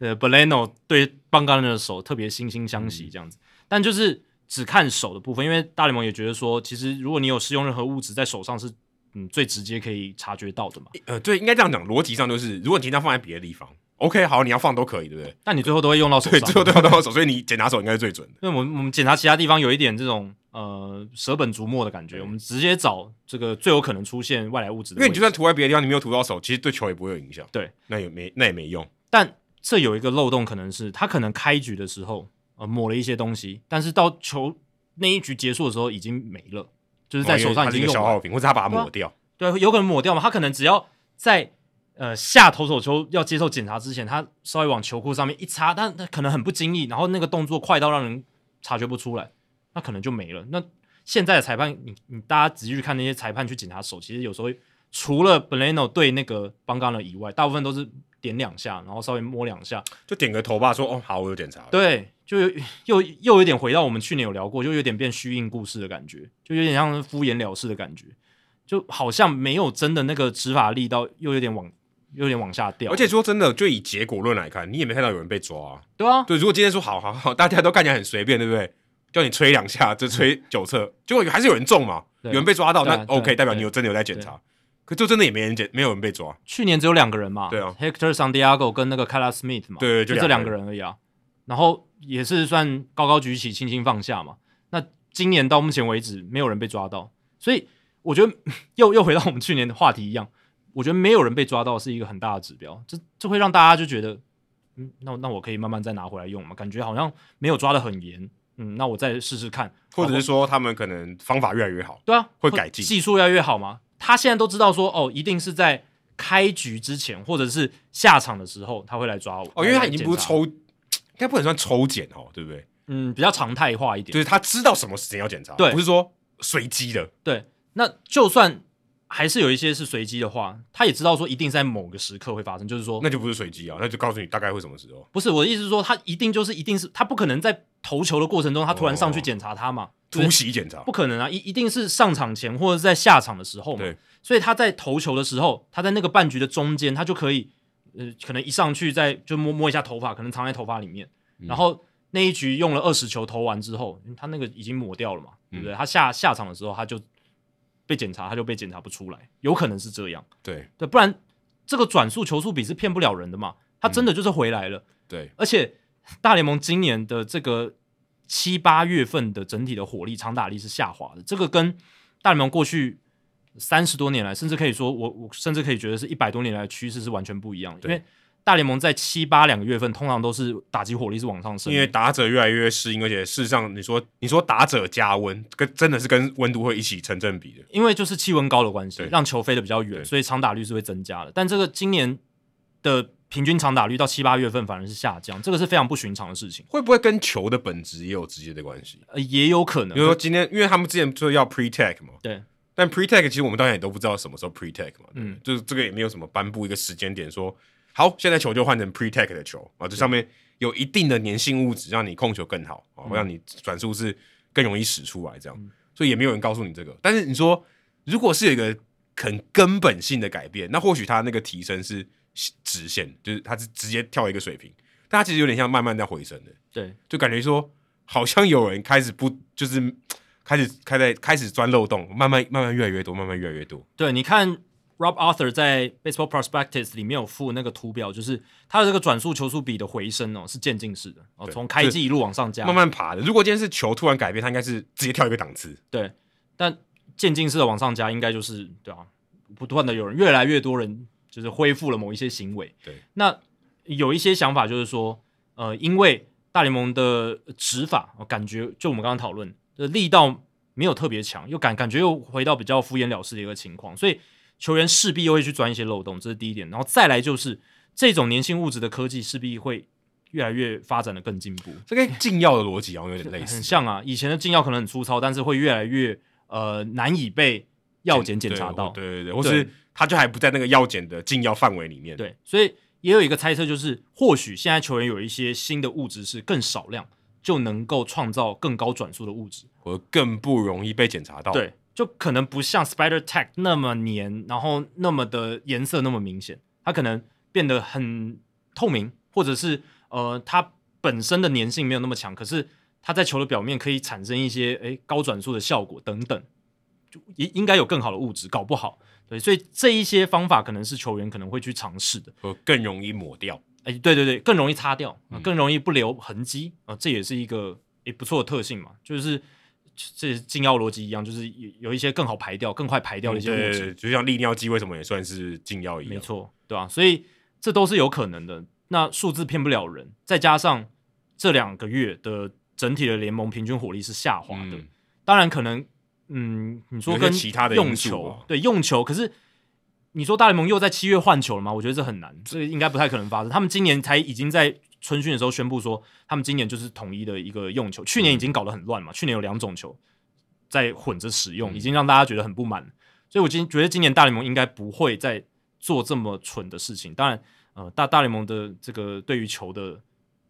B: 呃 Beleno 对邦加人的手特别惺惺相
A: 嗯
B: 惜这样子，但就是只看手的部分，因为大联盟也觉得说，其实如果你有使用任何物质在手上是嗯最直接可以察觉到的嘛，
A: 呃，对，应该这样讲，逻辑上就是，如果你今天放在别的地方，OK，好，你要放都可以，对不对？
B: 但你最后都会用到手
A: 对，
B: 上。
A: 最后都要到手，所以你检查手应该是最准的。
B: 因为我们我们检查其他地方有一点这种呃舍本逐末的感觉，我们直接找这个最有可能出现外来物质的
A: 因为
B: 位置。
A: 你就算涂在别的地方，你没有涂到手，其实对球也不会有影响。
B: 对，
A: 那也没那也没用。
B: 但这有一个漏洞，可能是他可能开局的时候呃抹了一些东西，但是到球那一局结束的时候已经没了，就是在手上
A: 哦它是
B: 已经
A: 一个
B: 用
A: 消
B: 完
A: 耗。品，或者他把它抹掉。
B: 对，有可能抹掉嘛？他可能只要在呃下投手球要接受检查之前，他稍微往球裤上面一擦，但他可能很不经意，然后那个动作快到让人察觉不出来，那可能就没了。那现在的裁判，你你大家仔细去看那些裁判去检查手，其实有时候除了 Beleno 对那个邦冈人以外，大部分都是点两下，然后稍微摸两下，
A: 就点个头吧，说哦，好，我有检查了。
B: 对，啊就有 又又有点回到我们去年有聊过，就有点变虚应故事的感觉，就有点像是敷衍了事的感觉，就好像没有真的那个执法力道，又有点往又有点往下掉。
A: 而且说真的，就以结果论来看，你也没看到有人被抓、啊。
B: 对啊，
A: 对，如果今天说好好好，大家都看起来很随便，对不对？叫你吹两下，就 吹九侧，结果还是有人中嘛，
B: 对
A: 有人被抓到，
B: 对啊
A: 那
B: 对啊
A: OK，代表
B: 对
A: 你有真的有在检查。可就真的也没人检，没有人被抓。
B: 去年只有两个人嘛，
A: 对啊
B: ，Hector Santiago 跟那个 Kala Smith 嘛，
A: 对
B: 就
A: 就
B: 这两
A: 两
B: 个
A: 个
B: 人而已啊。然后也是算高高举起，轻轻放下嘛。那今年到目前为止，没有人被抓到，所以我觉得 又又回到我们去年的话题一样，我觉得没有人被抓到是一个很大的指标，这这会让大家就觉得，嗯，那那我可以慢慢再拿回来用嘛，感觉好像没有抓的很严，嗯，那我再试试看，
A: 或者是说他们可能方法越来越好。
B: 对啊，
A: 会改进
B: 技术越来越好嘛。他现在都知道说，哦，一定是在开局之前或者是下场的时候，他会来抓我。
A: 哦，因为他
B: 来
A: 已经不是
B: 检查，
A: 抽，应该不能算抽检哦，对不对？
B: 嗯，比较常态化一点。
A: 就是他知道什么时间要检查，
B: 对
A: 不是说随机的。
B: 对，那就算还是有一些是随机的话，他也知道说一定在某个时刻会发生，就是说，
A: 那就不是随机啊，那就告诉你大概会什么时候。
B: 不是我的意思是说，他一定就是一定是他不可能在投球的过程中，他突然上去
A: 哦
B: 检查他嘛，对
A: 突袭检查
B: 不，可能啊，一一定是上场前或者是在下场的时候嘛
A: 对。
B: 所以他在投球的时候，他在那个半局的中间，他就可以，呃，可能一上去再就摸摸一下头发，可能藏在头发里面。然后那一局用了二十球投完之后，因为他那个已经抹掉了嘛，对不对？他下下场的时候他就被检查，他就被检查不出来，有可能是这样。
A: 对
B: 对，不然这个转速球速比是骗不了人的嘛，他真的就是回来了。
A: 对，
B: 而且大联盟今年的这个七八月份的整体的火力、长打力是下滑的，这个跟大联盟过去三十多年来，甚至可以说我我甚至可以觉得是一百多年来的趋势是完全不一样的，因
A: 对
B: 为大联盟在七八两个月份通常都是打击火力是往上升的，
A: 因为打者越来越适应，而且事实上，你说你说打者加温，跟真的是跟温度会一起成正比的。
B: 因为就是气温高的关系
A: 对，
B: 让球飞得比较远，
A: 对
B: 所以长打率是会增加的。但这个今年的平均长打率到七八月份反而是下降，这个是非常不寻常的事情，
A: 会不会跟球的本质也有直接的关系？
B: 呃，也有可
A: 比
B: 能
A: 如说今天，因为他们之前说要 pre tag 嘛，
B: 对，
A: 但 pre tag 其实我们当然也都不知道什么时候 pre tag 嘛，
B: 嗯
A: 嗯，就是这个也没有什么颁布一个时间点说，好，现在球就换成 pre tag 的球啊，这上面有一定的粘性物质，让你控球更好啊，让你转速是更容易使出来这样，所以也没有人告诉你这个。但是你说，如果是有一个很根本性的改变，那或许它那个提升是直线，就是它是直接跳一个水平，但它其实有点像慢慢在回升的，
B: 对
A: 就感觉说好像有人开始不就是开始开在开始钻漏洞，慢慢慢慢越来越多，慢慢越来越多。
B: 对，你看 Rob Arthur 在 Baseball Prospectus 里面有附那个图表，就是他的这个转速球速比的回升哦，是渐进式的哦，
A: 对
B: 从开季一路往上加，
A: 慢慢爬的。如果今天是球突然改变，他应该是直接跳一个档次。
B: 对，但渐进式的往上加，应该就是对啊，不断的有人，越来越多人就是恢复了某一些行为。
A: 对，
B: 那有一些想法就是说，呃，因为大联盟的执法，呃感觉就我们刚刚讨论的力道没有特别强，又感感觉又回到比较敷衍了事的一个情况，所以球员势必又会去钻一些漏洞，这是第一点。然后再来就是这种粘性物质的科技势必会越来越发展的更进步。
A: 这跟禁药的逻辑好像有点类似，
B: 很像啊。以前的禁药可能很粗糙，但是会越来越呃难以被药检检查到。
A: 对对对，或是他就还不在那个药检的禁药范围里面。，
B: 对所以也有一个猜测，就是或许现在球员有一些新的物质是更少量就能够创造更高转速的物质。
A: 我更不容易被检查到。，
B: 对，就可能不像 Spider Tech 那么黏，然后那么的颜色那么明显，它可能变得很透明，或者是呃，它本身的粘性没有那么强，可是它在球的表面可以产生一些诶高转速的效果等等，就应应该有更好的物质，搞不好对，所以这一些方法可能是球员可能会去尝试的。
A: 我更容易抹掉。
B: 哎，对对对，更容易擦掉，呃
A: 嗯
B: 更容易不留痕迹啊、呃这也是一个也不错的特性嘛。就是这这禁药逻辑一样，就是有有一些更好排掉、更快排掉的一
A: 嗯
B: 些
A: 对
B: 物
A: 对
B: 质，
A: 对，就像利尿剂为什么也算是禁药一样。
B: 没，错，对吧、所以这都是有可能的。那数字骗不了人，再加上这两个月的整体的联盟平均火力是下滑的，
A: 嗯，
B: 当然可能，嗯，你说
A: 有一些
B: 跟
A: 其他的
B: 用
A: 因素啊
B: 球
A: 吧，
B: 对用球，可是你说大联盟又在七月换球了吗？我觉得这很难，这个应该不太可能发生。他们今年才已经在春训的时候宣布说，他们今年就是统一的一个用球，去年已经搞得很乱嘛，去年有两种球在混着使用，
A: 嗯
B: 已经让大家觉得很不满了。所以我今觉得今年大联盟应该不会再做这么蠢的事情。当然，呃，大大联盟的这个对于球的，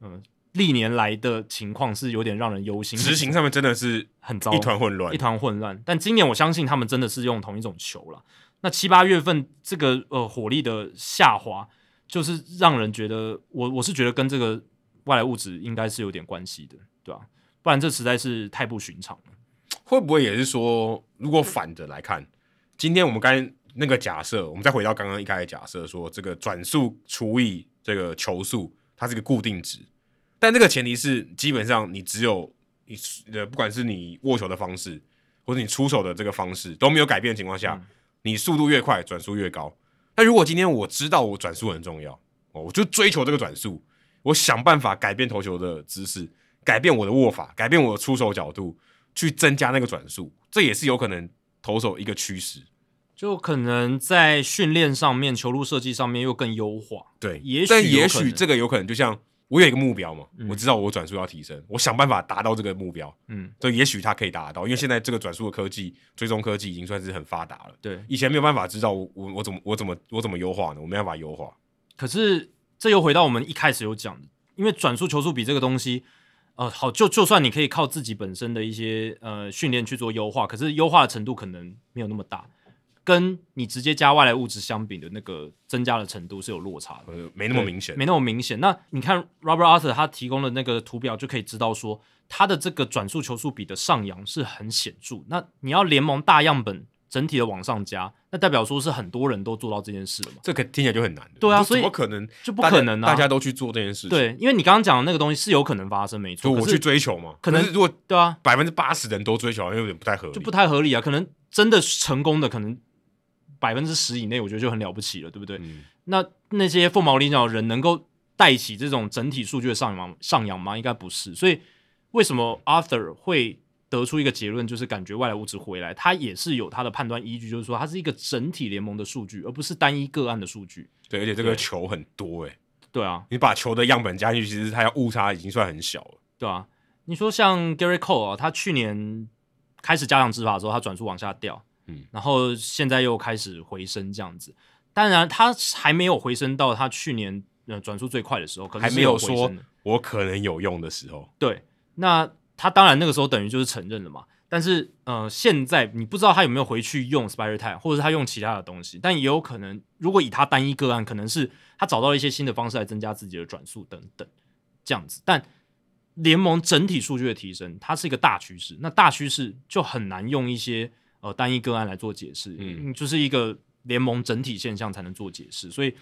B: 嗯、历年来的情况是有点让人忧心，
A: 执行上面真的是
B: 很糟，
A: 一团混乱
B: 一。团混乱。但今年我相信他们真的是用同一种球了。那七八月份这个呃火力的下滑，就是让人觉得我我是觉得跟这个外来物质应该是有点关系的，对吧、不然这实在是太不寻常了。
A: 会不会也是说，如果反着来看，今天我们刚才那个假设，我们再回到刚刚一开始假设说，这个转速除以这个球速，它是一个固定值，但这个前提是基本上你只有你呃，不管是你握球的方式，或者你出手的这个方式都没有改变的情况下，
B: 嗯
A: 你速度越快，转速越高。那如果今天我知道我转速很重要，哦，我就追求这个转速，我想办法改变投球的姿势，改变我的握法，改变我的出手角度，去增加那个转速，这也是有可能投手一个趋势。
B: 就可能在训练上面、球路设计上面又更优化，
A: 对，
B: 也许
A: 但也
B: 有可
A: 许
B: 能
A: 这个有可能，就像我有一个目标嘛，
B: 嗯
A: 我知道我转速要提升，我想办法达到这个目标，
B: 嗯，
A: 这也许它可以达得到，因为现在这个转速的科技、追踪科技已经算是很发达了。
B: 对。
A: 以前没有办法知道我我我怎么我怎么我怎么优化呢？我没办法优化，
B: 可是这又回到我们一开始有讲的，因为转速球速比这个东西，呃，好，就就算你可以靠自己本身的一些呃训练去做优化，可是优化的程度可能没有那么大，跟你直接加外来物质相比的那个增加的程度是有落差的。
A: 呃，没那么明显。
B: 没那么明显。那你看 Robert Arthur 他提供的那个图表就可以知道说，他的这个转速球速比的上扬是很显著。那你要联盟大样本整体的往上加，那代表说是很多人都做到这件事了嘛？
A: 这个听起来就很难的。
B: 对啊
A: 你
B: 所以
A: 怎么可能？
B: 就不可能啊！
A: 大家大家都去做这件事情。，
B: 对，因为你刚刚讲的那个东西是有可能发生，没
A: 就
B: 错。
A: 我
B: 可是
A: 去追求嘛。
B: 可能
A: 是如果
B: 对啊，
A: 百分之八十的人都追求，好像有点不太合理。
B: 就不太合理啊。可能真的成功的，可能百分之十以内，我觉得就很了不起了，对不对？
A: 嗯
B: 那那些凤毛麟角的人能够带起这种整体数据的上扬上扬吗？应该不是。所以为什么 Arthur 会得出一个结论，就是感觉外来物质回来，他也是有他的判断依据，就是说它是一个整体联盟的数据，而不是单一个案的数据。
A: 对，而且这个
B: 对
A: 球很多哎、
B: 对啊，
A: 你把球的样本加进去，其实它要误差已经算很小了。
B: 对啊，你说像 Gary Cole 啊，他去年开始加强执法之后，他转速往下掉，
A: 嗯，
B: 然后现在又开始回升这样子。当然，他还没有回升到他去年呃转速最快的时候，可是
A: 还
B: 是
A: 没有
B: 回
A: 说
B: 升的
A: 我可能有用的时候，
B: 对。那他当然那个时候等于就是承认了嘛。但是呃，现在你不知道他有没有回去用 Spider Time，或者是他用其他的东西，但也有可能，如果以他单一个案，可能是他找到了一些新的方式来增加自己的转速等等这样子。但联盟整体数据的提升，它是一个大趋势。那大趋势就很难用一些呃单一个案来做解释，
A: 嗯
B: 嗯，就是一个联盟整体现象才能做解释。所以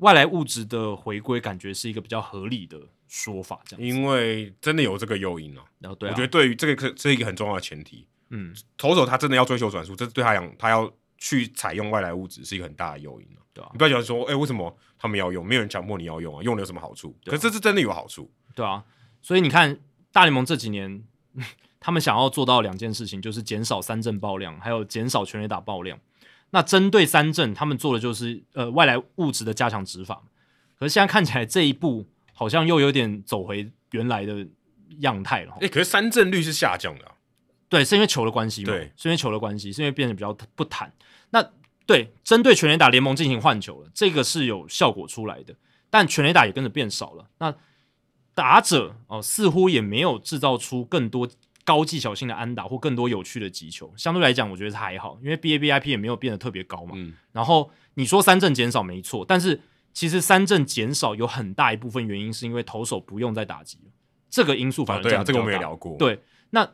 B: 外来物质的回归，感觉是一个比较合理的说法，这样子。
A: 因为真的有这个诱因啊。
B: 然后对、啊，
A: 我觉得对于这个这是一个很重要的前提，
B: 嗯，
A: 投手他真的要追求转速，这是对他讲他要去采用外来物质是一个很大的诱因啊。
B: 对啊
A: 你不要讲说，哎、为什么他们要用？没有人强迫你要用啊，用了有什么好处？
B: 对啊
A: 可是这是真的有好处，
B: 对啊，所以你看大联盟这几年， 他们想要做到两件事情，就是减少三振爆量，还有减少全垒打爆量。那针对三振，他们做的就是呃外来物质的加强执法。可是现在看起来这一步好像又有点走回原来的样态了。
A: 哎、可是三振率是下降的、啊，
B: 对，是因为球的关系嘛？
A: 对，
B: 是因为球的关系，是因为变得比较不弹。那对，针对全垒打联盟进行换球了，这个是有效果出来的，但全垒打也跟着变少了。那打者哦、似乎也没有制造出更多高技巧性的安打或更多有趣的击球。相对来讲，我觉得是还好，因为 B A B I P 也没有变得特别高嘛。
A: 嗯，
B: 然后你说三振减少没错，但是其实三振减少有很大一部分原因是因为投手不用再打击了，这个因素反
A: 哦
B: 而
A: 对啊，
B: 占
A: 这个我们
B: 比
A: 也
B: 较大
A: 聊过，
B: 对，那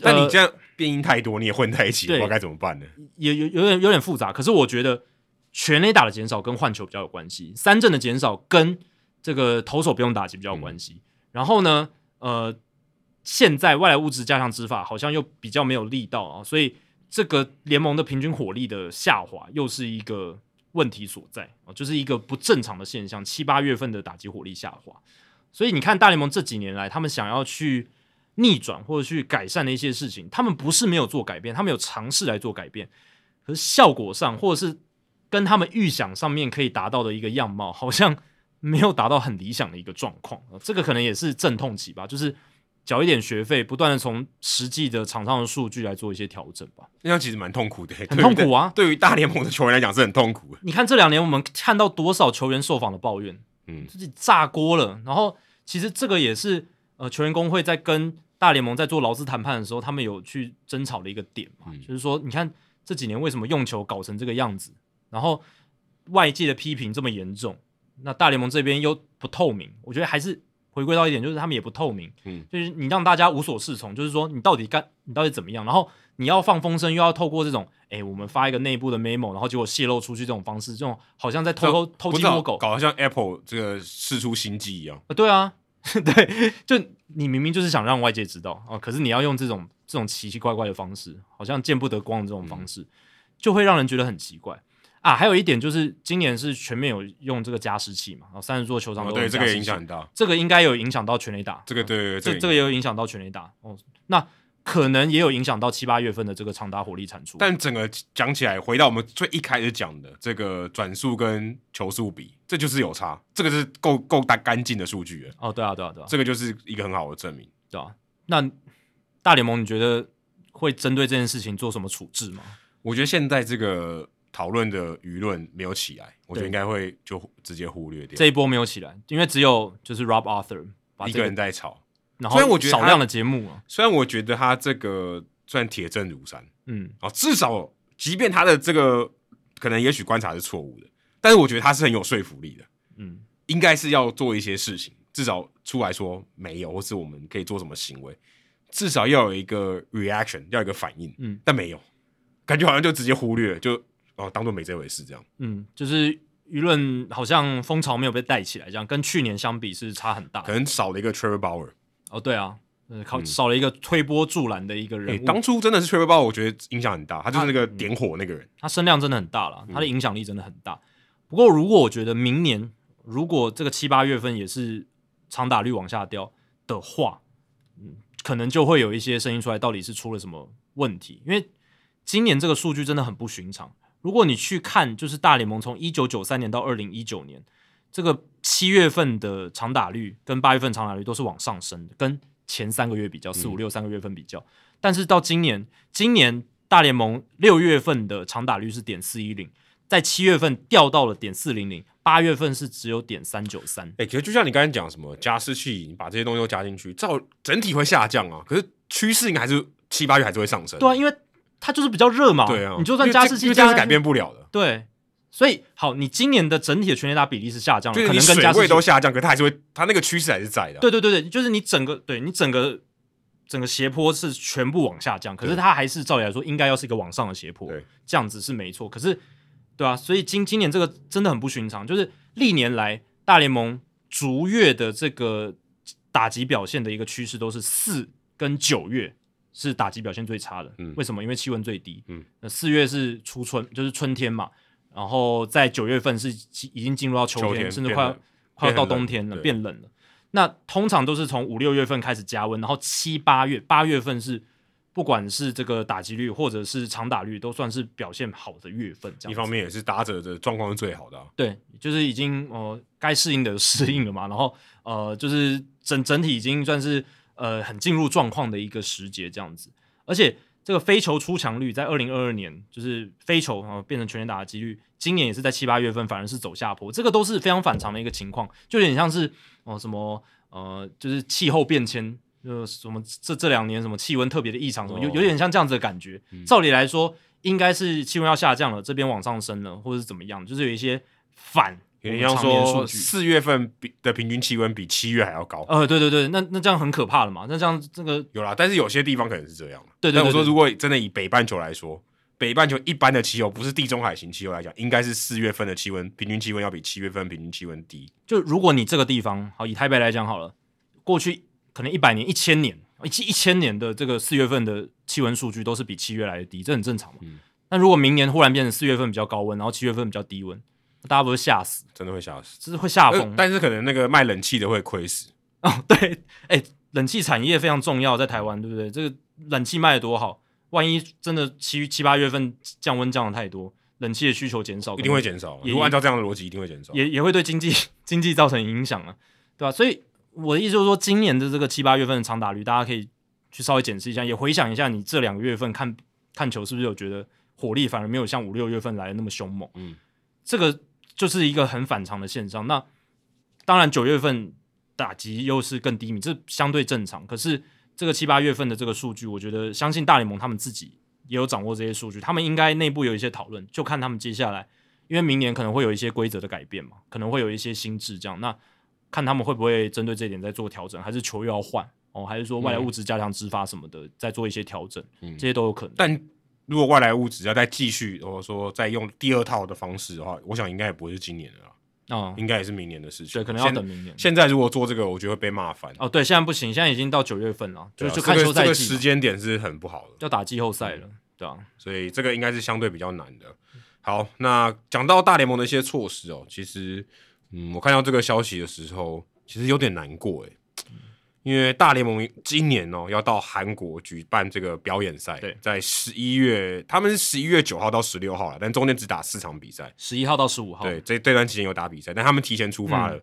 A: 但
B: 呃
A: 你这样变音太多，你也混在一起，我
B: 对
A: 不知道该怎么办呢？
B: 也有有点有点复杂，可是我觉得全垒打的减少跟换球比较有关系，三振的减少跟这个投手不用打击比较有关系。然后呢，呃，现在外来物质加强执法好像又比较没有力道啊，所以这个联盟的平均火力的下滑又是一个问题所在啊，就是一个不正常的现象。七八月份的打击火力下滑，所以你看大联盟这几年来，他们想要去逆转或者去改善的一些事情，他们不是没有做改变，他们有尝试来做改变，可是效果上或者是跟他们预想上面可以达到的一个样貌，好像没有达到很理想的一个状况。 呃这个可能也是阵痛期吧，就是缴一点学费，不断的从实际的场上的数据来做一些调整吧。
A: 那样其实蛮痛苦的、
B: 很痛苦啊
A: 对于对于大联盟的球员来讲是很痛苦的。
B: 你看这两年我们看到多少球员受访的抱怨，
A: 嗯
B: 自己炸锅了。然后其实这个也是呃球员工会在跟大联盟在做劳资谈判的时候，他们有去争吵的一个点嘛，
A: 嗯
B: 就是说你看这几年为什么用球搞成这个样子，然后外界的批评这么严重，那大联盟这边又不透明，我觉得还是。回归到一点，就是他们也不透明，
A: 嗯
B: 就是你让大家无所适从，就是说你到底干，你到底怎么样，然后你要放风声，又要透过这种，哎、我们发一个内部的 memo，然后结果泄露出去这种方式，这种好像在偷偷偷
A: 不
B: 鸡
A: 知道
B: 摸狗，
A: 搞得像 Apple 这个试出新机一样。
B: 啊，对啊， 对，就你明明就是想让外界知道哦，可是你要用这种这种奇奇怪怪的方式，好像见不得光的这种
A: 嗯
B: 方式，就会让人觉得很奇怪啊。还有一点就是，今年是全面有用这个加湿器嘛，然后三十座球场
A: 哦
B: 都、
A: 对，这个也影响，很大。
B: 这个应该有影响到全垒打，
A: 这个对对
B: 嗯这
A: 对，
B: 这个也有影响到全垒打哦。那可能也有影响到七八月份的这个长达火力产出，
A: 但整个讲起来，回到我们最一开始讲的这个转速跟球速比，这就是有差，这个是够够大干净的数据了，
B: 哦，对啊，对啊，对啊，
A: 这个就是一个很好的证明。
B: 对啊。那大联盟你觉得会针对这件事情做什么处置吗？
A: 我觉得现在这个讨论的舆论没有起来，我觉得
B: 对
A: 应该会就直接忽略
B: 这
A: 掉，
B: 一波没有起来，因为只有就是 Rob Arthur 把
A: 一
B: 这
A: 个人，在吵。
B: 然
A: 虽然
B: 后
A: 我觉得他
B: 少量的节目啊，
A: 虽然我觉得他这个算铁证如山
B: 嗯，
A: 啊，至少即便他的这个可能也许观察是错误的，但是我觉得他是很有说服力的。
B: 嗯，
A: 应该是要做一些事情，至少出来说没有，或是我们可以做什么行为，至少要有一个 reaction，要有一个反应。
B: 嗯，
A: 但没有，感觉好像就直接忽略，就哦当做没这回事这样。
B: 嗯，就是舆论好像风潮没有被带起来，这样跟去年相比是差很大的
A: 可能少了一个 Trevor Bauer，、
B: 哦，对啊，呃，靠少了一个推波助澜的一个人
A: 诶
B: 物，啊
A: 哎当初真的是 Trevor Bauer，我觉得影响很大，他就是那个点火那个人。
B: 他声量真的很大了，他的影响力真的很大。不过，如果我觉得明年如果这个七八月份也是长打率往下掉的话，嗯，可能就会有一些声音出来，到底是出了什么问题？因为今年这个数据真的很不寻常。如果你去看，就是大联盟从一九九三年到二零一九年，这个七月份的长打率跟八月份长打率都是往上升的，跟前三个月比较，四五六三个月份比较，但是到今年，今年大联盟六月份的长打率是点四一零，在七月份掉到了点四零零，八月份是只有点三九三。
A: 哎、可是就像你刚才讲什么加湿器，你把这些东西都加进去，照整体会下降啊。可是趋势应该还是七八月还是会上升。
B: 对啊，因为它就是比较热嘛，
A: 对啊，
B: 你就算加湿器
A: 这
B: 加
A: 是改变不了的。
B: 对，所以好，你今年的整体的全垒打比例是下降了，
A: 就是
B: 啊可
A: 你
B: 能跟
A: 水
B: 加
A: 位
B: 士
A: 都下降，可它还是会，它那个趋势还是在的。啊
B: 对对对对，就是你整个对你整个整个斜坡是全部往下降，可是
A: 对
B: 它还是照理来说应该要是一个往上的斜坡
A: 对，
B: 这样子是没错。可是对啊，所以今今年这个真的很不寻常，就是历年来大联盟逐月的这个打击表现的一个趋势都是四跟九月。是打击表现最差的，
A: 嗯
B: 为什么？因为气温最低。
A: 嗯，
B: 那四月是初春，就是春天嘛，然后在九月份是已经进入到秋
A: 秋天
B: 甚
A: 变
B: 至快要
A: 冷
B: 快要到
A: 变冷
B: 冬天了，
A: 对
B: 变冷了。那通常都是从五六月份开始加温，然后七八月八月份是不管是这个打击率或者是长打率都算是表现好的月份，这样子
A: 一方面也是打者的状况是最好的、啊，
B: 对，就是已经呃该适应的适应了嘛，然后呃就是整整体已经算是呃很进入状况的一个时节这样子，而且这个飞球出墙率在二零二二年就是飞球啊、呃变成全垒打的几率，今年也是在七八月份反而是走下坡，这个都是非常反常的一个情况，就有点像是哦、呃什么呃就是气候变迁。呃，什么这这两年什么气温特别的异常，什么有有点像这样子的感觉。
A: 哦
B: 照理来说，应该是气温要下降了，这边往上升了，或者是怎么样，就是有一些反我
A: 有
B: 们
A: 点像
B: 常年数
A: 说
B: 据。
A: 四月份比的平均气温比七月还要高。
B: 呃，对对对，那那这样很可怕了嘛？那这样这个
A: 有啦，但是有些地方可能是这样。啊
B: 对对对
A: 但我说，
B: 对
A: 如果真的以北半球来说，北半球一般的气候，不是地中海型气候来讲，应该是四月份的气温平均气温要比七月份平均气温低。
B: 就如果你这个地方，好以台北来讲好了，过去可能一百年、一千年、一一千年的这个四月份的气温数据都是比七月来的低，这很正常嘛。
A: 嗯
B: 那如果明年忽然变成四月份比较高温，然后七月份比较低温，那大家不是吓死，
A: 真的会吓死。
B: 就是会吓
A: 呃
B: 疯。
A: 但是可能那个卖冷气的会亏死，
B: 哦，对，哎、冷气产业非常重要，在台湾，对不对？这个冷气卖的多好，万一真的七七八月份降温降的太多，冷气的需求减少，
A: 一定会，减少。啊
B: 也
A: 如果按照这样的逻辑，一定会减少。
B: 也也会对经济 经济造成影响啊，对吧、所以我的意思就是说，今年的这个七八月份的长打率，大家可以去稍微检视一下，也回想一下你这两个月份看看球是不是有觉得火力反而没有像五六月份来的那么凶猛。
A: 嗯，
B: 这个就是一个很反常的现象。那当然九月份打击又是更低迷，这相对正常。可是这个七八月份的这个数据，我觉得相信大联盟他们自己也有掌握这些数据，他们应该内部有一些讨论，就看他们接下来，因为明年可能会有一些规则的改变嘛，可能会有一些新制这样。那看他们会不会针对这一点再做调整，还是球又要换哦，还是说外来物质加强执法什么的，再做一些调整，
A: 嗯
B: 这些都有可能。
A: 但如果外来物只要再继续，或者说再用第二套的方式的话，我想应该也不会是今年的啦，
B: 啊、
A: 应该也是明年的事情。
B: 对，可能要
A: 现
B: 等。明年。
A: 现在如果做这个，我觉得会被骂翻。
B: 哦，对，现在不行，现在已经到九月份了，就
A: 对啊
B: 就看
A: 这
B: 休
A: 个
B: 赛
A: 这
B: 季
A: 个
B: 嘛，
A: 时间嗯点是很不好的。
B: 要打季后赛了，对啊，
A: 所以这个应该是相对比较难的。好，那讲到大联盟的一些措施哦，其实，嗯，我看到这个消息的时候，其实有点难过诶，因为大联盟今年哦要到韩国举办这个表演赛
B: 对，
A: 在十一月，他们是十一月九号到十六号了，但中间只打四场比赛，
B: 十一号到十五号，
A: 对，这这段期间有打比赛，但他们提前出发了，
B: 嗯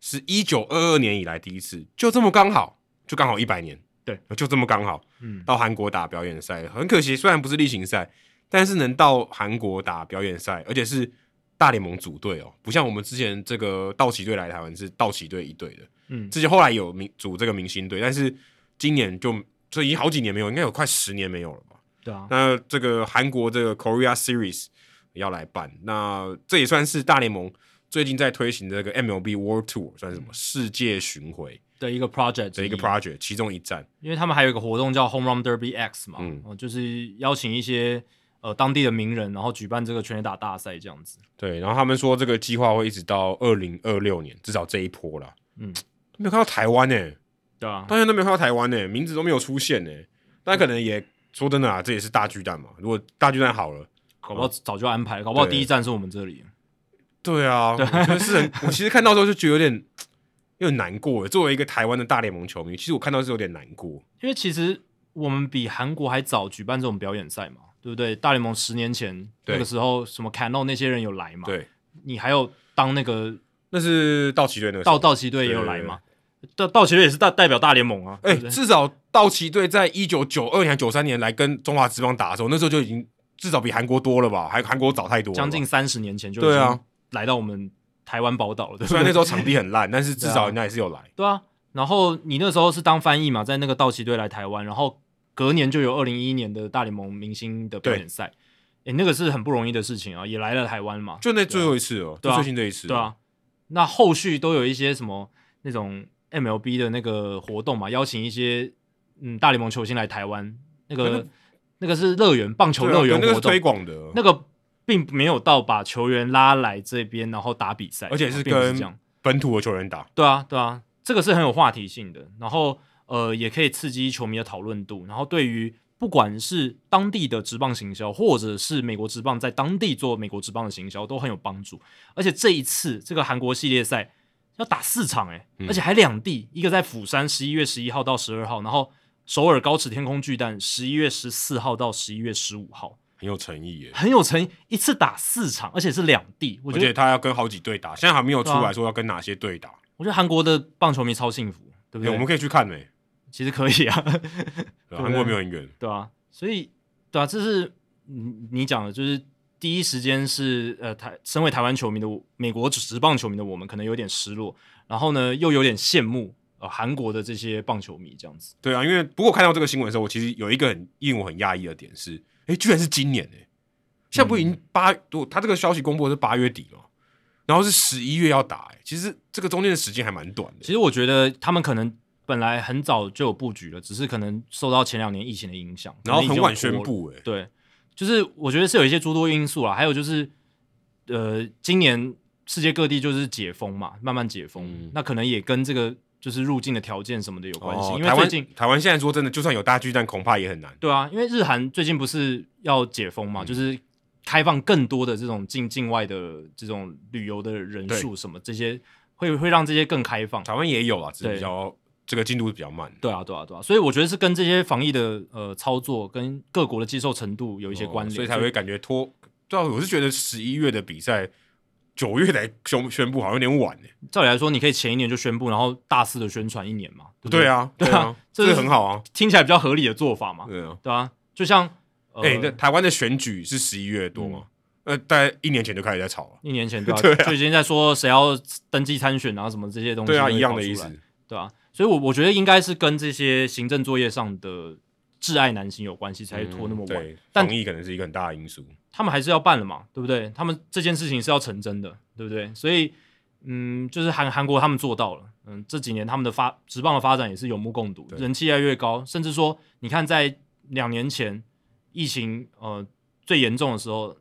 A: 是一九二二年以来第一次，就这么刚好，就刚好一百年，
B: 对，
A: 就这么刚好，
B: 嗯，
A: 到韩国打表演赛，很可惜，虽然不是例行赛，但是能到韩国打表演赛，而且是大联盟组队哦，不像我们之前这个道奇队来台湾是道奇队一队的，
B: 嗯
A: 之前后来有明组这个明星队，但是今年就这已经好几年没有，应该有快十年没有了吧？
B: 对啊，
A: 那这个韩国这个 Korea Series 要来办，那这也算是大联盟最近在推行的这个 MLB World Tour，算是什么世界巡回
B: 的一个 project
A: 的一个
B: 之
A: project 其中一站。
B: 因为他们还有一个活动叫 Home Run Derby X 嘛，
A: 嗯
B: 哦就是邀请一些呃当地的名人，然后举办这个全垒打大赛这样子，
A: 对，然后他们说这个计划会一直到二零二六年，至少这一波啦。
B: 嗯，
A: 没有看到台湾呢、欸
B: 对啊，
A: 到现在都没有看到台湾呢、欸名字都没有出现呢、但可能也说真的啊，这也是大巨蛋嘛。如果大巨蛋好了，
B: 搞不好早就安排了，搞不好
A: 对
B: 第一站是我们这里，
A: 对啊，我就是很， 我其实看到之后就觉得有点有点难过欸。作为一个台湾的大联盟球迷，其实我看到是有点难过。
B: 因为其实我们比韩国还早举办这种表演赛嘛，对不对？大联盟十年前
A: 对
B: 那个时候，什么 Cano 那些人有来嘛，，
A: 对，
B: 你还有当那个
A: 那是道奇队那个时候
B: 道道奇队也有来嘛。道道奇队也是代代表大联盟啊，
A: 哎、
B: 对不对
A: 至少道奇队在一九九二年、九三年来跟中华职棒打的时候，那时候就已经至少比韩国多了吧？还韩国早太多了吧，
B: 将近三十年前就已
A: 对啊
B: 经来到我们台湾宝岛了，对 不
A: 虽然那
B: 对？
A: 时候场地很烂，但是至
B: 对啊
A: 少人家也是有来。
B: 对啊，然后你那时候是当翻译嘛，在那个道奇队来台湾，然后隔年就有二零一一年的大联盟明星的表演赛，哎、诶，那个是很不容易的事情啊，也来了台湾嘛，
A: 就那最后一次哦，
B: 对啊
A: 就最近这一次，
B: 对，啊，那后续都有一些什么那种 MLB 的那个活动嘛，邀请一些嗯大联盟球星来台湾，那个那个是乐园棒球
A: 对啊
B: 乐园
A: 对那个
B: 活
A: 是
B: 动，
A: 推广的，
B: 那个并没有到把球员拉来这边然后打比赛，啊
A: 而且是
B: 并不
A: 跟
B: 这样，
A: 本土的球员打，
B: 对啊对啊，这个是很有话题性的，然后呃也可以刺激球迷的讨论度，然后对于。不管是当地的职棒行销，或者是美国职棒在当地做美国职棒的行销，都很有帮助。而且这一次这个韩国系列赛要打四场、欸，诶、
A: 嗯
B: 而且还两地，一个在釜山十一月十一号到十二号，然后首尔高尺天空巨蛋十一月十四号到十一月十五号，
A: 很有诚意耶。
B: 很有诚意，一次打四场，而且是两地，我
A: 而
B: 觉
A: 且
B: 得
A: 他要跟好几队打，现在还没有出
B: 对
A: 来
B: 啊
A: 说要跟哪些队打。
B: 我觉得韩国的棒球迷超幸福，对不
A: 哎，
B: 对？
A: 我们可以去看呢，
B: 其实可以啊，
A: 对
B: 对
A: 吧韩国没有很远，
B: 对啊，所以对啊，这是你你讲的，就是第一时间是呃台身为台湾球迷的我美国职棒球迷的我们，可能有点失落，然后呢又有点羡慕呃韩国的这些棒球迷这样子。
A: 对啊，因为不过看到这个新闻的时候，我其实有一个很令我很讶异的点是，哎，居然是今年哎，现在不已
B: 嗯
A: 经八，我他这个消息公布的是八月底了，然后是十一月要打，哎，其实这个中间的时间还蛮短的
B: 其。实我觉得他们可能本来很早就有布局了，只是可能受到前两年疫情的影响，
A: 然后
B: 可能已
A: 很晚
B: 经拖了
A: 宣。布，哎，
B: 对，就是我觉得是有一些诸多因素啦，还有就是呃，今年世界各地就是解封嘛，慢慢解封，
A: 嗯
B: 那可能也跟这个就是入境的条件什么的有关系，
A: 哦
B: 因
A: 台
B: 为最近
A: 湾台湾现在说真的，就算有大巨蛋，恐怕也很难。
B: 对啊，因为日韩最近不是要解封
A: 嗯
B: 嘛，就是开放更多的这种境境外的这种旅游的人数什么这些，会会让这些更开放。
A: 台湾也有啊，只是
B: 对
A: 比较这个进度比较慢。
B: 对啊，对啊，对啊，所以我觉得是跟这些防疫的呃操作跟各国的接受程度有一些关
A: 哦
B: 联，
A: 所以才会感觉拖。对啊，我是觉得十一月的比赛，九月来宣宣布好像有点晚欸呢。
B: 照理来说，你可以前一年就宣布，然后大肆的宣传一年嘛，对不
A: 对，啊，对
B: 对
A: 啊
B: 啊，
A: 这
B: 这
A: 个
B: 是
A: 很好啊。
B: 听起来比较合理的做法嘛，
A: 对啊，
B: 对啊，就像呃、嗯
A: 哎，那台湾的选举是十一月多吗？呃，大概一年前就开始在吵了。
B: 一年前对吧、
A: 对啊
B: 就已经在说谁要登记参选啊什么这些东西，
A: 对啊，一样的意思，。
B: 对啊，所以我我觉得应该是跟这些行政作业上的挚爱难行有关系，才会拖那么晚。
A: 嗯对，
B: 但
A: 同意可能是一个很大的因素。
B: 他们还是要办了嘛，对不对？他们这件事情是要成真的，对不对？所以，嗯，就是韩韩国他们做到了，嗯，这几年他们的发职棒的发展也是有目共睹，
A: 对
B: 人气越来越高，甚至说，你看在两年前疫情呃最严重的时候，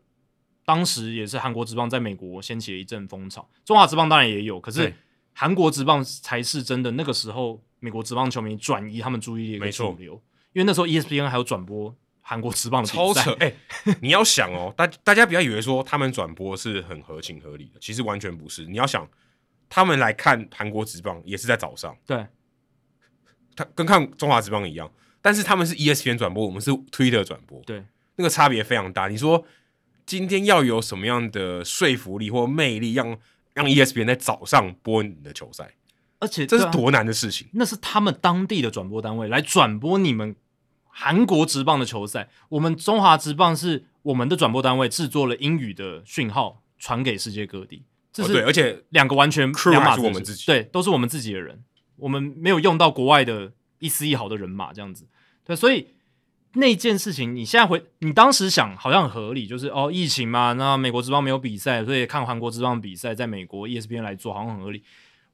B: 当时也是韩国职棒在美国掀起了一阵风潮，中华职棒当然也有，可是
A: 对
B: 韩国职棒才是真的那个时候美国职棒球迷转移他们注意力的一
A: 没
B: 个
A: 错
B: 主流，因为那时候 E ESPN 还有转播韩国职棒的比赛
A: 超扯！哎、你要想哦， 大大家不要以为说他们转播是很合情合理的，其实完全不是。你要想，他们来看韩国职棒也是在早上，
B: 对，
A: 他跟看中华职棒一样，但是他们是 E ESPN 转播，我们是 Twitter 转播，
B: 对，
A: 那个差别非常大。你说今天要有什么样的说服力或魅力让，让 E ESPN 在早上播你的球赛，
B: 而且
A: 这
B: 对
A: 是
B: 啊
A: 多难的事情。
B: 那是他们当地的转播单位来转播你们韩国职棒的球赛。我们中华职棒是我们的转播单位制作了英语的讯号传给世界各地，这
A: 哦、对，而
B: 是
A: 且
B: 两个完全
A: crew
B: 两
A: 还
B: 码子
A: 是
B: 的
A: 我们
B: 事
A: 自己
B: 对，都是我们自己的人，我们没有用到国外的一丝一毫的人马这样子。对，所以那件事情，你现在回，你当时想好像很合理，就是哦，疫情嘛，那美国职棒没有比赛，所以看韩国职棒比赛，在美国 E ESPN 来做好像很合理。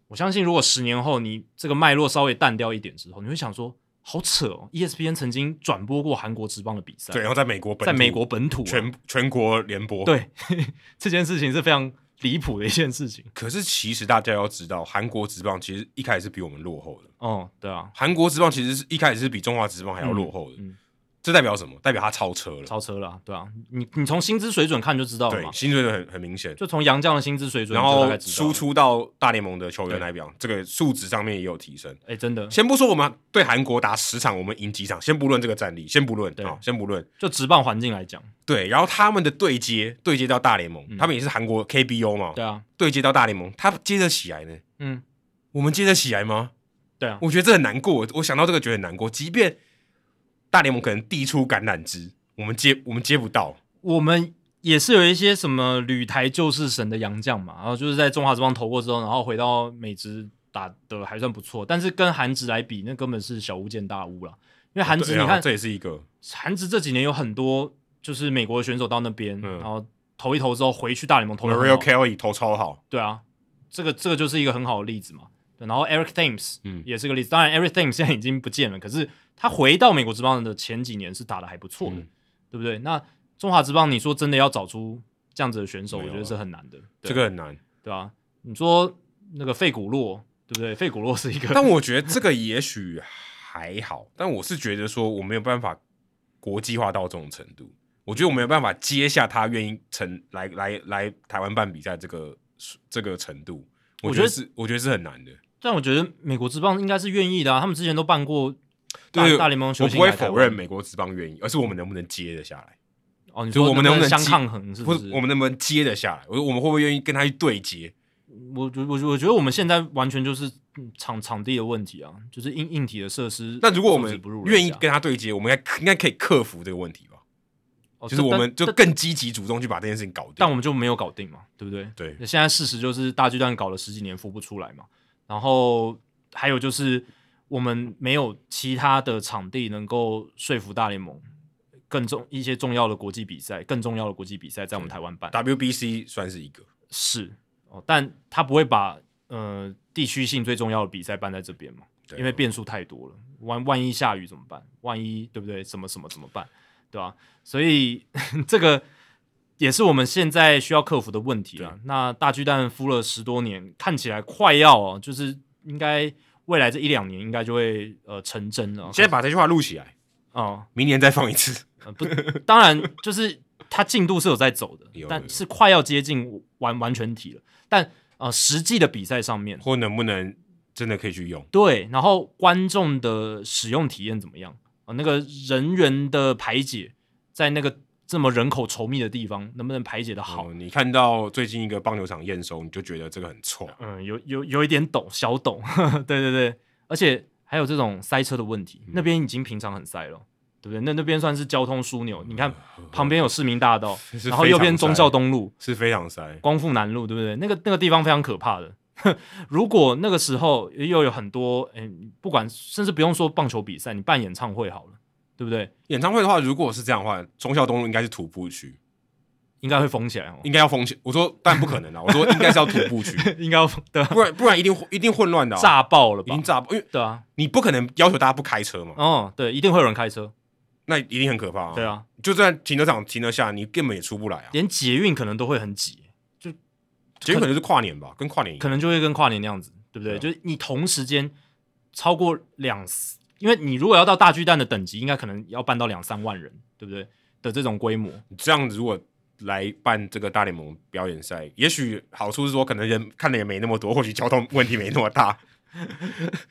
B: 我相信，如果十年后你这个脉络稍微淡掉一点之后，你会想说，好扯哦，ESPN 曾经转播过韩国职棒的比赛，
A: 对，然后在美国本土
B: 在美国本土啊、
A: 全全国联播，
B: 对 这件事情是非常离谱的一件事情。
A: 可是其实大家要知道，韩国职棒其实一开始是比我们落后的。
B: 哦，对啊，
A: 韩国职棒其实是一开始是比中华职棒还要落后的，
B: 嗯嗯
A: 这代表什么？代表他超车了，
B: 超车了啊、对啊，你你从薪资水准看就知道了
A: 对
B: 嘛，，
A: 薪水很很明显。
B: 就从杨绛的薪资水准，
A: 然
B: 你就大
A: 后
B: 概知道
A: 输
B: 了，
A: 出到大联盟的球员来讲，这个数值上面也有提升。
B: 哎、真的，
A: 先不说我们对韩国打十场，我们赢几场，先不论这个战力，先不论
B: 对
A: 啊、先不论。
B: 就职棒环境来讲，
A: 对，然后他们的对接对接到大联盟，他们也是韩国 KBO 嘛，
B: 嗯对啊，
A: 对接到大联盟，他接得起来呢？
B: 嗯，
A: 我们接得起来吗？
B: 对啊，
A: 我觉得这很难过，我想到这个觉得很难过。即便大联盟可能递出橄榄枝，我们接我们接不到，
B: 我们也是有一些什么旅台救世神的洋将嘛，然后就是在中华职棒投过之后，然后回到美职打的还算不错，但是跟韩职来比，那根本是小巫见大巫啦。因为韩职，
A: 对啊
B: 你看
A: 这也是一个
B: 韩职这几年有很多就是美国的选手到那边，
A: 嗯
B: 然后投一投之后回去大联盟投的
A: Mario Kelly 投超好，
B: 对啊，这个这个就是一个很好的例子嘛。对然后 Eric Thames
A: 嗯
B: 也是个例子，当然 Eric Thames 现在已经不见了，可是他回到美国职棒的前几年是打的还不错的，
A: 嗯
B: 对不对？那中华职棒，你说真的要找出这样子的选手，
A: 没
B: 我
A: 有啊
B: 觉得是很难的。对
A: 这个很难。
B: 对啊，你说那个费古洛，对不对？费古洛是一个，
A: 但我觉得这个也许还好，但我是觉得说我没有办法国际化到这种程度，我觉得我没有办法接下他愿意成来来来台湾办比赛这个这个程度，我
B: 我
A: 觉
B: 觉
A: 得
B: 得
A: 是我觉得是很难的。
B: 但我觉得美国职棒应该是愿意的啊，他们之前都办过大
A: 对，
B: 大联盟球
A: 我
B: 星
A: 不会
B: 来台
A: 否
B: 湾
A: 认美国职棒愿意，而是我们能不能接得下来，
B: 哦，你
A: 就
B: 说
A: 我们
B: 能
A: 能不能
B: 相
A: 进
B: 抗衡，是
A: 或
B: 不
A: 者
B: 是？
A: 我们能不能接得下来？我说我们会不会愿意跟他去对接？
B: 我觉我我觉得我们现在完全就是嗯场场地的问题啊，就是硬硬体的设嗯施素质不人家。
A: 那如果我们愿意跟他对接，我们应该应该可以克服这个问题吧？
B: 哦，
A: 就是我们就
B: 但但
A: 更积极主动去把这件事情搞定。
B: 但我们就没有搞定嘛，对不对？
A: 对
B: 那现在事实就是大巨蛋搞了十几年孵不出来嘛，然后还有就是我们没有其他的场地能够说服大联盟更重一些重要的国际比赛，更重要的国际比赛在我们台湾办
A: WBC 算是一个，
B: 是哦，但他不会把呃地区性最重要的比赛办在这边嘛，
A: 对
B: 因为变数太多了，万万一下雨怎么办？万一对不对？什么什么怎么办？对吧、所以 这个也是我们现在需要克服的问题了
A: 对。
B: 那大巨蛋敷了十多年，看起来快要哦，就是应该未来这一两年应该就会呃成真了。
A: 现在把这句话录起来，
B: 哦、
A: 明年再放一次。
B: 呃不，当然就是它进度是有在走的
A: 有，有
B: 但是快要接近完完全体了。但呃，实际的比赛上面，
A: 或能不能真的可以去用？
B: 对，然后观众的使用体验怎么样啊、那个人员的排解，在那个这么人口稠密的地方，能不能排解的好？
A: 哦，你看到最近一个棒球场验收，你就觉得这个很臭。
B: 嗯，有有有一点懂，小懂， 对对对，而且还有这种塞车的问题，那边已经平常很塞了，对不对？那那边算是交通枢纽，你看旁边有市民大道，
A: 呃 是
B: 然后
A: 非
B: 右
A: 常
B: 边忠
A: 塞
B: 孝东路，
A: 是非常塞，
B: 光复南路，对不对？那个那个地方非常可怕的。 如果那个时候又有很多，嗯，不管甚至不用说棒球比赛，你办演唱会好了，对不对？
A: 演唱会的话，如果是这样的话，忠孝东路应该是徒步区，
B: 应该会封起来哦，
A: 应该要封起。我说，但不可能啊！我说应该是要徒步区，
B: 应该要封对啊
A: 不然不然一定一定混乱的、啊，
B: 炸爆了
A: 已
B: 吧
A: 经？炸爆，因为
B: 对啊，
A: 你不可能要求大家不开车嘛，
B: 哦，对，一定会有人开车，
A: 那一定很可怕啊。
B: 对，啊，
A: 就算停车场停得下，你根本也出不来啊。
B: 连捷运可能都会很挤，
A: 结果可能是跨年吧，跟跨年一
B: 可
A: 样。
B: 能就会跟跨年那样子，对不
A: 对
B: 对？
A: 啊
B: 就是你同时间超过两，因为你如果要到大巨蛋的等级，应该可能要办到两三万人，对不对？的这种规模，
A: 这样子如果来办这个大联盟表演赛，也许好处是说，可能人看的也没那么多，或许交通问题没那么 大。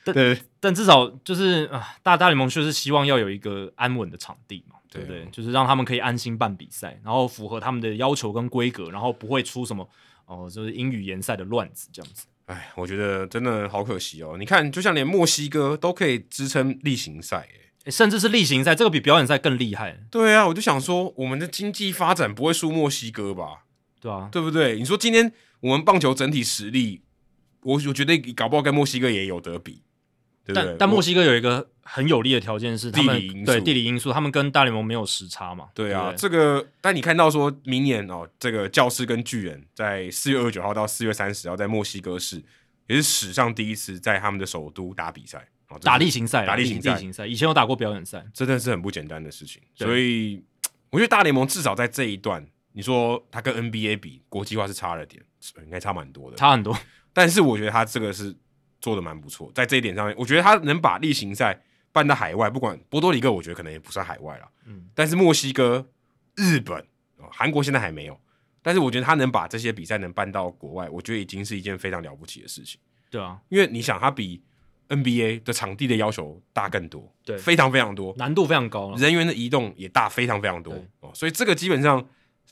A: 对，
B: 但至少就是啊，大大联盟就是希望要有一个安稳的场地嘛，对不
A: 对啊
B: 对？就是让他们可以安心办比赛，然后符合他们的要求跟规格，然后不会出什么哦、就是英语联赛的乱子这样子。
A: 哎，我觉得真的好可惜哦。你看，就像连墨西哥都可以支撑例行赛，哎，
B: 诶甚至是例行赛，这个比表演赛更厉害，
A: 对啊，我就想说，我们的经济发展不会输墨西哥吧？
B: 对啊，
A: 对不对？你说今天我们棒球整体实力，我我觉得搞不好跟墨西哥也有得比，对不对
B: 但？但墨
A: 西
B: 西哥有一个很有利的条件是他们
A: 地理因素
B: 对地理因素，他们跟大联盟没有时差嘛。
A: 对啊，
B: 不
A: 这个但你看到说明年哦，这个教师跟巨人在四月二十九号到四月三十号在墨西哥市，也是史上第一次在他们的首都打比赛，哦、
B: 打
A: 力
B: 例行赛啦，
A: 打例行赛
B: 地形赛，以前有打过表演赛，
A: 真的是很不简单的事情。
B: 对
A: 所以嗯我觉得大联盟至少在这一段，你说它跟 NBA 比，国际化是差了点，应该差蛮多的。
B: 差很多。
A: 但是我觉得他这个是做的蛮不错，在这一点上面，我觉得他能把例行赛办到海外，不管波多黎各，我觉得可能也不算海外了，
B: 嗯，
A: 但是墨西哥、日本、哦韩国现在还没有，但是我觉得他能把这些比赛能办到国外，我觉得已经是一件非常了不起的事情。
B: 对啊，
A: 因为你想，他比 NBA 的场地的要求大更多，
B: 对
A: 非常非常多，
B: 难度非常高了。
A: 人员的移动也大非常非常多
B: 对
A: 哦，所以这个基本上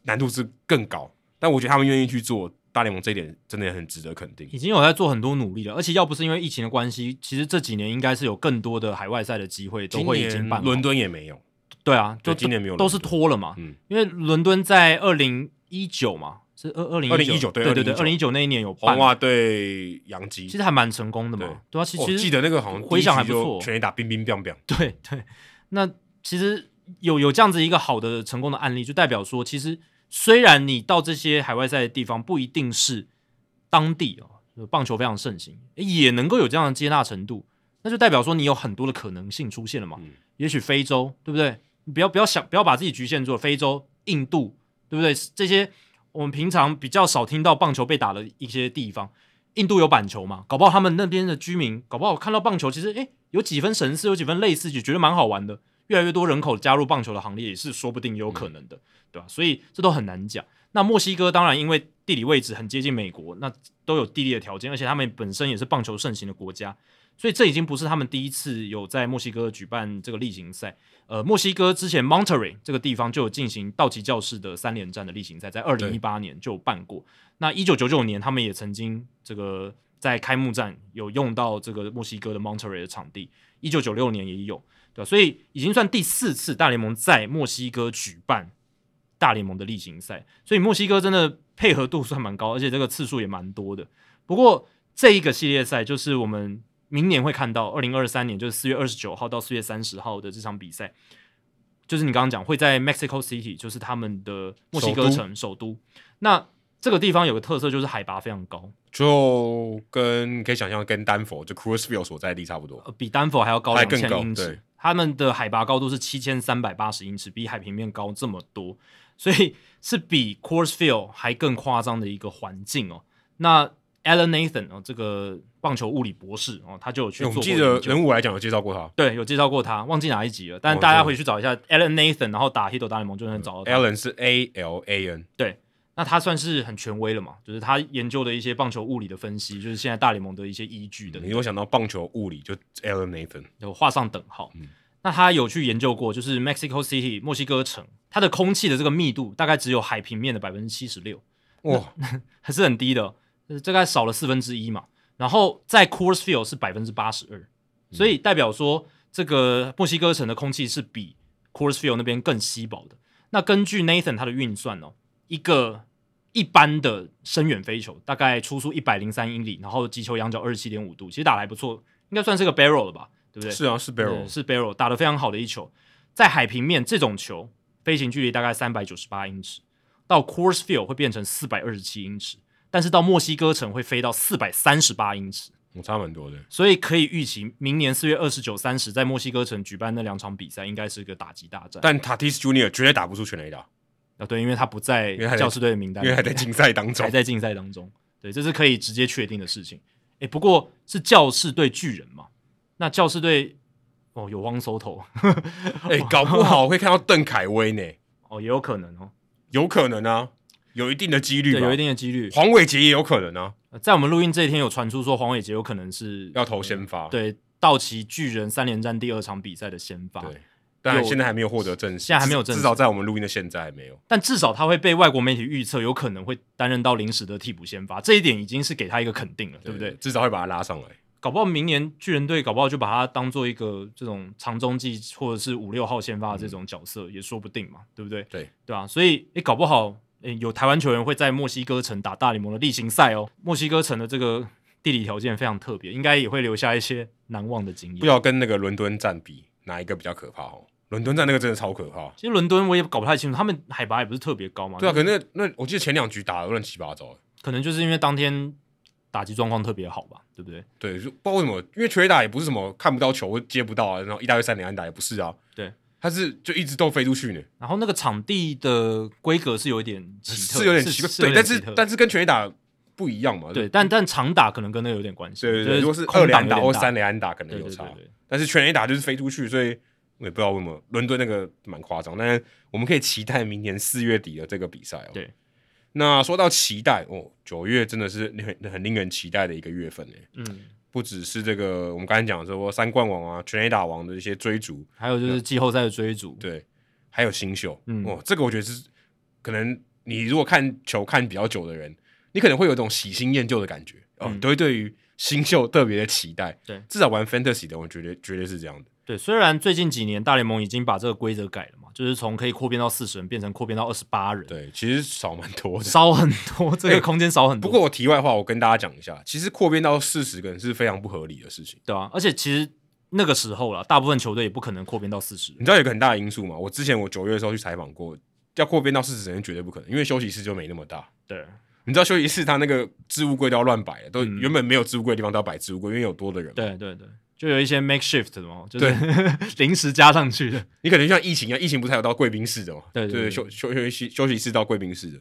A: 难度是更高，但我觉得他们愿意去做大联盟这一点，真的也很值得肯定。
B: 已经有在做很多努力了，而且要不是因为疫情的关系，其实这几年应该是有更多的海外赛的机会都
A: 今
B: 会已
A: 年
B: 经办好
A: 伦敦也没有，
B: 对啊，
A: 对
B: 就
A: 今年没有伦敦
B: 都是拖了嘛，
A: 嗯
B: 因为伦敦在二零一九嘛，是二二零
A: 2019对
B: 对对对，
A: 2019
B: 二零一九那一年有
A: 红
B: 办，
A: 袜对洋基，
B: 其实还蛮成功的嘛，对啊，其
A: 我
B: 实
A: 记得那个好像
B: 回想还
A: 第
B: 不
A: 一局就
B: 错
A: 全垒打冰冰冰冰，
B: 对对，那其实有有这样子一个好的成功的案例，就代表说，其实虽然你到这些海外赛的地方不一定是当地哦，就是棒球非常盛行，也能够有这样的接纳程度，那就代表说你有很多的可能性出现了嘛。
A: 嗯
B: 也许非洲，对不对？你不要不要想不要把自己局限住了非洲、印度，对不对？这些我们平常比较少听到棒球被打的一些地方，印度有板球嘛？搞不好他们那边的居民，搞不好看到棒球，其实诶有几分神似，有几分类似，就觉得蛮好玩的。越来越多人口加入棒球的行列，也是说不定有可能的，对吧、所以这都很难讲。那墨西哥当然因为地理位置很接近美国，那都有地利的条件，而且他们本身也是棒球盛行的国家，所以这已经不是他们第一次有在墨西哥举办这个例行赛。呃，墨西哥之前 Monterey 这个地方就有进行道奇教士的三连战的例行赛，在二零一八年就有办过。那一九九九年，他们也曾经这个在开幕战有用到这个墨西哥的 Monterey 的场地，一九九六年也有，对吧、所以已经算第四次大联盟在墨西哥举办大联盟的例行赛，所以墨西哥真的配合度算蛮高，而且这个次数也蛮多的。不过这一个系列赛就是我们明年会看到，二零二三年就是四月二十九号到四月三十号的这场比赛，就是你刚刚讲会在 Mexico City，就是他们的墨西哥城首都。那这个地方有个特色就是海拔非常高，
A: 就跟可以想象跟丹佛就 Cruiseville 所在地差不多，
B: 呃，比丹佛还要高
A: 还
B: 两
A: 更
B: 千
A: 高
B: 英尺
A: 对。
B: 他们的海拔高度是七千三百八十英尺，比海平面高这么多，所以 是比 Coors Field 还更夸张的一个环境哦。那 Alan Nathan 哦，这个棒球物理博士哦，他就有去
A: 因为
B: 做
A: 我
B: 过
A: 们
B: 研
A: 记
B: 究。哦
A: 得人物来讲有介绍过他
B: 对，有介绍过他，忘记哪一集了，但
A: 哦嗯
B: 大家
A: 对
B: 回去找一下 Alan Nathan，然后打 Hito 大联盟就能找到他。
A: ，Allen 是 A L A N，
B: 那他算是很权威了嘛，就是他研究的一些棒球物理的分析，就是现在大联盟的一些依据的
A: 你如果想到棒球物理就 Allen Nathan，
B: 有画上等号。
A: 嗯
B: 那他有去研究过，就是 Mexico City 墨西哥城，它的空气的这个密度大概只有海平面的百分之七十六，
A: 哇，
B: 还是很低的，呃大概少了四分之一嘛。然后在 Coors Field 是百分之八十二，所以代表说这个墨西哥城的空气是比 Coors Field 那边更稀薄的。那根据 Nathan 他的运算哦，一个一般的深远飞球大概初速一百零三英里，然后击球仰角二十七点五度，其实打得还不错，应该算是个 barrel 了吧，对不对？
A: 是啊，是
B: 嗯
A: Barrel，
B: 是 barrel 打得非常好的一球，在海平面这种球飞行距离大概三百九十八英尺，到 Coors Field 会变成四百二十七英尺，但是到墨西哥城会飞到四百三十八英尺，
A: 我差蛮多的，
B: 所以可以预期明年四月二十九、三十在墨西哥城举办那两场比赛应该是个打击大战。
A: 但 Tatis Junior 绝对打不出全垒打，
B: 啊，对，因为他不在
A: 为还在
B: 教师队的名单
A: 因
B: 里，
A: 为还在竞赛当中
B: 还，在竞赛当中，对，这是可以直接确定的事情。诶，不过是教士对巨人嘛，那教士队哦有汪收 头
A: 哎，搞不好会看到邓凯威呢，
B: 哦也有可能哦，
A: 有可能啊，有一定的几率吧，
B: 对，有一定的几率。
A: 黄伟杰也有可能啊，
B: 呃在我们录音这一天，有传出说黄伟杰有可能是
A: 要投先发，
B: 对道奇巨人三连战第二场比赛的先发，
A: 对，但
B: 有
A: 现在还没有获得证实，
B: 现在还没有证实
A: 至少在我们录音的现在还没有。
B: 但至少他会被外国媒体预测有可能会担任到临时的替补先发，这一点已经是给他一个肯定了，对不对？
A: 至少会把他拉上来。
B: 搞不好明年巨人队搞不好就把他当做一个这种长中继或者是五六号先发的这种角色、也说不定嘛，对不对？
A: 嗯对
B: 对啊，所以诶，搞不好诶有台湾球员会在墨西哥城打大联盟的例行赛哦。墨西哥城的这个地理条件非常特别，应该也会留下一些难忘的经
A: 不
B: 验
A: 知。道跟那个伦敦站比，哪一个比较可怕哦？伦敦站那个真的超可怕。
B: 其实伦敦我也搞不太清楚，他们海拔也不是特别高嘛。
A: 对啊，
B: 可
A: 可是那那我记得前两局打的乱七八糟的。
B: 能就是因为当天打击状况特别好吧，对不对？
A: 对，就不知道为什么，因为全垒打也不是什么看不到球接不到啊，然后一大堆三连安打也不是啊。
B: 对，
A: 他是就一直都飞出去呢，
B: 然后那个场地的规格是有一点奇特，
A: 是有点奇怪。对，但是
B: 但
A: 但是跟全垒打不一样嘛。
B: 对，但但长打可能跟那个有点关
A: 嗯
B: 系。
A: 对对
B: 就
A: 对，如果是
B: 空
A: 二连
B: 档
A: 安打
B: 有
A: 或
B: 点大
A: 三连安打，可能
B: 对
A: 有
B: 对
A: 差
B: 对。对，
A: 但是全垒打就是飞出去，所以我也不知道为什么伦敦那个蛮夸张。但是我们可以期待明年四月底的这个比赛哦。
B: 对，
A: 那说到期待哦，九月真的是很很令人期待的一个月份呢。欸
B: 嗯，
A: 不只是这个我们刚才讲说三冠王啊、全垒打王的一些追逐，
B: 还有
A: 啊
B: 就是季后赛的追逐，
A: 对，还有新秀，
B: 嗯
A: 哦，这个我觉得是可能你如果看球看比较久的人，你可能会有一种喜新厌旧的感觉哦，
B: 嗯
A: 都会对于新秀特别的期待。
B: 对
A: 至少玩 fantasy 的，我觉得绝对是这样的。
B: 对，虽然最近几年大联盟已经把这个规则改了嘛，就是从可以扩编到四十人变成扩编到二十八人，
A: 对，其实少蛮多的。
B: 少很多，这个空间少很
A: 不
B: 多。
A: 过我题外话，我跟大家讲一下，其实扩编到四十个人是非常不合理的事情。
B: 对啊，而且其实那个时候了，大部分球队也不可能扩编到四十
A: 你。知道有一个很大的因素吗？我之前我九月的时候去采访过，要扩编到四十人是绝对不可能，因为休息室就没那么大。
B: 对，
A: 你知道休息室它那个置物柜都要乱摆的，都
B: 嗯
A: 原本没有置物柜的地方都要摆置物柜，因为有多的人。，
B: 对对对，就有一些 makeshift 的嘛，就是 临时加上去的。
A: 你可能像疫情一样，疫情不是还有到贵宾室的嘛？
B: 对对对
A: 休休休息休息室到贵宾室的。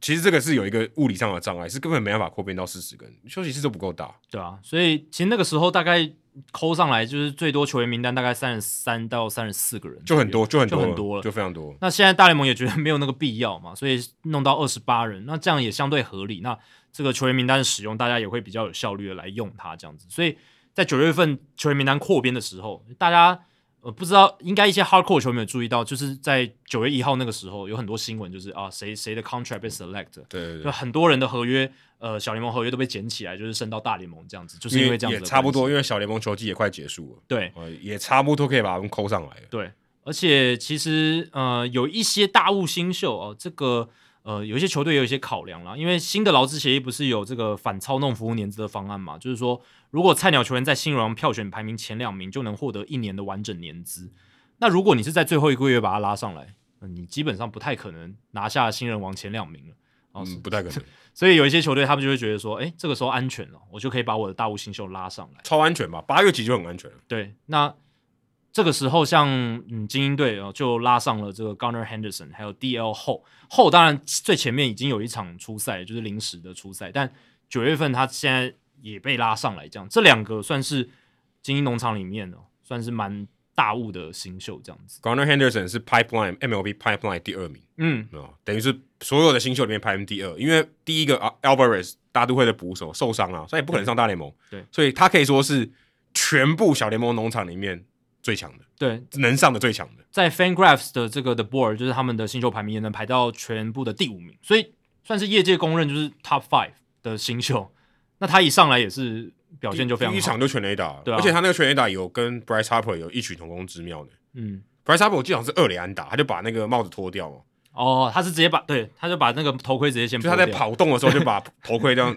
A: 其实这个是有一个物理上的障碍，是根本没办法扩编到四十个人，休息室都不够大。
B: 对啊，所以其实那个时候大概抠上来就是最多球员名单大概三十三到三十四个人，
A: 就很。多，就很多，
B: 就很多了
A: 就非常多。
B: 那现在大联盟也觉得没有那个必要嘛， 所以弄到二十八人，那这样也相对合理。那这个球员名单的使用，大家也会比较有效率的来用它，这样子。所以在九月份球员名单扩编的时候，大家呃不知道，应该一些 hardcore 球迷有注意到，就是在九月一号那个时候有很多新闻，就是啊谁谁的 contract 被 select，
A: 对对
B: 就
A: 对，
B: 很多人的合约，呃，小联盟合约都被捡起来，就是升到大联盟这样子，就是因为这样子
A: 也
B: 的
A: 差不
B: 关
A: 多，
B: 系。
A: 因为小联盟球季也快结束了，
B: 对
A: 呃，也差不多可以把他们扣上来了。
B: 对，而且其实呃，有一些大物新秀哦、这个呃，有一些球队有一些考量啦，因为新的劳资协议不是有这个反操弄服务年资的方案嘛，就是说，如果菜鸟球员在新人王票选排名前两名，就能获得一年的完整年资。那如果你是在最后一个月把他拉上来，呃你基本上不太可能拿下新人王前两名了。哦，
A: 嗯，不太可能，
B: 所以有一些球队他们就会觉得说，哎、这个时候安全了，我就可以把我的大物新秀拉上来。
A: 超安全吧？八月起就很安全了。
B: 对，那这个时候像嗯精英队哦、呃就拉上了这个 Gunner Henderson，还有 DL 后后，当然最前面已经有一场初赛，就是临时的初赛，但九月份他现在也被拉上来，这样这两个算是精英农场里面哦、算是蛮大物的新秀这样子。
A: Garner Henderson 是 Pipeline MLB Pipeline 第二名
B: 嗯，
A: 啊、等于是所有的新秀里面排名第二，因为第一个啊 Alvarez 大都会的捕手受伤了、所以不可能上大联盟。
B: 对
A: 所以他可以说是全部小联盟农场里面最强的，
B: 对，
A: 能上的最强的。
B: 在 FanGraphs 的这个 The Board，就是他们的新秀排名也能排到全部的第五名，所以算是业界公认就是 Top Five 的新秀。那他一上来也是表现就非常
A: 第一
B: 好，
A: 场就全垒打，
B: 对啊
A: 而且他那个全垒打有跟 Bryce Harper 有异曲同工之妙的。
B: 嗯，
A: Bryce Harper 我记得好像是二垒安打，他就把那个帽子脱掉嘛，
B: 哦，他是直接把对，他就把那个头盔直接先
A: 就
B: 剥
A: 他
B: 掉，
A: 在跑动的时候就 把头盔这样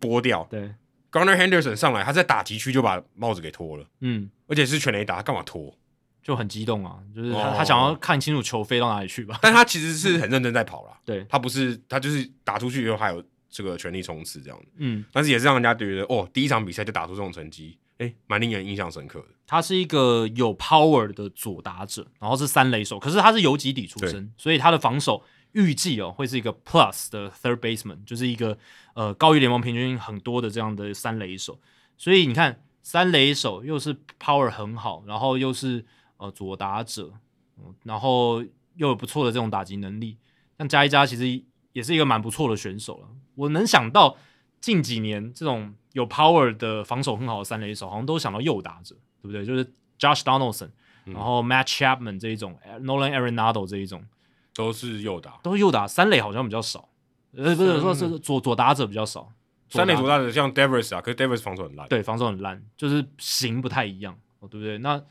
A: 剥掉。
B: 对，
A: Garner Henderson 上来，他在打击区就把帽子给脱了，
B: 嗯，
A: 而且是全垒打，他干嘛脱？
B: 就很激动啊，就是他、
A: 哦
B: 他想要看清楚球飞到哪里去吧，
A: 但他其实是很认真在跑啦，
B: 对，
A: 他不是他就是打出去以后还有这个全力冲刺这样的，
B: 嗯，
A: 但是也是让人家觉得哦，第一场比赛就打出这种成绩，哎、蛮令人印象深刻的。
B: 他是一个有 power 的左打者，然后是三垒手，可是他是游击底出身，所以他的防守预计哦会是一个 plus 的 third baseman，就是一个呃高于联盟平均很多的这样的三垒手。所以你看，三垒手又是 power 很好，然后又是呃左打者，嗯然后又有不错的这种打击能力，像加一加其实也是一个蛮不错的选手了。我能想到近几年这种有 power 的防守很好的三垒手，好像都想到右打者，对不对？就是 Josh Donaldson，、然后 Matt Chapman 这一种，Nolan Arenado 这一种，
A: 都是右打，
B: 都是右打，三垒好像比较少，呃，不是说是左左打者比较少，
A: 三垒
B: 左
A: 左打者像 Davis 啊，可是 Davis 防守很烂，
B: 对，防守很烂，就是型不太一样，哦，对不对？那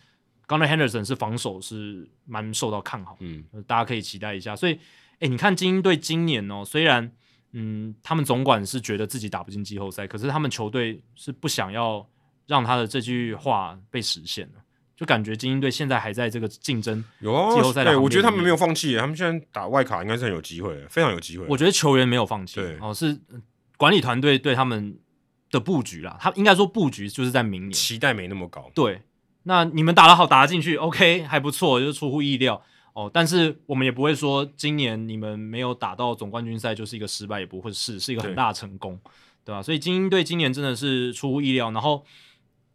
B: Gunnar Henderson 是防守是蛮受到看好，
A: 嗯，
B: 呃大家可以期待一下。所以，哎，你看精英队今年哦，虽然嗯，他们总管是觉得自己打不进季后赛，可是他们球队是不想要让他的这句话被实现了，就感觉精英队现在还在这个竞争。
A: 有啊
B: 季后赛，的
A: 对，
B: 行
A: 我觉得
B: 列
A: 他
B: 里
A: 们
B: 面
A: 没有放弃，他们现在打外卡应该是很有机会的，非常有机会。
B: 我觉得球员没有放弃，
A: 对
B: 哦，是呃管理团队对他们的布局啦，他应该说布局就是在明年。
A: 期待没那么高，
B: 对，那你们打得好，打得进去，OK，还不错，就是出乎意料哦。但是我们也不会说今年你们没有打到总冠军赛就是一个失败，也不会是是一个很
A: 对
B: 大的成功，对吧、所以精英队今年真的是出乎意料，然后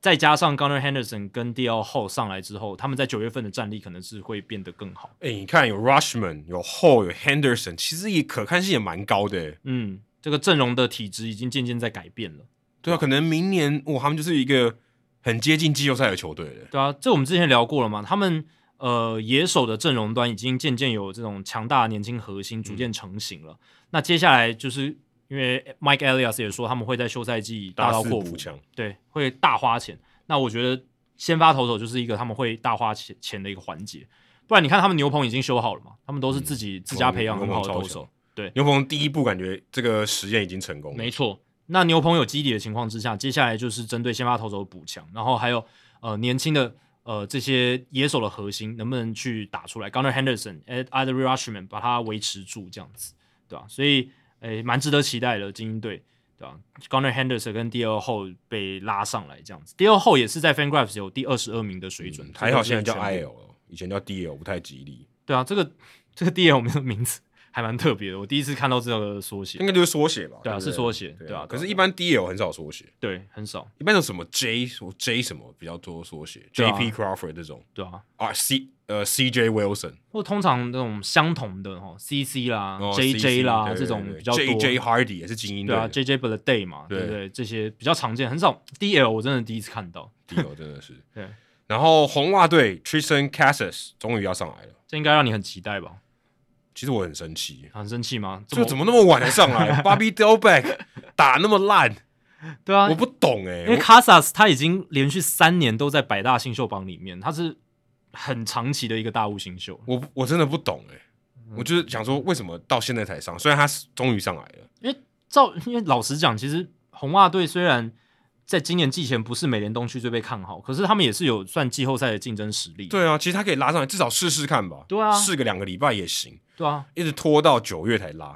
B: 再加上 Gunner Henderson 跟 DL 后上来之后，他们在九月份的战力可能是会变得更好。
A: 哎、你看有 Rushman，有 Hall，有 Henderson，其实也可看性也蛮高的、欸
B: 嗯，这个阵容的体质已经渐渐在改变了。
A: 对啊，可能明年哇，他们就是一个很接近季后赛的球队了。
B: 对啊，这我们之前聊过了嘛，他们呃野手的阵容端已经渐渐有这种强大的年轻核心
A: 嗯
B: 逐渐成型了。那接下来就是因为 Mike Elias 也说他们会在休赛季大刀
A: 四
B: 阔斧
A: 补，强，
B: 对，会大花钱。那我觉得先发投手就是一个他们会大花钱钱的一个环节，不然你看他们牛棚已经修好了嘛，他们都是自
A: 嗯
B: 己自家培养很好的
A: 牛
B: 投
A: 棚超
B: 手
A: 强，牛棚第一步感觉这个实验已经成功了。
B: 没错。那牛棚有基底的情况之下，接下来就是针对先发投手的补强，然后还有呃年轻的呃这些野手的核心能不能去打出来，Gunnar Henderson、Ed r u s h m a n 把它维持住这样子，对吧、所以诶蛮值得期待的精英队。对吧、g u n n e r Henderson 跟第二后被拉上来这样子，第二后也是在 FanGraphs 有第二十二名的水准，
A: 嗯还好现在叫
B: 这个是全
A: IL，了以前叫 DL 不太吉利，
B: 对啊，这个这个 D L 我们的名字还蛮特别的，我第一次看到这个缩写
A: 应，该就是缩写吧？
B: 对啊
A: 不
B: 是缩写对啊
A: 可
B: 对
A: 是，
B: 啊
A: 一般 DL 很少缩写，
B: 对，很少，
A: 一般有什么 J 什么 J 什么比较多缩写
B: 对啊
A: ，JP Crawford 这种
B: 对啊，
A: 啊 C 呃 CJ Wilson
B: 或通常那种相同的哦，C C 啦、
A: 哦
B: J J
A: CC
B: 啦
A: 对对
B: 这种
A: 对
B: 比较多
A: JJ Hardy 也是精英
B: 对
A: 队
B: 啊
A: 的
B: ，J J b l a d a y 嘛，对
A: 对
B: 不对？这些比较常见，很少 D L 我真的第一次看到，
A: ，DL 真的是
B: 对。
A: 然后红袜队 Tristan Cassis 终于要上来了，
B: 这应该让你很期待吧？
A: 其实我很生气，
B: 很生气吗？
A: 这怎么那么晚才上 来？Bobby Delback 打那么烂，
B: 对啊
A: 我？不懂哎、
B: 因为
A: 我
B: Casas 他已经连续三年都在百大新秀榜里面，他是很长期的一个大物新秀，
A: 我我真的不懂哎、
B: 嗯
A: 我就是想说，为什么到现在才上？虽然他是终于上来了，
B: 照，因为老实讲，其实红袜队虽然在今年季前不是美联东区最被看好，可是他们也是有算季后赛的竞争实力。
A: 对啊，其实他可以拉上来，至少试试看吧。
B: 对啊
A: 试个两个礼拜也行，
B: 对啊，
A: 一直拖到九月才拉，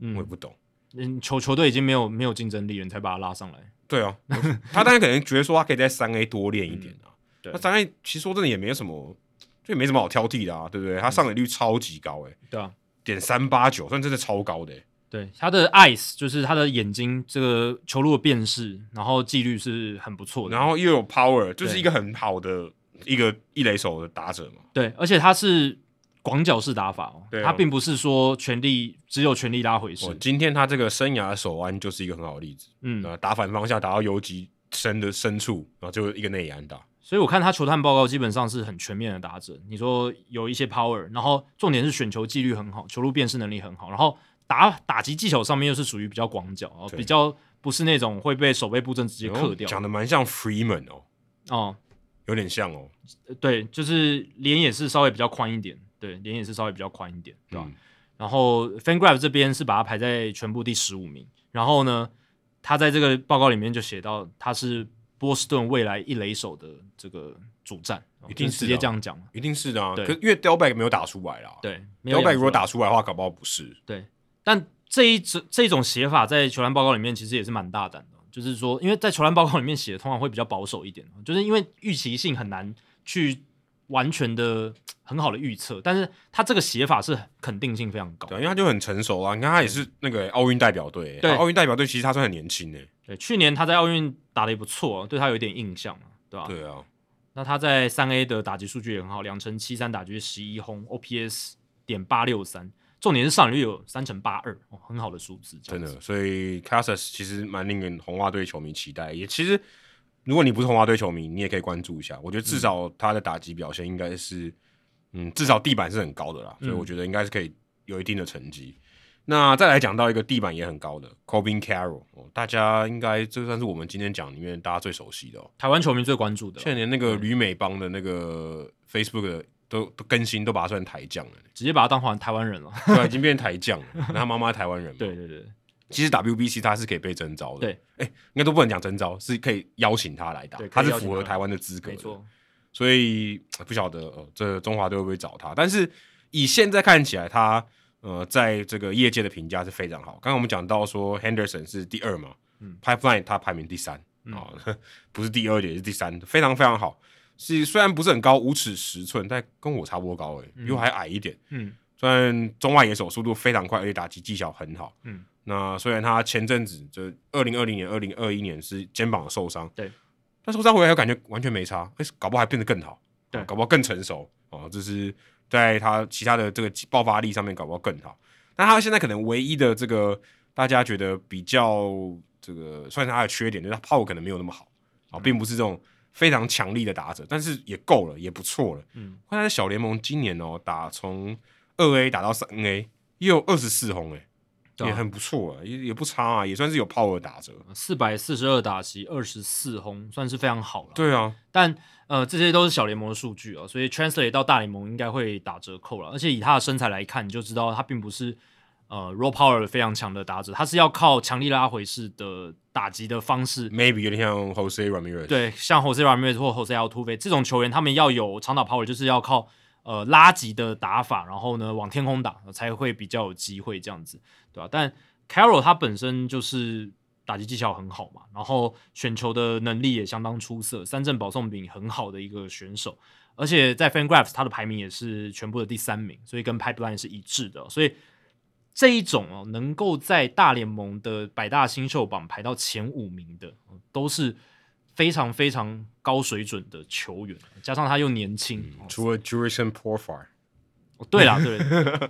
A: 我也
B: 嗯
A: 不懂。
B: 嗯，球球队已经没有没有竞争力了，你才把他拉上来。
A: 对啊， 我他当然可能觉得说他可以在三 A 多练一点啊。
B: 嗯对
A: 那三 A 其实说真的也没有什么，就也没什么好挑剔的啊，对不
B: 嗯
A: 对？他上垒率超级高、欸，哎，
B: 对啊，
A: 点三八九，算真的超高的、欸。
B: 对，他的 eyes 就是他的眼睛，这个球路的辨识，然后纪律是很不错的。
A: 然后又有 power，就是一个很好的一个一垒手的打者嘛。
B: 对，而且他是广角式打法哦，
A: 对哦
B: 他并不是说全力只有全力拉回
A: 我
B: 式。
A: 哦今天他这个生涯手腕就是一个很好的例子，
B: 嗯，
A: 呃，打反方向打到游击深的深处，然后就一个内野安打。
B: 所以我看他球探报告基本上是很全面的打者。你说有一些 power，然后重点是选球纪律很好，球路辨识能力很好，然后打打击技巧上面又是属于比较广角，哦
A: 对
B: 比较不是那种会被守备布阵直接克掉。
A: 哦讲的蛮像 Freeman 哦，
B: 哦、
A: 有点像哦，
B: 对，就是脸也是稍微比较宽一点，对，脸也是稍微比较宽一点，对吧？
A: 嗯
B: 然后 FanGraph 这边是把它排在全部第十五名。然后呢，他在这个报告里面就写到他是波士顿未来一垒手的这个主战，哦
A: 一定
B: 就是直
A: 是
B: 接
A: 啊
B: 这样讲了。
A: 一定是的啊。
B: 对
A: 可是因为 Delback 没有打出来啦，
B: 对，没有
A: ，Delback
B: 养
A: 如
B: 出
A: 果
B: 来
A: 打出来的话，搞不好不是。
B: 对，但这一种这种写法在球探报告里面其实也是蛮大胆的，就是说，因为在球探报告里面写的通常会比较保守一点，哦就是因为预期性很难去完全的很好的预测，但是他这个写法是肯定性非常高。
A: 对啊，因为他就很成熟啊。你看他也是那个奥运代表队、欸，
B: 嗯对
A: 他奥运代表队其实他算很年轻诶、
B: 对，去年他在奥运打的也不错，哦对他有一点印象嘛，对吧、
A: 对啊，
B: 那他在三 A 的打击数据也很好，两成七三打击十一轰，OPS 点八六三，重点是上垒率有三成八二，哦，很好的数字，这
A: 真
B: 样
A: 的
B: 子。。
A: 所以 Casas 其实蛮令人红袜队球迷期待。也其实，如果你不是红袜队球迷，你也可以关注一下。我觉得至少他的打击表现应该是，嗯，至少地板是很高的啦，
B: 嗯
A: 所以我觉得应该是可以有一定的成绩。那再来讲到一个地板也很高的 Cobin Carroll，、哦、大家应该这算是我们今天讲里面大家最熟悉的、哦。
B: 台湾球迷最关注的啦，
A: 现在连那
B: 嗯
A: 个旅美帮的那个 Facebook 的都都更新，都把他算台将了，
B: 直接把他当台台湾人了。
A: 对啊，已经变台将了。那他妈妈台湾人嘛，
B: 对对对，
A: 其实 WBC 它是可以被征召的，
B: 对，
A: 哎、应该都不能讲征召，是可以邀请他来打
B: 对，可
A: 他
B: 以
A: 是
B: 邀请
A: 符合
B: 他
A: 台湾的资格
B: 没
A: 的，
B: 错，
A: 所以呃不晓得呃，这中华队会不会找他？但是以现在看起来，他呃，在这个业界的评价是非常好。刚刚我们讲到说，Henderson 是第二嘛，
B: 嗯
A: ，Pipeline 他排名第三啊、哦不是第二也是第三，非常非常好。是虽然不是很高，五尺十寸，但跟我差不多高诶、比我还矮一点。
B: 嗯，
A: 虽然中外野手速度非常快，而且打击技巧很好，
B: 嗯，
A: 那虽然他前阵子就二零二零年、二零二一年是肩膀受伤，
B: 对，
A: 但受伤回来又感觉完全没差，而且搞不好还变得更好，
B: 对
A: 啊搞不好更成熟啊，这是在他其他的这个爆发力上面搞不好更好。那他现在可能唯一的这个大家觉得比较这个算是他的缺点，就是他炮可能没有那么好啊，
B: 嗯
A: 并不是这种非常强力的打者，但是也够了，也不错了。
B: 嗯，
A: 他在小联盟今年哦，打从二 A 打到三 A，也有二十四轰哎，
B: 对啊
A: 也很不错啊，也也不差啊，也算是有 power 打折。
B: 呃四百四十二打席，二十四轰，算是非常好了。，
A: 对啊，
B: 但呃，这些都是小联盟的数据啊，所以 translate 到大联盟应该会打折扣了。而且以他的身材来看，你就知道他并不是呃 raw power 非常强的打者，他是要靠强力拉回式的打击的方式。
A: ，maybe 有点像 Jose Ramirez，，
B: 对，像 Jose Ramirez 或 Jose Altuve 这种球员，他们要有长打 power，就是要靠呃拉级的打法，然后呢往天空打，才会比较有机会这样子，对吧、但 Carroll 他本身就是打击技巧很好嘛，然后选球的能力也相当出色，三振保送比很好的一个选手，而且在 FanGraphs 他的排名也是全部的第三名，所以跟 Pipeline 是一致的，哦所以。这一种哦，能够在大联盟的百大新秀榜排到前五名的，哦都是非常非常高水准的球员，加上他又年轻。哦
A: 嗯除了 Jurison Porfar，
B: 哦对 啦，对，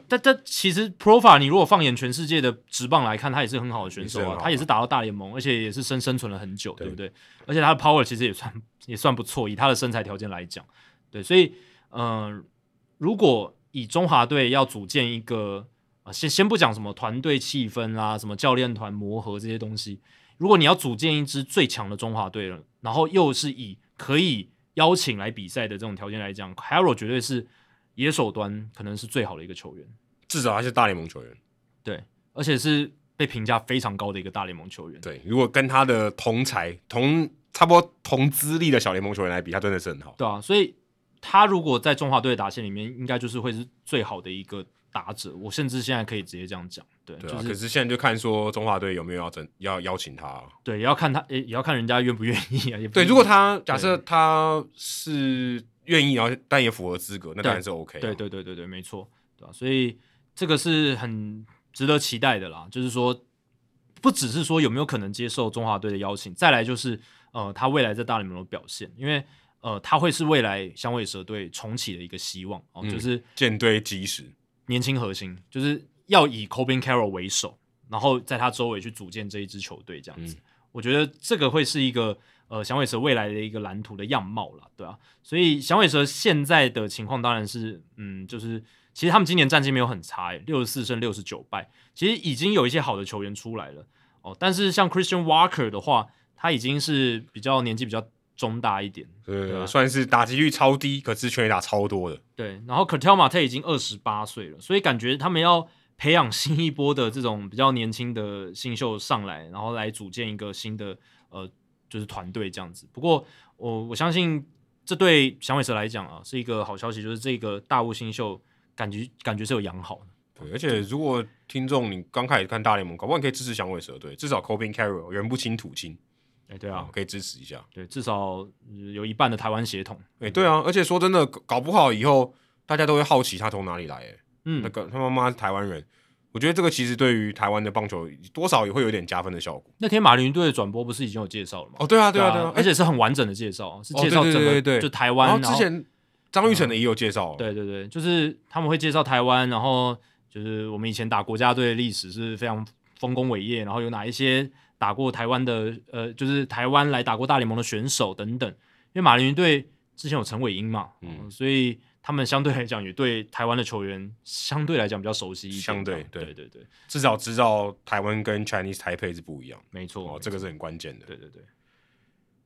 B: 但但其实 Profa 你如果放眼全世界的职棒来看，他也是很好的选手
A: 也是
B: 啊
A: 很，好啊
B: 他也是打到大联盟，而且也是生生存了很久，对
A: 对
B: 不对？而且他的 power 其实也算也算不错，以他的身材条件来讲，对，所以嗯、呃如果以中华队要组建一个啊，先先不讲什么团队气氛啦、什么教练团磨合这些东西，如果你要组建一支最强的中华队了，然后又是以可以邀请来比赛的这种条件来讲 c a r o 绝对是野手端可能是最好的一个球员，
A: 至少他是大联盟球员。
B: 对，而且是被评价非常高的一个大联盟球员，
A: 对，如果跟他的同才同差不多同资历的小联盟球员来比，他真的是很好。
B: 对啊，所以他如果在中华队的打线里面，应该就是会是最好的一个打者，我甚至现在可以直接这样讲，对，
A: 对啊，
B: 就是
A: 可是现在就看说中华队有没有要真要邀请他啊、
B: 对，也要看他，也也要看人家愿不愿意啊，也不
A: 对，
B: 一定
A: 如果他假设他是愿意，然后但也符合资格，那当然是 OK 啊、
B: 对对对对对，没错，对啊吧、所以这个是很值得期待的啦。就是说，不只是说有没有可能接受中华队的邀请，再来就是呃，他未来在大联盟的表现，因为呃，他会是未来响尾蛇队重启的一个希望哦，
A: 嗯
B: 就是
A: 舰队基石。
B: 年轻核心，就是要以 Corbin Carroll 为首，然后在他周围去组建这一支球队，这样子。我觉得这个会是一个呃响尾蛇未来的一个蓝图的样貌啦，对啊。所以响尾蛇现在的情况当然是，嗯，就是其实他们今年战绩没有很差、欸，六十四胜六十九败，其实已经有一些好的球员出来了哦。但是像 Christian Walker 的话，他已经是比较年纪比较中大一点，对啊
A: 呃，算是打击率超低，可是全垒打超多的。
B: 对，然后 c a r t e l m a t e 已经二十八岁了，所以感觉他们要培养新一波的这种比较年轻的新秀上来，然后来组建一个新的呃就是团队这样子。不过我我相信这对响尾蛇来讲啊是一个好消息，就是这个大物新秀感觉感觉是有养好的。
A: 对，而且如果听众你刚开始看大联盟，搞不好你可以支持响尾蛇队，至少 Cobin Carroll 人不清土清，
B: 哎，对
A: 对
B: 啊，
A: 可以支持一下。
B: 对，至少呃有一半的台湾血统。
A: 哎、对啊，而且说真的，搞搞不好以后大家都会好奇他从哪里来、哎，
B: 嗯
A: 那，个他妈妈是台湾人，我觉得这个其实对于台湾的棒球多少也会有点加分的效果。
B: 那天马林队的转播不是已经有介绍了吗？
A: 哦，对啊，
B: 对
A: 对啊，对啊，而
B: 而
A: 且
B: 且是很完整的介绍，啊是
A: 哦
B: 介绍整
A: 对
B: 个
A: 对对对对
B: 就台湾，
A: 然后嗯
B: 然
A: 之
B: 后
A: 前张玉成的也有介绍，，
B: 对对对，就是他们会介绍台湾，然后就是我们以前打国家队的历史是非常丰功伟业，然后有哪一些打过台湾的，呃，就是台湾来打过大联盟的选手等等。因为马林鱼队之前有陈伟英嘛，
A: 嗯
B: 嗯，所以他们相对来讲也对台湾的球员相对来讲比较熟悉一点。
A: 相对
B: 对
A: 对
B: 对对，
A: 至少知道台湾跟 Chinese Taipei 是不一样，
B: 没错，
A: 哦，这个是很关键的。
B: 对对对，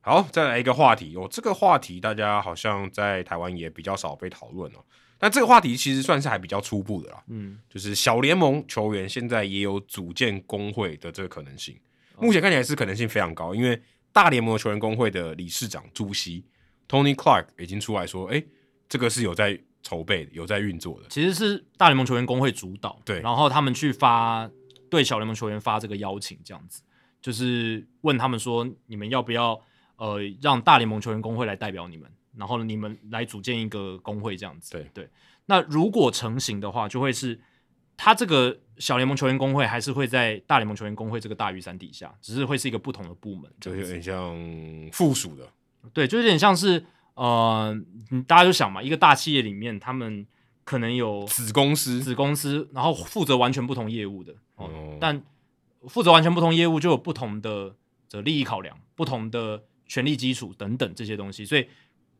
A: 好，再来一个话题哦，这个话题大家好像在台湾也比较少被讨论哦。但这个话题其实算是还比较初步的啦，
B: 嗯，
A: 就是小联盟球员现在也有组建工会的这个可能性，
B: 哦
A: 目前看起来是可能性非常高，因为大联盟的球员工会的理事长朱熹 Tony Clark 已经出来说，哎、这个是有在筹备的、有在运作的。
B: 其实是大联盟球员工会主导，
A: 对
B: 然后他们去发对小联盟球员发这个邀请，这样子就是问他们说，你们要不要呃让大联盟球员工会来代表你们，然后呢你们来组建一个工会这样子。
A: 对
B: 对，那如果成型的话，就会是他这个小联盟球员工会还是会在大联盟球员工会这个大雨伞底下，只是会是一个不同的部门这
A: 就
B: 样子，
A: 有点像附属的，
B: 对，就有点像是呃，你大家就想嘛，一个大企业里面他们。可能有
A: 子公司，
B: 子公司，然后负责完全不同业务的，哦，
A: 哦
B: 但负责完全不同业务就有不同的的利益考量、不同的权利基础等等这些东西，所以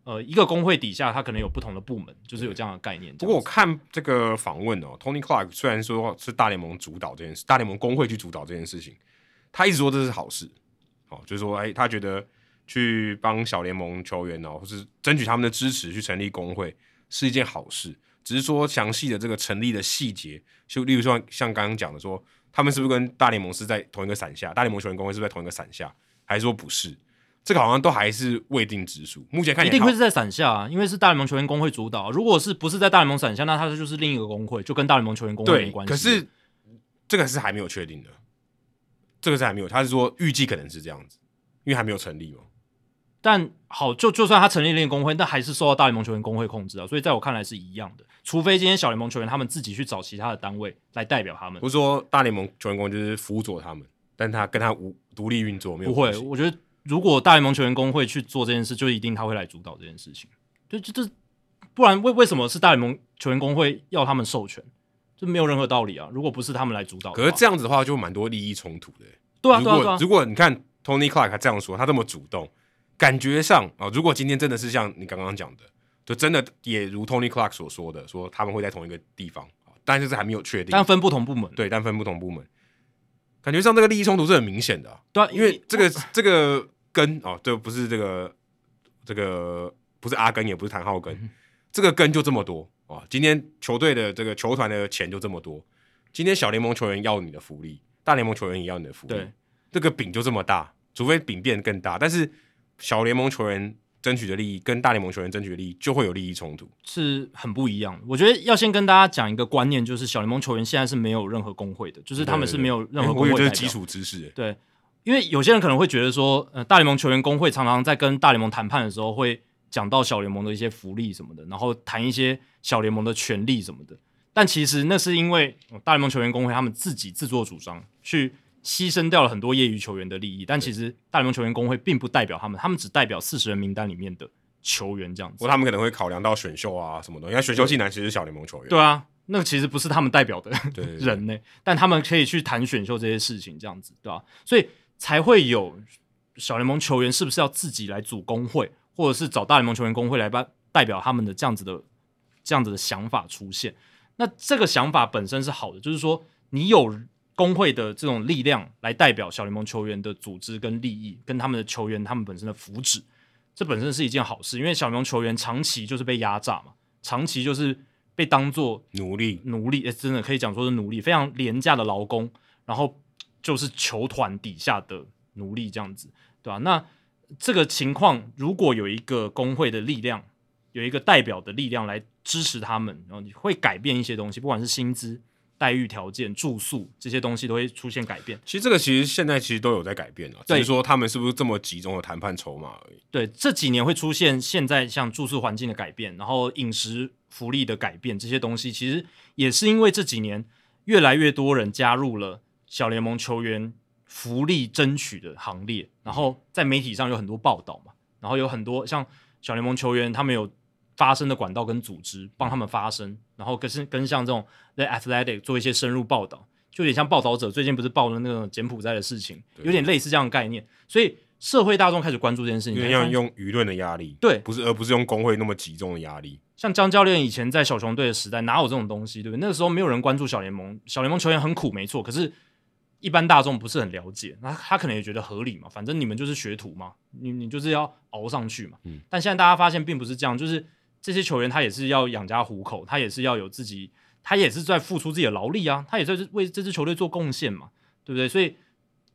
B: 呃，一个工会底下它可能有不同的部门，就是有这样的概念。
A: 不过我
B: 这样子
A: 看这个访问哦，Tony Clark 虽然说是大联盟主导这件事，大联盟工会去主导这件事情，他一直说这是好事，哦，就是说，哎，他觉得去帮小联盟球员哦，或是争取他们的支持去成立工会是一件好事。只是说详细的这个成立的细节，就例如说像刚刚讲的说，他们是不是跟大联盟是在同一个伞下，大联盟球员工会是不是在同一个伞下，还是说不是？这个好像都还是未定之数。目前看
B: 一
A: 起来
B: 定
A: 好
B: 会是在伞下、啊，因为是大联盟球员工会主导。啊如果是不是在大联盟伞下，那它就是另一个工会，就跟大联盟球员工会
A: 对
B: 没，关系。
A: 可是这个是还没有确定的，这个是还没有，他是说预计可能是这样子，因为还没有成立嘛。
B: 但好，就就算他成立另一个工会，但还是受到大联盟球员工会控制啊，所以在我看来是一样的。除非今天小联盟球员他们自己去找其他的单位来代表他们
A: 不，是说大联盟球员工就是辅佐他们，但他跟他无独立运作没有
B: 不会
A: 关。系
B: 我觉得如果大联盟球员工会去做这件事，就一定他会来主导这件事情。就就就，不然为为什么是大联盟球员工会要他们授权？这没有任何道理啊！如果不是他们来主导的话，
A: 可是这样子的话，就蛮多利益冲突的欸、
B: 对啊
A: 如
B: 对啊
A: 果
B: 对啊，
A: 如果你看 Tony Clark 他这样说，他这么主动，感觉上啊、如果今天真的是像你刚刚讲的，就真的也如 Tony Clark 所说的，说他们会在同一个地方，啊但就是还没有确定。
B: 但分不同部门，
A: 对，但分不同部门，感觉上这个利益冲突是很明显的啊、
B: 对啊，
A: 因为这个这个根哦，这不是这个这个不是阿根，也不是谭浩
B: 嗯
A: 根，这个根就这么多哦。今天球队的这个球团的钱就这么多，今天小联盟球员要你的福利，大联盟球员也要你的福利，
B: 对，
A: 这个饼就这么大，除非饼变更大，但是小联盟球员争取的利益跟大联盟球员争取的利益就会有利益冲突。
B: 是很不一样的。我觉得要先跟大家讲一个观念，就是小联盟球员现在是没有任何工会的，就是他们是没有任何
A: 哎
B: 工
A: 我
B: 会
A: 以
B: 代
A: 为
B: 表
A: 这
B: 的。
A: 是基础知识，哎
B: 对，因为有些人可能会觉得说，呃，大联盟球员工会常常在跟大联盟谈判的时候会讲到小联盟的一些福利什么的，然后谈一些小联盟的权利什么的。但其实那是因为呃大联盟球员工会他们自己自作主张去牺牲掉了很多业余球员的利益，但其实大联盟球员工会并不代表他们，他们只代表四十人名单里面的球员这样
A: 不
B: 子
A: 过。他们可能会考量到选秀啊什么东西，因为选秀进来其实是小联盟球员，
B: 对啊，那个其实不是他们代表的，
A: 对对对
B: 人呢、但他们可以去谈选秀这些事情，这样子对吧、所以才会有小联盟球员是不是要自己来组工会，或者是找大联盟球员工会来代代表他们的这样子的这样子的想法出现。那这个想法本身是好的，就是说你有工会的这种力量来代表小联盟球员的组织跟利益，跟他们的球员他们本身的福祉，这本身是一件好事，因为小联盟球员长期就是被压榨嘛，长期就是被当做
A: 努力
B: 奴隶，诶真的可以讲说是奴隶，非常廉价的劳工，然后就是球团底下的奴隶这样子，对吧、那这个情况如果有一个工会的力量，有一个代表的力量来支持他们，然后你会改变一些东西，不管是薪资、待遇条件、住宿这些东西都会出现改变。
A: 其实这个其实现在其实都有在改变了，只
B: 对
A: 是说他们是不是这么集中的谈判筹码而已。
B: 对，这几年会出现现在像住宿环境的改变，然后饮食福利的改变，这些东西其实也是因为这几年越来越多人加入了小联盟球员福利争取的行列，然后在媒体上有很多报道嘛，然后有很多像小联盟球员他们有发声的管道跟组织帮他们发声，然后跟是跟像这种 The Athletic 做一些深入报道，就有点像报道者最近不是报了那个柬埔寨的事情，有点类似这样的概念，所以社会大众开始关注这件事情，
A: 因为
B: 才
A: 要
B: 发现
A: 用舆论的压力，
B: 对
A: 不是而不是用工会那么集中的压力。
B: 像江教练以前在小熊队的时代，哪有这种东西，对不对？那个时候没有人关注小联盟，小联盟球员很苦，没错，可是，一般大众不是很了解，那他可能也觉得合理嘛，反正你们就是学徒嘛，你你就是要熬上去嘛。
A: 嗯
B: 但现在大家发现并不是这样，就是这些球员他也是要养家糊口，他也是要有自己，他也是在付出自己的劳力啊，他也在为这支球队做贡献嘛，对不对？所以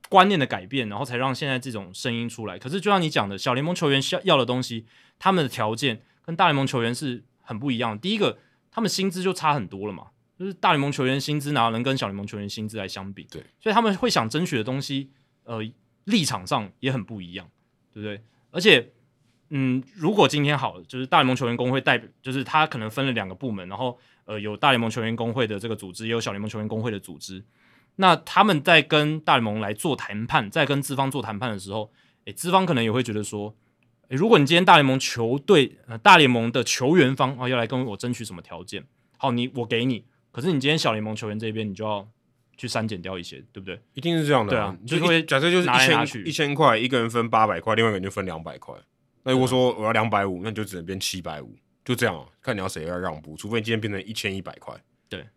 B: 观念的改变，然后才让现在这种声音出来。可是就像你讲的，小联盟球员需要要的东西，他们的条件跟大联盟球员是很不一样的。第一个，他们薪资就差很多了嘛，就是大联盟球员薪资哪能跟小联盟球员薪资来相比？
A: 对，
B: 所以他们会想争取的东西，呃，立场上也很不一样，对不对？而且，嗯，如果今天好了，就是大联盟球员工会代表，就是他可能分了两个部门，然后呃，有大联盟球员工会的这个组织，也有小联盟球员工会的组织。那他们在跟大联盟来做谈判，在跟资方做谈判的时候，诶，资方可能也会觉得说，诶，如果你今天大联盟球队呃大联盟的球员方啊、哦要来跟我争取什么条件，好，你我给你，可是你今天小联盟球员这边你就要去删减掉一些，对不对？
A: 一定是这样的、
B: 对啊
A: 就
B: 就会
A: 一假设就是
B: 拿
A: 一
B: 来拿
A: 千
B: 去
A: 一千块，一个人分八百块，另外一个人就分两百块。那如
B: 啊
A: 果说我要两百五，那你就只能变七百五，就这样、啊，看你要谁要让步，除非你今天变成一千一百块。
B: 对，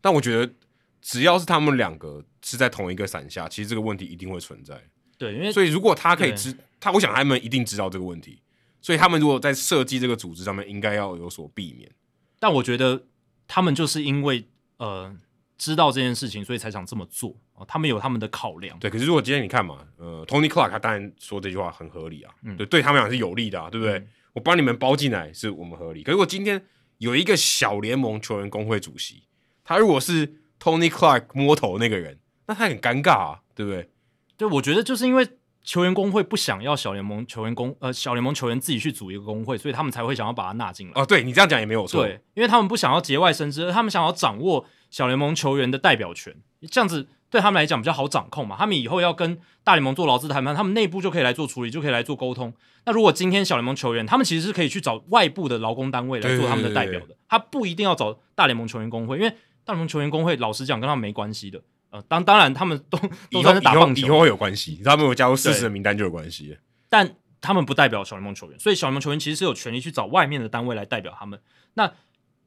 A: 但我觉得只要是他们两个是在同一个伞下，其实这个问题一定会存在。
B: 对，因为
A: 所以如果他可以
B: 对
A: 知，他我想他们一定知道这个问题，所以他们如果在设计这个组织上面，应该要有所避免。
B: 但我觉得他们就是因为呃知道这件事情，所以才想这么做哦，他们有他们的考量。
A: 对，可是如果今天你看嘛，呃，Tony Clark 他当然说这句话很合理啊，对，对他们俩是有利的啊，对不对？
B: 嗯
A: 我把你们包进来是我们合理。可是如果今天有一个小联盟球员工会主席，他如果是 Tony Clark 摸头那个人，那他很尴尬啊，对不对？
B: 对，我觉得就是因为球员工会不想要小联盟球员工呃小联盟球员自己去组一个工会，所以他们才会想要把它纳进来。
A: 哦，对你这样讲也没有错，
B: 对，因为他们不想要节外生枝，他们想要掌握小联盟球员的代表权，这样子对他们来讲比较好掌控嘛。他们以后要跟大联盟做劳资谈判，他们内部就可以来做处理，就可以来做沟通。那如果今天小联盟球员，他们其实是可以去找外部的劳工单位来做他们的代表的，
A: 对
B: 他不一定要找大联盟球员工会，因为大联盟球员工会老实讲跟他们没关系的。呃，当当然他们都都
A: 以
B: 算
A: 后
B: 是
A: 以
B: 打
A: 后
B: 棒
A: 以
B: 球，
A: 后会有关系，他们有加入四
B: 对
A: 十的名单就有关系了。
B: 但他们不代表小联盟球员，所以小联盟球员其实是有权利去找外面的单位来代表他们。那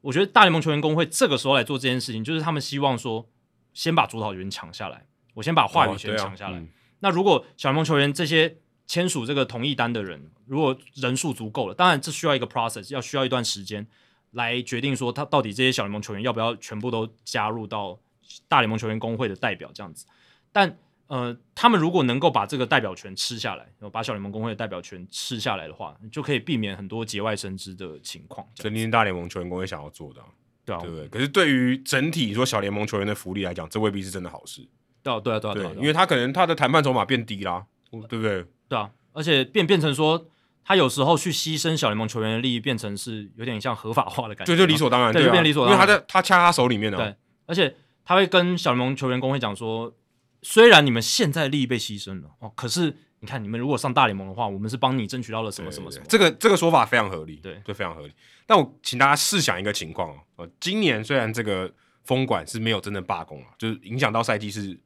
B: 我觉得大联盟球员工会这个时候来做这件事情，就是他们希望说，先把主导权抢下来，我先把话语
A: 哦
B: 权
A: 对啊
B: 抢下来。
A: 嗯
B: 那如果小联盟球员这些签署这个同意单的人，如果人数足够了，当然这需要一个 process，要需要一段时间来决定说他到底这些小联盟球员要不要全部都加入到大联盟球员工会的代表这样子。但呃，他们如果能够把这个代表权吃下来，然后把小联盟工会的代表权吃下来的话，就可以避免很多节外生枝的情况。这
A: 这
B: 样
A: 一定是大联盟球员工会想要做的啊、
B: 对啊，
A: 对不对？可是对于整体说小联盟球员的福利来讲，这未必是真的好事。
B: 对啊，对啊，对啊，
A: 对
B: 对啊，，嗯
A: 因为他可能他的谈判筹码变低啦，对不对？
B: 对啊，而且变变成说，他有时候去牺牲小联盟球员的利益，变成是有点像合法化的感觉，
A: 就就理。所当然，
B: 哎对
A: 对啊，
B: 就变理所当
A: 因
B: 然
A: 为他在他掐他手里面啊呢、
B: 对而且他会跟小联盟球员工会讲说，虽然你们现在利益被牺牲了哦，可是你看你们如果上大联盟的话，我们是帮你争取到了什么什么什么。
A: 这个这个说法非常合理，
B: 对
A: 对，非常合理。但我请大家试想一个情况哦，呃，今年虽然这个封管是没有真的罢工啊，就是影响到赛季是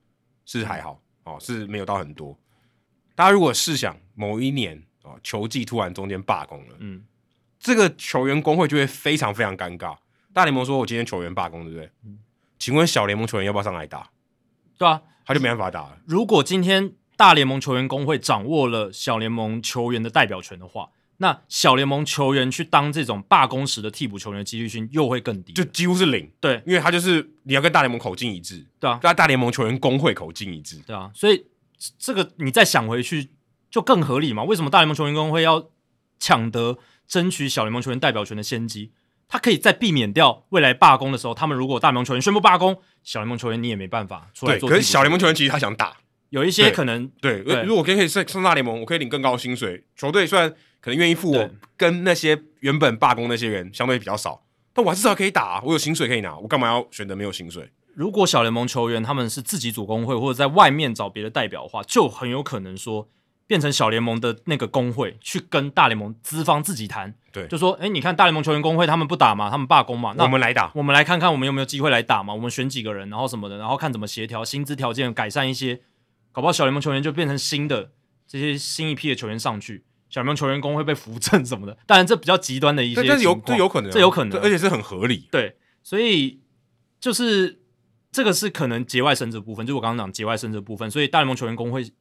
A: 是还好哦，是没有到很多。大家如果试想某一年啊、哦，球季突然中间罢工了，
B: 嗯，
A: 这个球员工会就会非常非常尴尬。大联盟说我今天球员罢工，对不对？请问小联盟球员要不要上来打？
B: 对啊，
A: 他就没办法打了。
B: 如果今天大联盟球员工会掌握了小联盟球员的代表权的话，那小联盟球员去当这种罢工时的替补球员的几率性又会更低
A: 就
B: 了。
A: 几乎是零，
B: 对
A: 因为他就是你要跟大联盟口径一致，
B: 对啊
A: 跟大联盟球员工会口径一致，
B: 对啊，所以这这个你再想回去就更合理嘛？为什么大联盟球员工会要抢得争取小联盟球员代表权的先机？他可以在避免掉未来罢工的时候，他们如果大联盟球员宣布罢工，小联盟球员你也没办法出来
A: 对。
B: 做替补球员。
A: 可是小联盟球员其实他想打，
B: 有一些
A: 对
B: 可能
A: 对，
B: 对
A: 如果我可以上上大联盟，我可以领更高的薪水，球队虽然可能愿意付我
B: 对，
A: 跟那些原本罢工那些人相对比较少，但我还至少可以打啊、我有薪水可以拿，我干嘛要选择没有薪水？
B: 如果小联盟球员他们是自己组工会或者在外面找别的代表的话，就很有可能说变成小联盟的那个工会去跟大联盟资方自己谈，
A: 对
B: 就说哎、诶你看大联盟球员工会他们不打嘛，他们罢工嘛，那
A: 我们来打，
B: 我们来看看我们有没有机会来打嘛，我们选几个人，然后什么的，然后看怎么协调薪资条件，改善一些，搞不好小联盟球员就变成新的这些新一批的球员上去，小联盟球员工会被扶正什么的，当然这比较极端的一些
A: 但
B: 情
A: 但
B: 况，
A: 是有这有可能啊，
B: 这有可能啊，
A: 而且是很合理。
B: 对，所以就是这个是可能节外生枝的部分，就是我刚刚讲节外生枝的部分，所以大联盟球员工会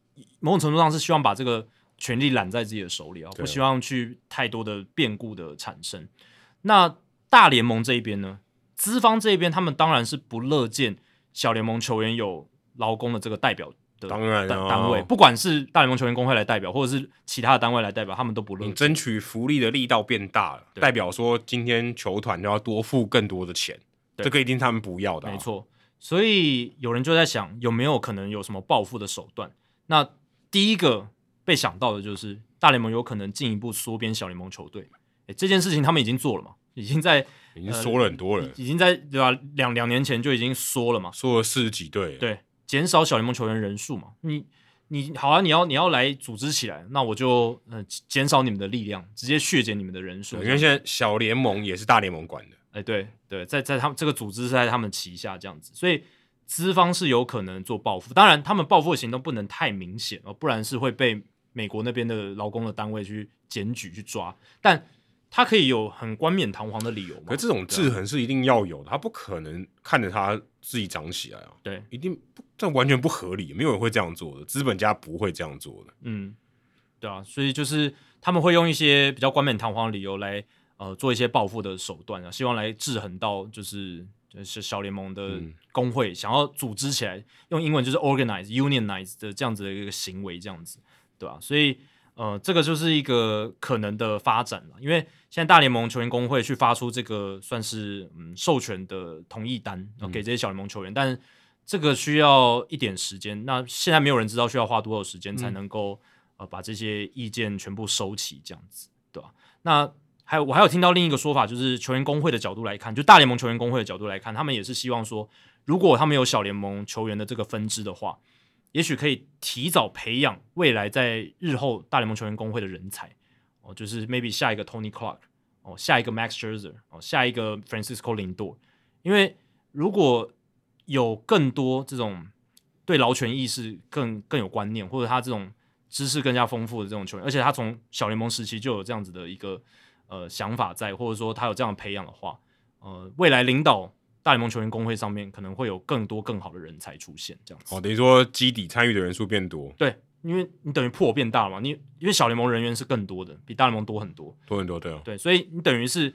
B: 某种程度上是希望把这个权利揽在自己的手里啊，
A: 对
B: 不希望去太多的变故的产生。那大联盟这一边呢，资方这一边他们当然是不乐见小联盟球员有劳工的这个代表的
A: 当然
B: 单
A: 啊，
B: 单位，不管是大联盟球员工会来代表，或者是其他的单位来代表，他们都不乐
A: 你
B: 见。
A: 争取福利的力道变大了，
B: 对
A: 代表说今天球团就要多付更多的钱，
B: 对
A: 这个一定他们不要的、啊
B: 没，错，所以有人就在想，有没有可能有什么报复的手段？那第一个被想到的就是大联盟有可能进一步缩编小联盟球队。诶这件事情他们已经做了嘛？已经在
A: 已经说了很多人，
B: 已经在对吧、两两年前就已经缩了嘛？
A: 说了四十几队，，
B: 对，减少小联盟球员人数嘛。你你好啊，你要你要来组织起来，那我就呃减少你们的力量，直接削减你们的人数。
A: 因为现在小联盟也是大联盟管的，
B: 哎，对对，在在他们这个组织是在他们旗下这样子，所以资方是有可能做报复。当然，他们报复的行动不能太明显哦，不然是会被美国那边的劳工的单位去检举去抓。但他可以有很冠冕堂皇的理由嘛？
A: 可是这种制衡是一定要有的，他不可能看着他自己长起来啊，
B: 对，
A: 一定不，这完全不合理，没有人会这样做的，资本家不会这样做的，
B: 嗯，对啊，所以就是他们会用一些比较冠冕堂皇的理由来呃做一些报复的手段啊，希望来制衡到就是就是小联盟的
A: 嗯
B: 工会、想要组织起来，用英文就是 organize、unionize 的这样子的一个行为，这样子，对吧、啊所以呃，这个就是一个可能的发展了，因为现在大联盟球员工会去发出这个算是嗯授权的同意单、呃给这些小联盟球员，但这个需要一点时间，那现在没有人知道需要花多少时间才
A: 嗯
B: 能够、呃把这些意见全部收齐，这样子，对吧、那还有我还有听到另一个说法，就是球员工会的角度来看，就大联盟球员工会的角度来看，他们也是希望说，如果他们有小联盟球员的这个分支的话，也许可以提早培养未来在日后大联盟球员工会的人才哦，就是 maybe 下一个 Tony Clark 哦，下一个 Max Scherzer 哦，下一个 Francisco Lindor，因为如果有更多这种对劳权意识更更有观念，或者他这种知识更加丰富的这种球员，而且他从小联盟时期就有这样子的一个呃想法在，或者说他有这样的培养的话，呃，未来领导大联盟球员工会上面可能会有更多更好的人才出现，这样子。
A: 哦，等于说基底参与的人数变多，
B: 对，因为你等于破变大了嘛，你因为小联盟人员是更多的，比大联盟多很多，
A: 多很多对哦。
B: 对，所以你等于是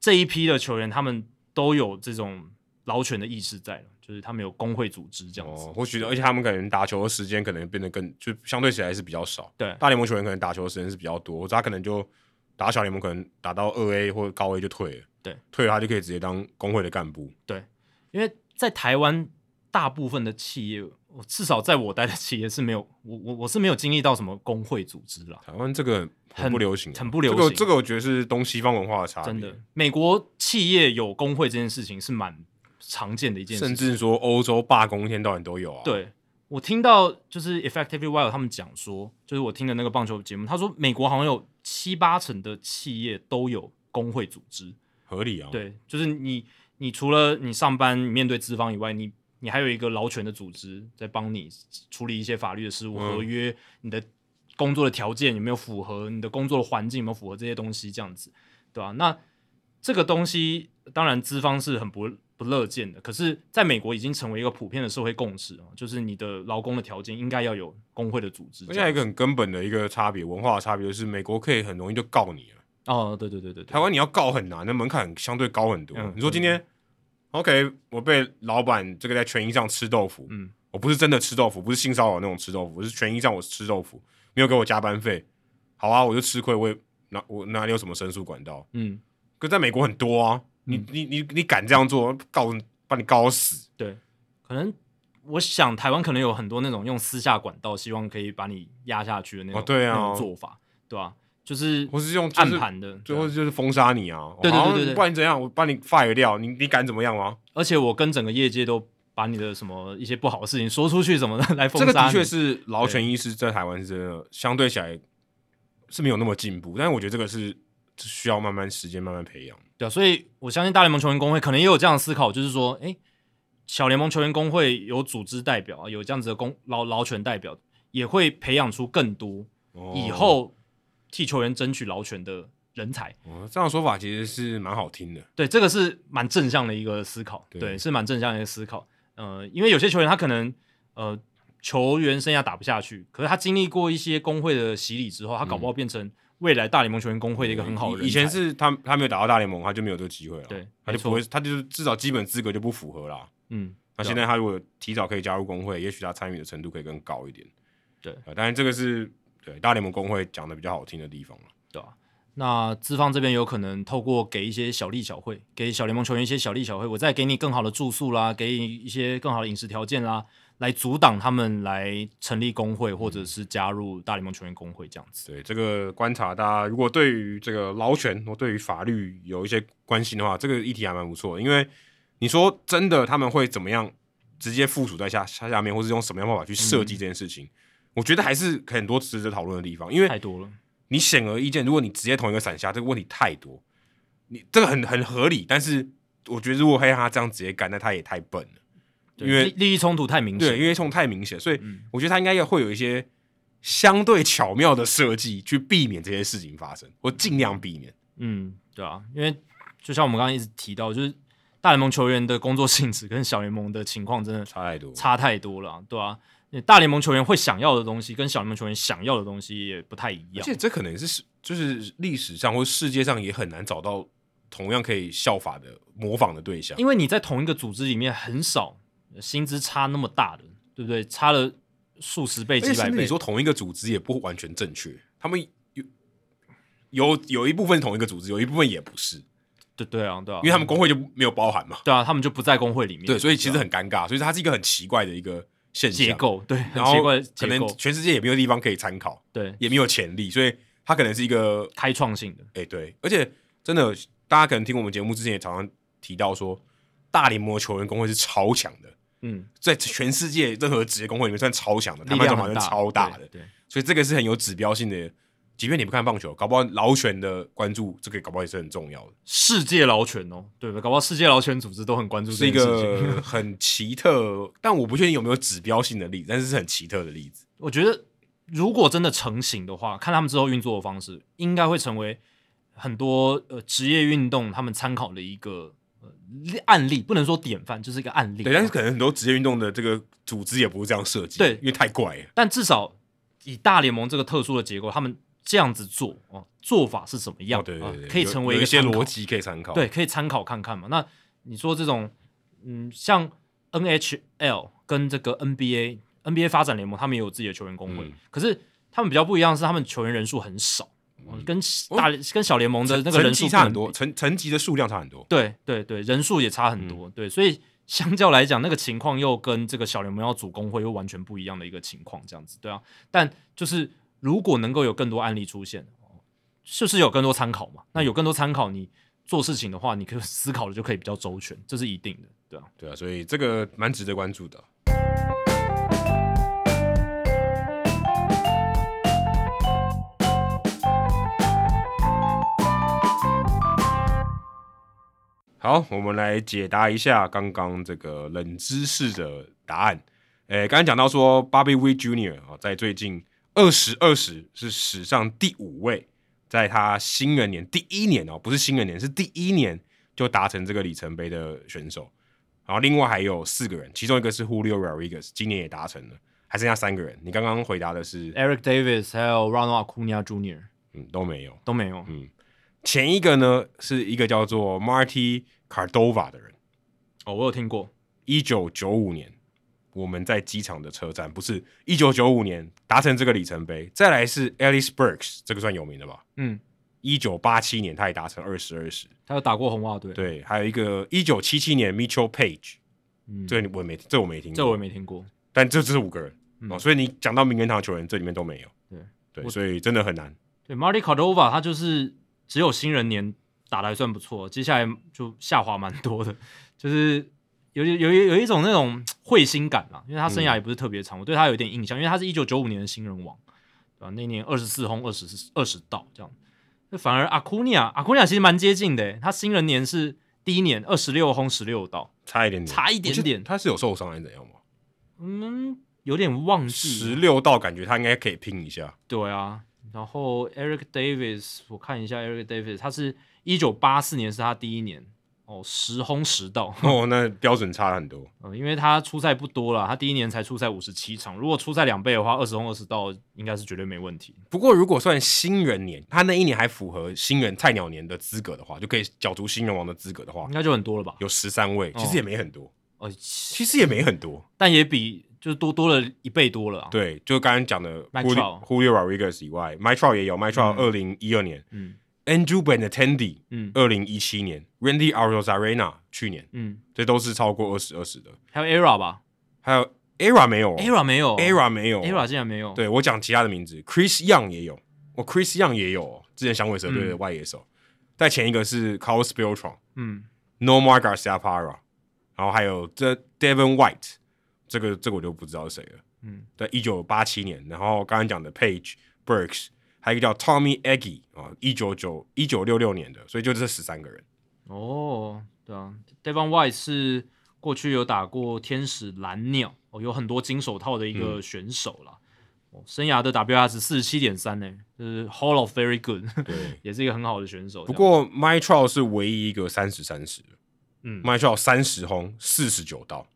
B: 这一批的球员，他们都有这种劳权的意识在了，就是他们有工会组织这样子。
A: 哦，或许而且他们可能打球的时间可能变得更，就相对起来是比较少。
B: 对
A: 大联盟球员可能打球的时间是比较多，或者他可能就打小联盟，可能打到二 A 或者高 A 就退了。
B: 对，
A: 退了他就可以直接当工会的干部。
B: 因为在台湾大部分的企业，我至少在我待的企业是没有，我我我是没有经历到什么工会组织啦，
A: 台湾这个很不流行啊、
B: 很不流
A: 这
B: 行
A: 个这个我觉得是东西方文化的差别，
B: 真的。美国企业有工会这件事情是蛮常见的一件事
A: 甚
B: 情，
A: 至说欧洲罢工一天到晚都有啊。，
B: 对我听到就是 Effectively Wild 他们讲说，就是我听的那个棒球节目，他说美国好像有七八成的企业都有工会组织。
A: 合理啊。，
B: 对，就是你你除了你上班你面对资方以外，你你还有一个劳权的组织在帮你处理一些法律的事务、
A: 嗯
B: 合约，你的工作的条件有没有符合，你的工作的环境有没有符合这些东西，这样子，对吧、那这个东西当然资方是很不不乐见的，可是在美国已经成为一个普遍的社会共识啊，就是你的劳工的条件应该要有工会的组织
A: 而
B: 这
A: 且还
B: 样。
A: 有一个很根本的一个差别，文化的差别就是美国可以很容易就告你了。
B: 哦，对对对对对，
A: 台湾你要告很难，那门槛相对高很多。
B: 嗯
A: 你说今天、o k 我被老板这个在权益上吃豆腐，
B: 嗯
A: 我不是真的吃豆腐，不是性骚扰那种吃豆腐，我是权益上我吃豆腐，没有给我加班费，好啊，我就吃亏，我也哪我哪里有什么申诉管道？
B: 嗯，
A: 可在美国很多啊，你、你你你敢这样做，告把你告死。
B: 对，可能我想台湾可能有很多那种用私下管道，希望可以把你压下去的那种、
A: 哦对啊
B: 那种做法，对吧、就是
A: 或是用就是
B: 暗盘的，
A: 最
B: 对啊
A: 后就是封杀你啊！
B: 对对对
A: 好像
B: 对对
A: 不然你怎样？我把你 fire 掉，你你敢怎么样吗？
B: 而且我跟整个业界都把你的什么一些不好的事情说出去，什么的 来封
A: 这个的
B: 杀你
A: 确是劳权意识在台湾是真的相对起来是没有那么进步，但是我觉得这个是需要慢慢时间慢慢培养。
B: 对啊，所以我相信大联盟球员工会可能也有这样的思考，就是说，诶，小联盟球员工会有组织代表啊，有这样子的工劳劳权代表，也会培养出更多
A: 哦
B: 以、后替球员争取劳权的人才。
A: 哦这样的说法其实是蛮好听的，
B: 对，这个是蛮正向的一个思考，对，
A: 对
B: 是蛮正向的一个思考。呃，因为有些球员他可能呃球员生涯打不下去，可是他经历过一些工会的洗礼之后，他搞不好变成未来大联盟球员工会的一个很好的人
A: 嗯
B: 才。
A: 以前是他他没有打到大联盟，他就没有这个机会了，
B: 对
A: 他
B: 没
A: 就
B: 错
A: 不会，他就是至少基本资格就不符合啦。
B: 嗯，
A: 那现在他如果提早可以加入工会，也许他参与的程度可以更高一点。
B: 对
A: 呃，当然这个是对大联盟工会讲的比较好听的地方了。
B: 对吧、那资方这边有可能透过给一些小利小惠，给小联盟球员一些小利小惠，我再给你更好的住宿啦，给你一些更好的饮食条件啦，来阻挡他们来成立工会
A: 嗯
B: 或者是加入大联盟球员工会这样子。
A: 对这个观察，大家如果对于这个劳权或对于法律有一些关心的话，这个议题还蛮不错的。因为你说真的，他们会怎么样直接附属在下下下面，或是用什么样的方法去设计这件事情？我觉得还是很多值得讨论的地方。因
B: 太
A: 为
B: 多了，
A: 你显而易见，如果你直接同一个伞下，这个问题太多，你这个很很合理。但是我觉得，如果黑他这样直接干，那他也太笨了。
B: 对
A: 因为
B: 利利益冲突太明显了，
A: 对，因为冲太明显，所以
B: 嗯
A: 我觉得他应该要会有一些相对巧妙的设计，去避免这些事情发生，或尽量避免。
B: 嗯，对啊，因为就像我们刚刚一直提到，就是大联盟球员的工作性质跟小联盟的情况真的
A: 差太多，
B: 差太多了啊、对啊，因为大联盟球员会想要的东西跟小联盟球员想要的东西也不太一
A: 而
B: 样
A: 且，这可能是就是历史上或世界上也很难找到同样可以效法的模仿的对象。
B: 因为你在同一个组织里面很少薪资差那么大的，对不对？差了数十倍、
A: 而且
B: 几百
A: 甚至
B: 倍
A: 你。说同一个组织也不完全正确，他们有有有一部分同一个组织，有一部分也不是，
B: 对对啊，对啊，
A: 因为他们工会就没有包含嘛。
B: 对啊，他们就不在工会里面。
A: 对，所以其实
B: 对啊
A: 很尴尬，所以它是一个很奇怪的一个现象
B: 结。构对，很
A: 然
B: 奇
A: 后
B: 怪的
A: 可
B: 结
A: 能
B: 构
A: 全世界也没有地方可以参考，
B: 对
A: 也没有潜力，所以它可能是一个
B: 开创性的，
A: 哎、对，而且真的，大家可能听我们节目之前也常常提到说，大联盟的球员工会是超强的，
B: 嗯，
A: 在全世界任何职业工会里面算超强的，
B: 力
A: 台湾
B: 量
A: 好
B: 很
A: 像
B: 大，
A: 超大的，
B: 对，对
A: 所以这个是很有指标性的。即便你不看棒球，搞不好劳权的关注，这个搞不好也是很重要的，
B: 世界劳权哦，对吧？搞不好世界劳权组织都很关注
A: 是
B: 这
A: 一
B: 件事情。
A: 个 很奇特，但我不确定有没有指标性的例子，但是是很奇特的例子。
B: 我觉得如果真的成型的话，看他们之后运作的方式，应该会成为很多呃职业运动他们参考的一个呃案例，不能说典范，就是一个案例。
A: 对，但是可能很多职业运动的这个组织也不是这样设计，
B: 对
A: 因为太怪了。
B: 但至少以大联盟这个特殊的结构，他们这样子做哦，做法是怎么样？
A: 哦对对对，
B: 啊可以
A: 有
B: 成为
A: 有
B: 一
A: 一
B: 个
A: 些
B: 参考
A: 逻辑可以参考。
B: 对，可以参考看看嘛。那你说这种，嗯，像 NHL 跟这个 NBA、NBA 发展联盟，他们也有自己的球员工会，
A: 嗯
B: 可是他们比较不一样，是他们球员人数很少，跟大、跟小联盟的那个
A: 嗯哦成
B: 人
A: 绩
B: 数
A: 差
B: 不
A: 很
B: 能
A: 多，成成级的数量差很多。
B: 对对对，人数也差很多，对，所以 相较来讲，那个情况又跟这个小联盟要组工会又完全不一样的一个情况，这样子，对啊。但就是如果能够有更多案例出现，哦就是有更多参考嘛。那有更多参考，你做事情的话，你可以 思考的就可以比较周全，这是一定的，对啊。
A: 对啊，所以这个蛮值得关注的。好，我们来解答一下刚刚这个冷知识的答案。诶，刚才讲到说，Bobby w e Jr. 啊，在最近二十二十是史上第五位，在他新人年第一年哦，不是新人年，是第一年就达成这个里程碑的选手。然后另外还有四个人，其中一个是 Julio Rodriguez，今年也达成了，还剩下三个人。你刚刚回答的是，
B: Eric Davis 还有 Ronald Acuna Jr.
A: 嗯，都没有。嗯
B: 都没有，
A: 前一个呢是一个叫做 Marty Cardova 的人，
B: 哦，我有听过，
A: 一九九五年我们在机场的车站，不是一九九五年达成这个里程碑。再来是 Alice Burks，这个算有名的吧？
B: 嗯，
A: 一九八七年他也达成二十二十，
B: 他有打过红袜队，，
A: 对，还有一个一九七七年 Mitchell Page，
B: 嗯，
A: 这个我没这我没听过，
B: 这我也没听过，
A: 但这只是五个人、
B: 嗯
A: 哦，所以你讲到名人堂球员，这里面都没有。
B: 对
A: 对，
B: 我
A: 所以真的很难。
B: 对，Marty Cordova 他就是只有新人年打的还算不错，接下来就下滑蛮多的，就是有有有有一种那种彗星感啦，因为他生
A: 嗯
B: 涯也不是特别长，我对他有点印象，因为他是一九九五年的新人王，对吧、那年二十四轰，二十二十道这样，那反而阿库尼亚，阿库尼亚其实蛮接近的欸，他新人年是第一年二十六轰十六道，
A: 差一点点，
B: 差一点
A: 我记
B: 点
A: 得他是有受伤还是怎样吗？
B: 嗯，有点忘记
A: 十
B: 了，
A: 六道感觉他应该可以拼一 下，
B: 对啊，然后 Eric Davis，我看一下 Eric Davis，他是一九八四年是他第一年哦，十轰十盗，
A: 哦，那标准差很多。
B: 呃，因为他出赛不多啦，他第一年才出赛五十七场，如果出赛两倍的话，二十轰二十盗应该是绝对没问题。
A: 不过如果算新人年，他那一年还符合新人菜鸟年的资格的话，就可以角逐新人王的资格的话
B: 应，该就很多了吧？
A: 有十三位，其实也没很多，
B: 呃，
A: 其实也没很多。
B: 但也比就是多多了一倍多了啊。，
A: 对，就刚刚讲的
B: Mike
A: Julio
B: Trout
A: Julio Rodriguez 以外 m y t r o 也有 m y t r o 二零一二年
B: 嗯
A: ，Andrew Benatendi
B: 嗯
A: 二零一七年，Randy a r o z a r e n a 去年，
B: 嗯，
A: 这都是超过二十二十的。
B: 还有 ERA 吧
A: 还有 ERA 没有哦、
B: ，ERA 没有
A: ERA 没有哦、
B: ERA 竟然没有。
A: 对我讲其他的名字，Chris Young 也有，我 Chris Young 也有哦，之前响尾蛇队的外野手。再、前一个是 Carlos Beltran、
B: 嗯，
A: Nomar Garcia Parra，然后还有这 Devon White，这个这个我就不知道是谁了。
B: 嗯，
A: 在一九八七年，然后刚刚讲的 Page Burks，还有一个叫 Tommy Aggie 啊，一九九一九六六年的，所以就这十三个人。
B: 哦，对啊，Devon White 是过去有打过天使蓝鸟，哦，有很多金手套的一个
A: 嗯
B: 选手啦。哦，生涯的 WR 值四十七点三呢，就是 Hall of Very Good，
A: 对
B: 也是一个很好的选手。
A: 不，过 My t r o 是唯一一个三十三十
B: 嗯，
A: 麦少三十轰，四十九盗，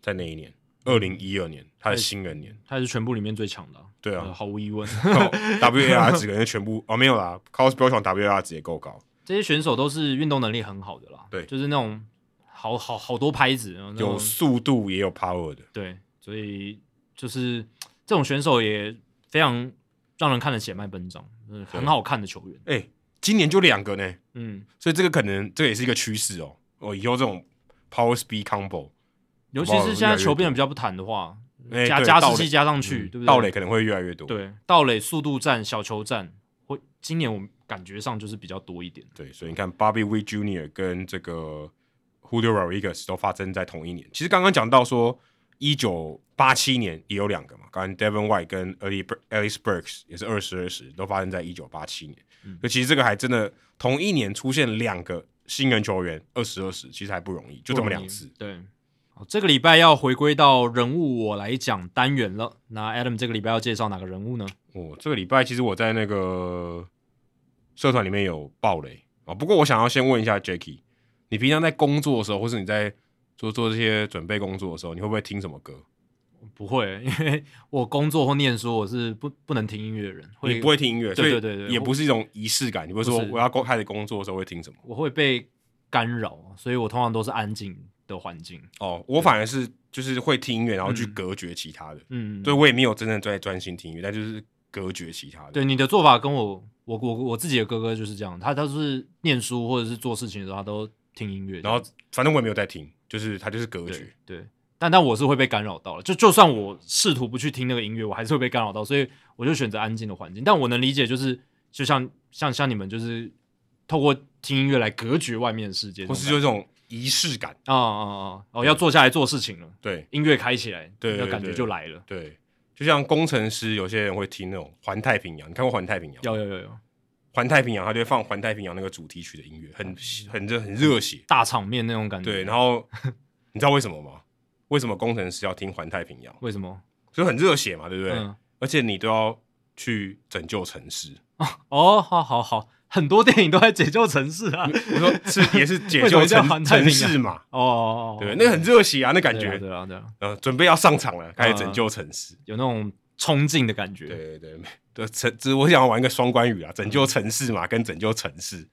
A: 在那一年，二零一二年，他的新人年，
B: 他也是全部里面最强的啊、
A: 对
B: 呃
A: 啊
B: 毫无疑问。
A: ，WAR 值可能全部哦没有啦 c o s b e l t r a n WAR 值也够高，
B: 这些选手都是运动能力很好的啦，
A: 对
B: 就是那种好好好多拍子，然后那种
A: 有速度也有 power 的，
B: 对，所以就是这种选手也非常让人看得血脉奔张，就是很好看的球员。
A: 哎、今年就两个呢，
B: 嗯，
A: 所以这个可能这个也是一个趋势哦。哦，以后这种 power speed combo，
B: 尤其是现在球变得比较不弹的话，
A: 哎、
B: 嗯加
A: 对
B: 加
A: 盗垒
B: 时
A: 嗯
B: 机加上去，对不对？
A: 盗垒可能会越来越多。
B: 对，盗垒速度战、小球战，会今年我们感觉上就是比较多一点。
A: 对，所以你看，Bobby w e Jr. 跟这个 Julio Rodriguez 都发生在同一年。其实刚刚讲到说，一九八七年也有两个嘛，刚刚 Devin White 跟 Ali Alice Burks 也是二十二十，都发生在一九八七年。所以其实这个还真的同一年出现两个新人球员二十二十，其实还不容易，就这么两次。
B: 不容易。对，好，这个礼拜要回归到人物我来讲单元了。那 Adam 这个礼拜要介绍哪个人物呢？
A: 我、哦这个礼拜其实我在那个社团里面有爆雷啊，不过我想要先问一下 Jacky，你平常在工作的时候，或是你在做做这些准备工作的时候，你会不会听什么歌？
B: 不会，因为我工作或念书，我是不不能听音乐的人，会
A: 你不会听音乐，
B: 对
A: 所以
B: 对对对
A: 也
B: 我
A: 不是一种仪式感。你不会说
B: 不是
A: 我要工开始工作的时候会听什么？
B: 我会被干扰，所以我通常都是安静的环境。
A: 哦，我反而是就是会听音乐，然后去
B: 嗯
A: 隔绝其他的。
B: 嗯，
A: 对我也没有真正在专心听音乐，但就是隔绝其他的。
B: 对，你的做法跟我我我我自己的哥哥就是这样，他他是念书或者是做事情的时候，他都听音乐这
A: 然
B: 样
A: 后
B: 子，
A: 反正我也没有在听，就是他就是隔绝。
B: 对对。但但我是会被干扰到了，就就算我试图不去听那个音乐，我还是会被干扰到，所以我就选择安静的环境。但我能理解，就是就像像像你们就是透过听音乐来隔绝外面的世界这
A: 或
B: 种
A: 是
B: 感
A: 就
B: 觉，
A: 是这种仪式感。
B: 啊啊啊哦，要坐下来做事情了，
A: 对
B: 音乐开起来，
A: 对对
B: 那感觉
A: 对
B: 就来了。
A: 对，就像工程师，有些人会听那种《环太平洋》，你看过《环太平洋》？《
B: 有有有有，
A: 环太平洋》他就会放《环太平洋》那个主题曲的音乐，
B: 哦
A: 很很热很热血。
B: 大场面那种感觉。
A: 对，然后你知道为什么吗？为什么工程师要听《环太平洋》？
B: 为什么？
A: 就很热血嘛，对不对？
B: 嗯，
A: 而且你都要去拯救城市。
B: 哦，好好好，很多电影都在解救城市啊。
A: 我说是也是解
B: 为什
A: 救
B: 么叫
A: 城
B: 环太平
A: 城
B: 洋
A: 市嘛，
B: 哦哦，哦
A: 对，那个很热血啊，那感
B: 对啊嗯
A: 觉
B: 对啊对啊，
A: 呃准备要上场了，开始拯救城市。
B: 有那种冲劲的感觉。
A: 对对对，没 对城，只我想玩一个双关
B: 嗯
A: 语啊，拯救城市嘛，跟拯救城市。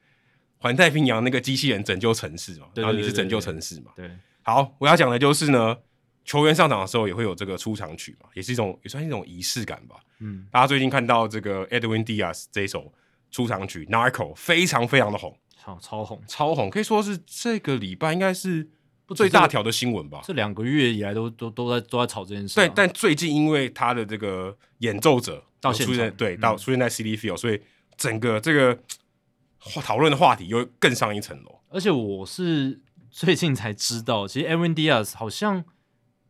A: 环太平洋那个机器人拯救城市嘛，
B: 对对
A: 然后你是
B: 对对
A: 拯救
B: 对
A: 城市嘛。
B: 对
A: 好，我要讲的就是呢，球员上场的时候也会有这个出场曲嘛，也是一种也算是一种仪式感吧。
B: 嗯，
A: 大家最近看到这个 Edwin Diaz 这一首出场曲《Narco》非常非常的红，
B: 超超红，
A: 超红，可以说是这个礼拜应该是最大条的新闻吧。
B: 这两个月以来都都都在都在吵这件事啊。
A: 对，但最近因为他的这个演奏者
B: 到
A: 有
B: 现
A: 出现在
B: 场
A: 对
B: 嗯
A: 到出现在 CD Field，、所以整个这个话讨论的话题又更上一层楼。
B: 而且我是最近才知道，其实 Aaron Diaz 好像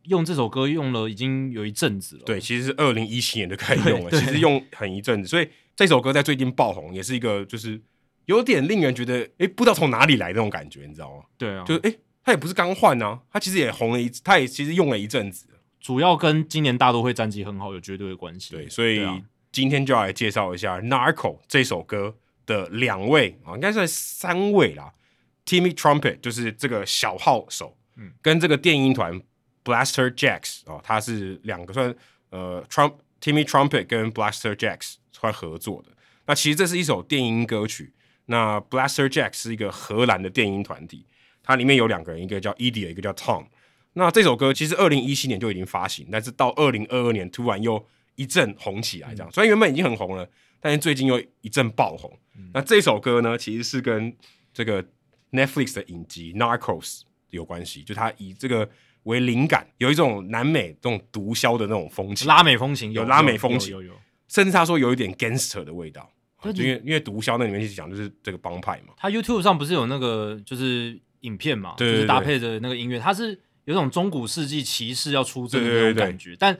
B: 用这首歌用了已经有一阵子了。
A: 对，其实是二零一七年就开始用了，
B: 对
A: 其
B: 对
A: 实用很一阵子，所以这首歌在最近爆红，也是一个就是有点令人觉得诶不知道从哪里来那种感觉，你知道吗？
B: 对啊，
A: 就
B: 就
A: 诶，他也不是刚换啊，他其实也红了一，他也其实用了一阵子了。
B: 主要跟今年大都会战绩很好有绝对的关系。
A: 对，所以
B: 对啊
A: 今天就要来介绍一下《Narco》这首歌的两位啊，应该算三位啦。Timmy Trumpet 就是这个小号手，
B: 嗯
A: 跟这个电音团 Blaster Jacks 哦，他是两个算呃 Trump Timmy Trumpet 跟 Blaster Jacks 算合作的。那其实这是一首电音歌曲。那 Blaster Jacks 是一个荷兰的电音团体，它里面有两个人，一个叫 Edia，一个叫 Tom。那这首歌其实二零一七年就已经发行，但是到二零二二年突然又一阵红起
B: 嗯
A: 来，这样。虽然原本已经很红了，但是最近又一阵爆红。
B: 嗯
A: 那这首歌呢，其实是跟这个 Netflix 的影集《Narcos》有关系，就它以这个为灵感，有一种南美这种毒枭的那种风情，
B: 拉美风情
A: 有拉美风情
B: 有有有，
A: 甚至他说有一点 gangster 的味道，
B: 对
A: 就因为因为毒枭那里面去讲就是这个帮派嘛。
B: 他 YouTube 上不是有那个就是影片嘛，
A: 对对
B: 就是
A: 对
B: 搭配着那个音乐，它是有种中古世纪骑士要出征的
A: 对
B: 那
A: 对对
B: 种感觉，但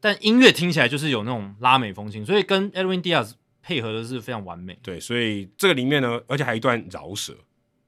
B: 但音乐听起来就是有那种拉美风情，所以跟 Edwin Diaz 配合的是非常完美。
A: 对，所以这个里面呢，而且还有一段饶舌，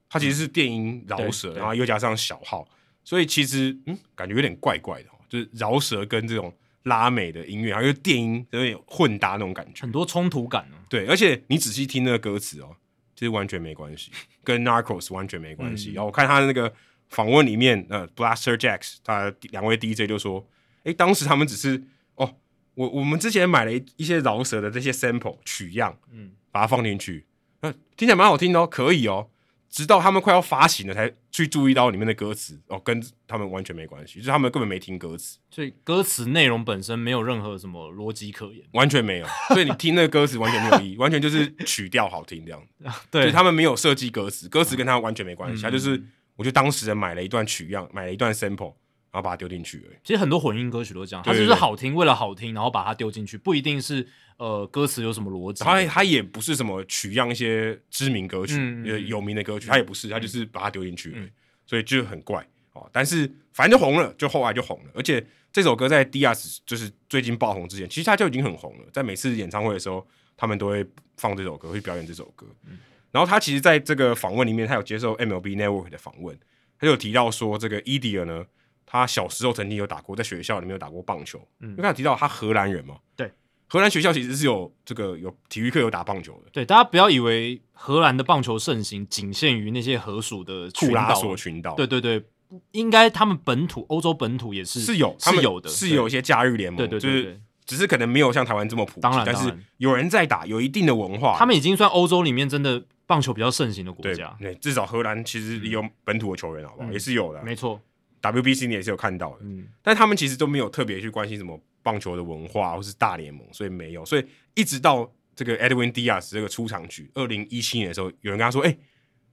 A: 它其实是电音饶
B: 嗯对
A: 舌，
B: 对
A: 然后又加上小号，所以其实嗯，感觉有点怪怪的、哦，就是饶舌跟这种拉美的音乐，然后又电音有点混搭那种感觉。
B: 很多冲突感哦，
A: 对，而且你仔细听那个歌词哦，其实完全没关系，跟 Narcos 完全没关系。
B: 嗯
A: 然后我看他的那个访问里面，呃，Blaster Jacks 他的两位 DJ 就说，诶，当时他们只是哦，我我们之前买了一一些饶舌的这些 sample 取样，
B: 嗯，
A: 把它放进去。呃，听起来蛮好听的哦，可以哦。直到他们快要发行了，才去注意到里面的歌词哦，跟他们完全没关系，就是他们根本没听歌词，
B: 所以歌词内容本身没有任何什么逻辑可言。
A: 完全没有。所以你听那个歌词完全没有意义，完全就是曲调好听这样。就
B: 对
A: 是他们没有设计歌词，歌词跟他完全没关系，
B: 嗯
A: 他就是我就当时人买了一段曲样，买了一段 sample，然后把它丢进去而已。
B: 其实很多混音歌曲都这样，它
A: 对对
B: 就是好听，为了好听，然后把它丢进去，不一定是呃歌词有什么逻辑。
A: 他他也不是什么取样一些知名歌曲、
B: 嗯嗯嗯
A: 呃有名的歌曲，他也不是，他就是把它丢进去而已，
B: 嗯
A: 所以就很怪哦。但是反正就红了，就后来就红了，而且这首歌在 Diaz 就是最近爆红之前，其实他就已经很红了，在每次演唱会的时候，他们都会放这首歌，会表演这首歌。
B: 嗯
A: 然后他其实在这个访问里面，他有接受 MLB Network 的访问，他就有提到说，这个伊迪尔呢，他小时候曾经有打过，在学校里面有打过棒球，
B: 嗯
A: 因为他有提到他荷兰人嘛，
B: 对，
A: 荷兰学校其实是有这个有体育课有打棒球的，
B: 对，大家不要以为荷兰的棒球盛行仅限于那些河属的群
A: 库拉
B: 岛，
A: 索群岛，
B: 对，对对，应该他们本土欧洲本土也是
A: 是有，他
B: 是
A: 们
B: 有的，
A: 是有一些假日联盟，
B: 对对
A: 就
B: 对对
A: 是只是可能没有像台湾这么普及，
B: 当然
A: 但
B: 当
A: 是
B: 然
A: 有人在打，有一定的文化，
B: 他们已经算欧洲里面真的棒球比较盛行的国
A: 对
B: 家，
A: 对，至少荷兰其实也有本土的球员，好不好？
B: 嗯
A: 也是有的
B: 没错，
A: ，WBC 你也是有看到的，
B: 嗯，
A: 但他们其实都没有特别去关心什么棒球的文化或是大联盟，所以没有。所以一直到这个 Edwin Diaz 这个出场曲，二零一七年的时候，有人跟他说：“哎、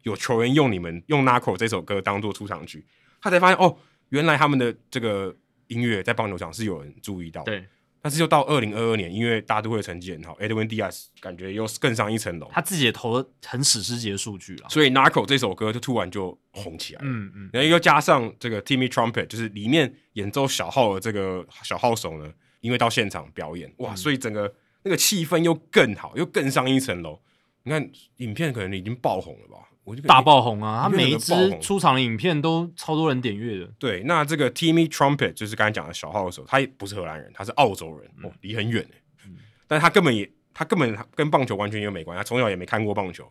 A: 有球员用你们用 Naco 这首歌当做出场曲。”他才发现哦，原来他们的这个音乐在棒球场是有人注意到。。
B: 对
A: 但是就到二零二二年，因为大都会成绩很好，Edwin Diaz 感觉又更上一层楼，
B: 他自己也投了很史诗级的数据啊，
A: 所以 Naco 这首歌就突然就红起来了。
B: 嗯嗯，
A: 然后又加上这个 Timmy Trumpet，就是里面演奏小号的这个小号手呢，因为到现场表演，哇，
B: 嗯
A: 所以整个那个气氛又更好，又更上一层楼。你看影片可能已经爆红了吧？我就
B: 大爆红啊，他
A: 因为
B: 每
A: 有个
B: 一
A: 爆
B: 支
A: 红
B: 出场的影片都超多人点阅的，
A: 对。那这个 Timmy Trumpet 就是刚才讲的小号手，他也不是荷兰人，他是澳洲人，哦，离很远欸
B: 嗯
A: 但他根本也他根本跟棒球完全也没关系，他从小也没看过棒球。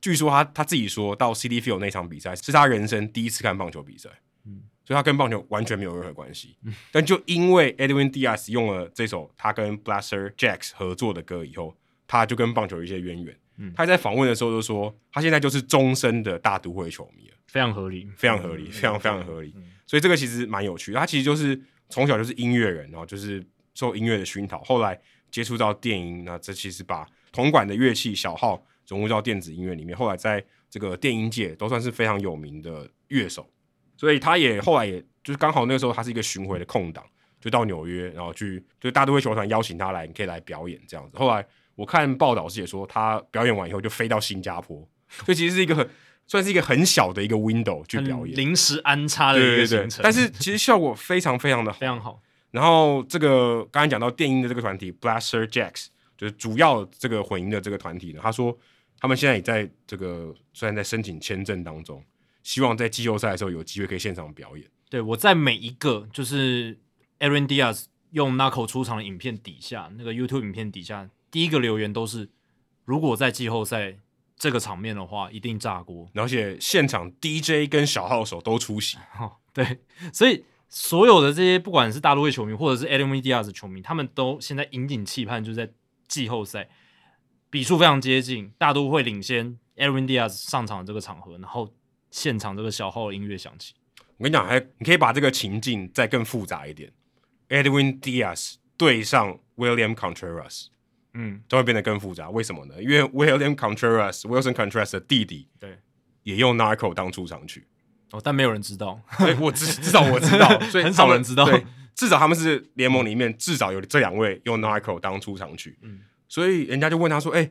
A: 据说他他自己说到 CD Field 那场比赛是他人生第一次看棒球比赛，
B: 嗯
A: 所以他跟棒球完全没有任何关系。但就因为 Edwin Diaz 用了这首他跟 Blaster Jacks 合作的歌以后，他就跟棒球有一些渊源。
B: 嗯
A: 他在访问的时候就说，他现在就是终身的大都会球迷了，
B: 非常合理，
A: 非常合理，
B: 嗯
A: 非常非常合理。
B: 嗯
A: 所以这个其实蛮有趣的。他其实就是从小就是音乐人，然后就是受音乐的熏陶，后来接触到电音，那这其实把铜管的乐器小号融入到电子音乐里面，后来在这个电音界都算是非常有名的乐手。所以他也后来也就是刚好那个时候他是一个巡回的空档，就到纽约，然后去就大都会球团邀请他来，你可以来表演这样子。后来我看报道是也说，他表演完以后就飞到新加坡，所以其实是一个很算是一个很小的一个 window 去
B: 很
A: 表演。
B: 临时安插的一
A: 对
B: 个
A: 对对
B: 行，程，
A: 但是其实效果非常非常的好
B: 非。常好，
A: 然后这个刚才讲到电音的这个团体 Blaster Jacks，就是主要这个混音的这个团体呢，他说他们现在也在这个虽然在申请签证当中，希望在季后赛的时候有机会可以现场表演。
B: 对我在每一个就是 Aaron Diaz 用 Naco 出场的影片底下，那个 YouTube 影片底下，第一个留言都是，如果在季后赛这个场面的话，一定炸锅。
A: 而且现场 DJ 跟小号手都出席，
B: 哦，对，所以所有的这些不管是大陆会球迷或者是 Aaron Diaz 的球迷，他们都现在引颈期盼，就是在季后赛比数非常接近，大都会领先 Aaron Diaz 上场的这个场合，然后现场这个小号的音乐响起。
A: 我跟你讲，还你可以把这个情境再更复杂一点，Edwin Diaz 对上 William Contreras，
B: 嗯，
A: 就会变得更复杂。为什么呢？因为 William Contreras Wilson Contreras 的弟弟
B: 对，
A: 也用 Narco 当出场曲，
B: 哦，但没有人知道。
A: 所以我至至少我知 道，所以
B: 很少
A: 他们
B: 人知道
A: 对，至少他们是联盟里面至少有这两位用 Narco 当出场曲，
B: 嗯
A: 所以人家就问他说：“哎、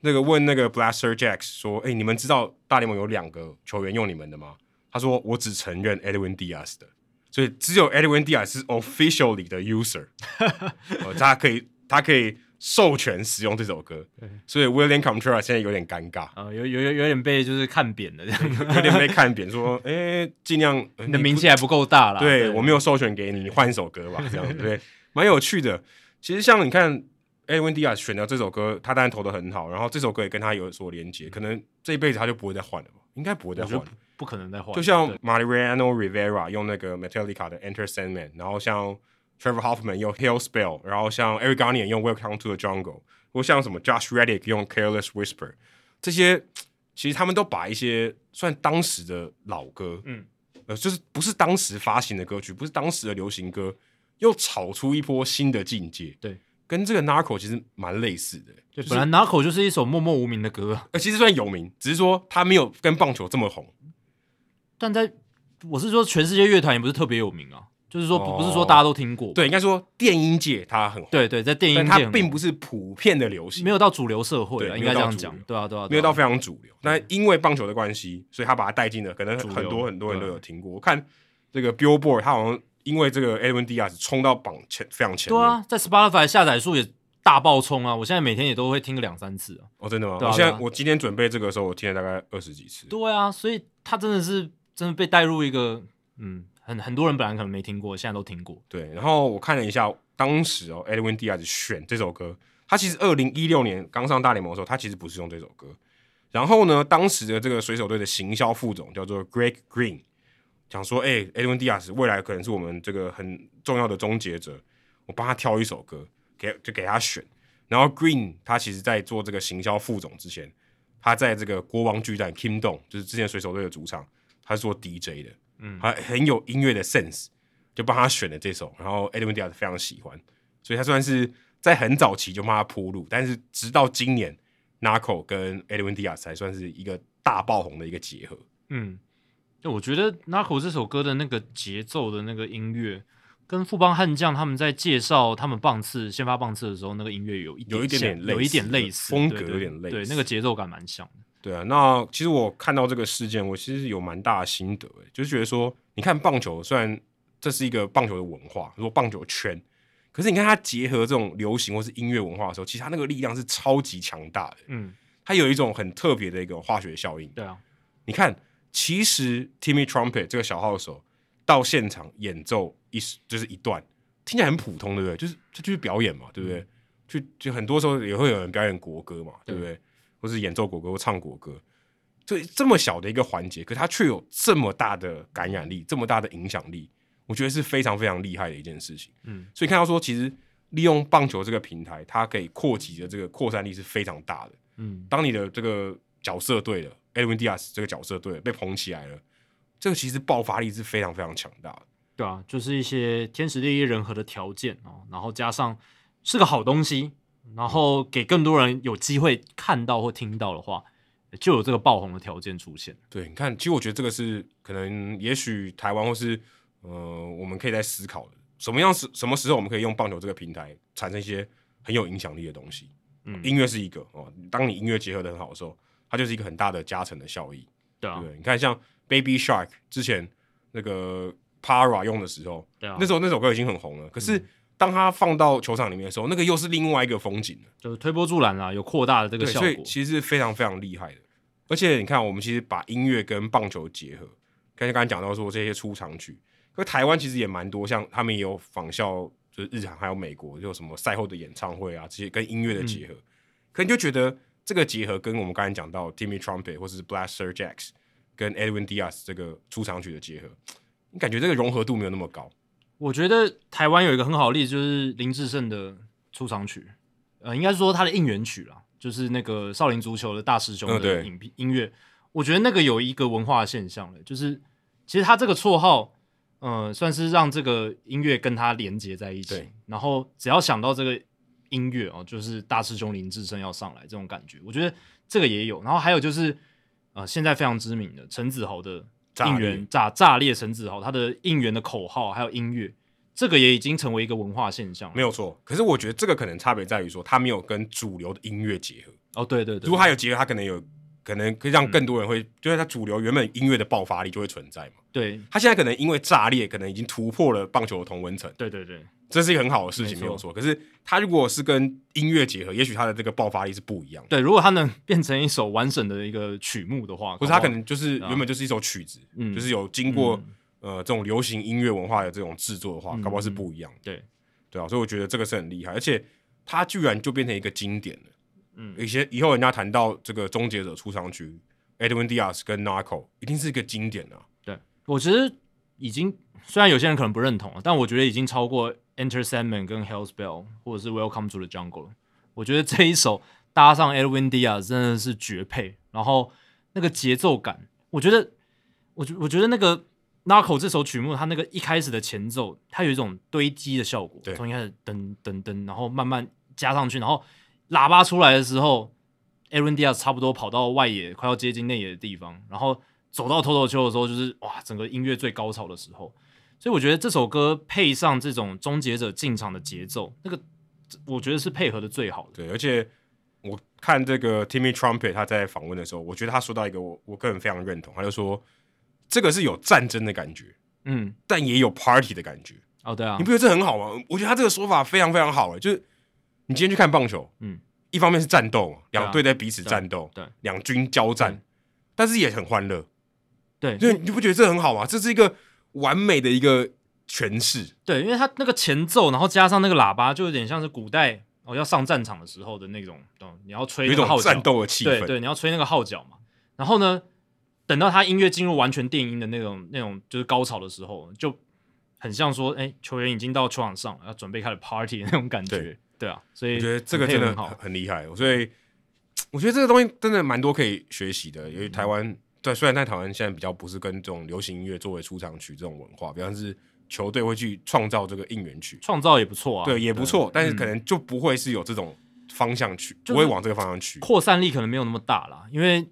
A: 那个问那个 Blaster Jacks 说，哎、你们知道大联盟有两个球员用你们的吗？”他说：“我只承认 Edwin Diaz 的，所以只有 Edwin Diaz 是 officially 的 user，呃，他可以他可以授权使用这首歌
B: 对，
A: 所以 William Contreras 现在有点尴尬。”
B: 呃，有有有有点被就是看扁了，这样
A: 有点被看扁，说：“哎、尽量呃
B: 你的
A: 不
B: 名气还不够大啦。
A: 对我没有授权给你，你换一首歌吧，这样子对，蛮有趣的。其实像你看，Edwin Diaz 选的这首歌，他当然投的很好，然后这首歌也跟他有所连接，可能这一辈子他就不会再换了吧，应该不会再
B: 我觉
A: 换
B: 得。不不可能再换了。
A: 就像
B: 对
A: Mariano Rivera 用那个 Metallica 的 Enter Sandman，然后像 Trevor Hoffman 用 Hill Spell，然后像 Eric Garnier 用 Welcome to the Jungle，或像什么 Josh Reddick 用 Careless Whisper，这些其实他们都把一些算当时的老歌，
B: 嗯，
A: 呃，就是不是当时发行的歌曲，不是当时的流行歌，又炒出一波新的境界。
B: 对，
A: 跟这个 Narco 其实蛮类似的、
B: 对，
A: 就是
B: 本来 Narco 就是一首默默无名的歌，啊
A: 呃其实算有名，只是说他没有跟棒球这么红。
B: 但在我是说全世界乐坛也不是特别有名啊，就是说
A: 哦
B: 不不是说大家都听过，
A: 对，应该说电音界它很红，
B: 对对，在电音
A: 但
B: 界
A: 它
B: 很
A: 并
B: 红
A: 不是普遍的流行，
B: 没有到主流社会啊，
A: 对
B: 应该
A: 没有
B: 这
A: 到
B: 样
A: 主流
B: 讲，对啊对啊，对啊
A: 没有到非常主流。但因为棒球的关系，所以他把它带进了，可能
B: 主流
A: 很多很多人都
B: 对
A: 有听过。我看这个 Billboard，他好像因为这个 e d w i n Diaz 冲到榜前非常前面。
B: 对啊，在 Spotify 下载数也大爆冲啊，我现在每天也都会听个两三次啊，
A: 哦，真的吗？
B: 对啊
A: 我现在、
B: 对啊
A: 我今天准备这个的时候，我听了大概二十几次。
B: 对啊，所以他真的是真的被带入一个嗯，很很多人本来可能没听过，现在都听过，
A: 对，然后我看了一下，当时哦 e d w i n Diaz 选这首歌，他其实二零一六年刚上大联盟的时候，他其实不是用这首歌。然后呢，当时的这个水手队的行销副总叫做 Greg Green，讲说，哎、e d w i n Diaz 未来可能是我们这个很重要的终结者，我帮他挑一首歌，给就给他选。然后 Green 他其实在做这个行销副总之前，他在这个国王巨蛋 Kingdom，就是之前水手队的主场，他是做 DJ 的，
B: 嗯
A: 他很有音乐的 sense，就帮他选了这首，然后 Edwin Diaz 非常喜欢，所以他算是在很早期就帮他铺路，但是直到今年 Narco 跟 Edwin Diaz 才算是一个大爆红的一个结合。
B: 嗯，对，我觉得《Narco》这首歌的那个节奏的那个音乐，跟富邦悍将他们在介绍他们棒次先发棒次的时候，那个音乐有一
A: 有一点
B: 点
A: 点
B: 像
A: 类
B: 有一点
A: 似
B: 类似，
A: 风
B: 对
A: 格
B: 对
A: 有点类
B: 对，
A: 似
B: 那个节奏感蛮像的。
A: 对啊，那其实我看到这个事件，我其实有蛮大的心得、欸，就是觉得说，你看棒球虽然这是一个棒球的文化，说棒球圈，可是你看它结合这种流行或是音乐文化的时候，其实它那个力量是超级强大的，
B: 嗯，
A: 它有一种很特别的一个化学效应。
B: 对啊，
A: 你看，其实 Timmy Trumpet 这个小号手到现场演奏一就是一段，听起来很普通，对不对？就是这就是表演嘛，对不对？就就很多时候也会有人表演国歌嘛，对不对？或是演奏国歌或唱国歌，所以这么小的一个环节，可它却有这么大的感染力，这么大的影响力，我觉得是非常非常厉害的一件事情。
B: 嗯，
A: 所以看到说，其实利用棒球这个平台，它可以扩及的这个扩散力是非常大的。
B: 嗯，
A: 当你的这个角色对了 e d w i n Diaz 这个角色对了，被捧起来了，这个其实爆发力是非常非常强大的。
B: 对啊，就是一些天时地利人和的条件哦，然后加上是个好东西，然后给更多人有机会看到或听到的话，就有这个爆红的条件出现。
A: 对，你看，其实我觉得这个是可能，也许台湾或是呃，我们可以在思考的，什么样时什么时候我们可以用棒球这个平台产生一些很有影响力的东西。
B: 嗯，
A: 音乐是一个哦，当你音乐结合的很好的时候，它就是一个很大的加成的效益。
B: 对啊
A: 对，你看像 Baby Shark 之前那个 Para 用的时候，
B: 对啊，
A: 那时候那首歌已经很红
B: 嗯
A: 了，可是当他放到球场里面的时候，那个又是另外一个风景了。
B: 就是推波助澜啦，有扩大的这个
A: 对，
B: 效
A: 所
B: 果
A: 以。其实是非常非常厉害的。而且你看，我们其实把音乐跟棒球结合，刚才刚才讲到说这些出场曲，可台湾其实也蛮多，像他们也有仿效，就是日韩还有美国，就有什么赛后的演唱会啊，这些跟音乐的结合，
B: 嗯
A: 可你就觉得这个结合跟我们刚才讲到 Timmy Trumpet 或是 Blaster Jacks 跟 Edwin Diaz 这个出场曲的结合，你感觉这个融合度没有那么高。
B: 我觉得台湾有一个很好的例子，就是林志胜的出场曲，呃，应该说他的应援曲啦，就是那个少林足球的大师兄
A: 嗯对
B: 的影片、音乐。我觉得那个有一个文化现象了，就是其实他这个绰号，呃，算是让这个音乐跟他连接在一起
A: 对。
B: 然后只要想到这个音乐哦，就是大师兄林志胜要上来这种感觉，我觉得这个也有。然后还有就是，呃，现在非常知名的陈子豪的
A: 炸
B: 应
A: 裂
B: 援炸炸裂陈子豪，他的应援的口号还有音乐，这个也已经成为一个文化现象了。
A: 没
B: 有
A: 有错，可是我觉得这个可能差别在于说，他没有跟主流的音乐结合。
B: 哦，对对对，
A: 如果它有结合，它可能有可能可以让更多人会，就是它主流原本音乐的爆发力就会存在嘛。
B: 对
A: 它现在可能因为炸裂，可能已经突破了棒球的同温层，
B: 对对对，
A: 这是一个很好的事情，
B: 没错
A: 没有错。可是它如果是跟音乐结合，也许它的这个爆发力是不一样的，
B: 对，如果他能变成一首完整的一个曲目的话，
A: 或者
B: 搞
A: 它
B: 不
A: 可
B: 好
A: 能就是
B: 啊
A: 原本就是一首曲子，
B: 嗯嗯
A: 就是有经过、呃这种流行音乐文化的这种制作的话，搞不好是不一样的。
B: 对
A: 对啊，所以我觉得这个是很厉害，而且它居然就变成一个经典了。
B: 嗯
A: 以前以后人家谈到这个终结者出场曲，Edwin Diaz 跟 Narco 一定是一个经典啊。
B: 对我其实已经虽然有些人可能不认同，但我觉得已经超过 Enter Sandman 跟 Hell's Bell 或者是 Welcome to the Jungle 了。我觉得这一首搭上 Edwin Diaz 真的是绝配，然后那个节奏感，我觉得，我觉我觉得那个 Narco 这首曲目，它那个一开始的前奏，它有一种堆积的效果
A: 对，
B: 从一开始噔噔噔，然后慢慢加上去，然后喇叭出来的时候，Aaron Diaz 差不多跑到外野，快要接近内野的地方，然后走到头头球的时候，就是哇，整个音乐最高潮的时候。所以我觉得这首歌配上这种终结者进场的节奏，那个我觉得是配合的最好的。
A: 对，而且我看这个 Timmy Trumpet 他在访问的时候，我觉得他说到一个我我个人非常认同，他就说这个是有战争的感觉，
B: 嗯，
A: 但也有 party 的感觉。
B: 哦，对啊
A: 你，不觉得这很好吗？我觉得他这个说法非常非常好诶，就是你今天去看棒球，
B: 嗯，
A: 一方面是战斗嘛，
B: 对啊
A: 两队在彼此战斗，
B: 对对
A: 两军交战，
B: 嗯
A: 但是也很欢乐，
B: 对，
A: 所以你不觉得这很好吗？这是一个完美的一个诠释，
B: 对，因为它那个前奏，然后加上那个喇叭，就有点像是古代哦要上战场的时候的那种，懂？你要吹
A: 有一
B: 那个
A: 种
B: 号角，
A: 战斗的气
B: 对
A: 氛。
B: 对，你要吹那个号角嘛。然后呢，等到他音乐进入完全电音的那种那种就是高潮的时候，就很像说，哎，球员已经到球场上了，要准备开始 party 的那种感觉。
A: 对
B: 对啊，所以
A: 我觉得这个
B: 配
A: 真
B: 合
A: 的
B: 很
A: 很
B: 好。
A: 很厉害，所以我觉得这个东西真的蛮多可以学习的。由于台湾对，虽然在台湾现在比较不是跟这种流行音乐作为出场曲这种文化，比方是球队会去创造这个应援曲，
B: 创造也不错啊，
A: 对，也不错，但是可
B: 嗯
A: 能就不会是有这种方向去，
B: 就是
A: 不会往这个方向去。
B: 扩散力可能没有那么大啦，因为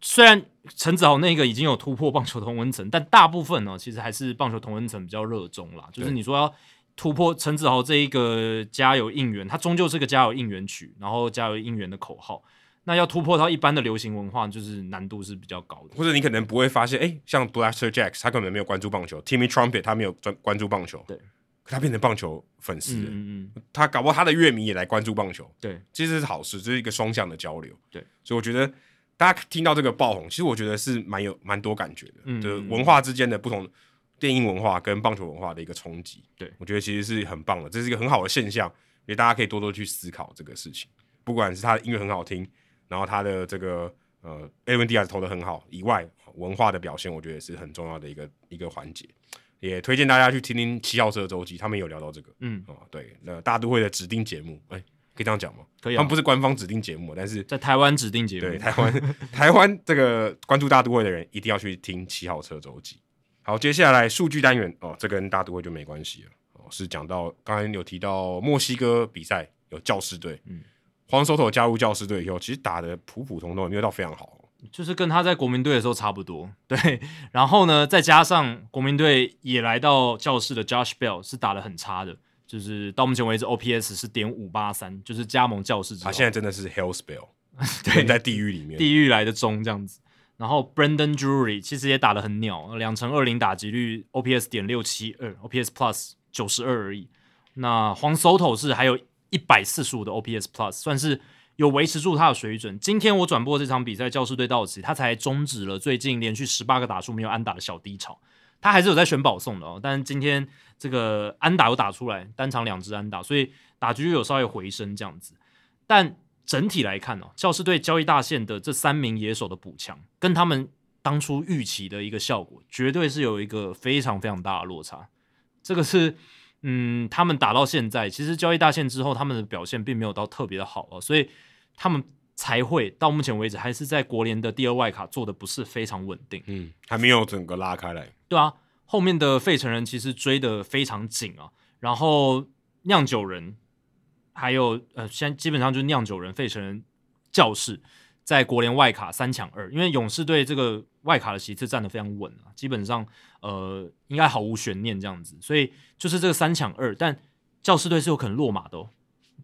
B: 虽然陈子豪那个已经有突破棒球同温层，但大部分呢、哦其实还是棒球同温层比较热衷啦。就是
A: 对
B: 你说要突破陈子豪这一个加油应援，它终究是个加油应援曲，然后加油应援的口号。那要突破到一般的流行文化，就是难度是比较高的。
A: 或者你可能不会发现，哎、像 Blaster Jacks 他根本没有关注棒球，Timmy Trumpet 他没有专关注棒球，
B: 对，
A: 可他变成棒球粉丝了，
B: 嗯嗯嗯，
A: 他搞不好他的乐迷也来关注棒球，
B: 对，
A: 其实是好事，这是一个双向的交流。
B: 对，
A: 所以我觉得大家听到这个爆红，其实我觉得是蛮有蛮多感觉的，
B: 嗯
A: 就是文化之间的不同，电影文化跟棒球文化的一个冲击。
B: 对
A: 我觉得其实是很棒的，这是一个很好的现象，也大家可以多多去思考这个事情。不管是他的音乐很好听，然后他的这个呃 a v n d i 投的很好以外，文化的表现我觉得也是很重要的一个一个环节。也推荐大家去听听七号车周记，他们有聊到这个，
B: 嗯
A: 啊、对，那大都会的指定节目，哎、可以这样讲吗？
B: 可以
A: 他
B: 啊
A: 们不是官方指定节目，但是
B: 在台湾指定节目，
A: 对台湾 台湾这个关注大都会的人一定要去听七号车周记。好，接下来数据单元哦，这跟大都会就没关系了哦，是讲到刚才有提到墨西哥比赛有教师队，
B: 嗯，
A: 黄手头加入教师队以后，其实打的普普通通，也没有到非常好。
B: 就是跟他在国民队的时候差不多，对。然后呢，再加上国民队也来到教室的 Josh Bell 是打得很差的，就是到目前为止 OPS 是点五八三，就是加盟教室之后，
A: 他啊现在真的是 hell spell，对，在地狱里面，
B: 地狱来的钟这样子。然后 Brandon Drury 其实也打得很鸟，两成二零打击率，OPS 点六七二，OPS Plus 九十二而已。那黄 Soto 是还有一百四十五的 OPS Plus，算是有维持住他的水准。今天我转播这场比赛，教士队道奇，他才终止了最近连续十八个打数没有安打的小低潮。他还是有在选保送的哦，但是今天这个安打有打出来，单场两支安打，所以打局有稍微回升这样子。但整体来看哦，教士队交易大线的这三名野手的补强，跟他们当初预期的一个效果，绝对是有一个非常非常大的落差。这个是，嗯，他们打到现在，其实交易大线之后，他们的表现并没有到特别的好哦，所以他们才会到目前为止还是在国联的第二外卡做的不是非常稳定。
A: 嗯，还没有整个拉开来。
B: 对啊，后面的费城人其实追得非常紧啊，然后酿酒人还有呃，现在基本上就是酿酒人、费城人、教士在国联外卡三抢二，因为勇士队这个外卡的席次站得非常稳啊，基本上呃应该毫无悬念这样子，所以就是这个三抢二，但教士队是有可能落马的哦。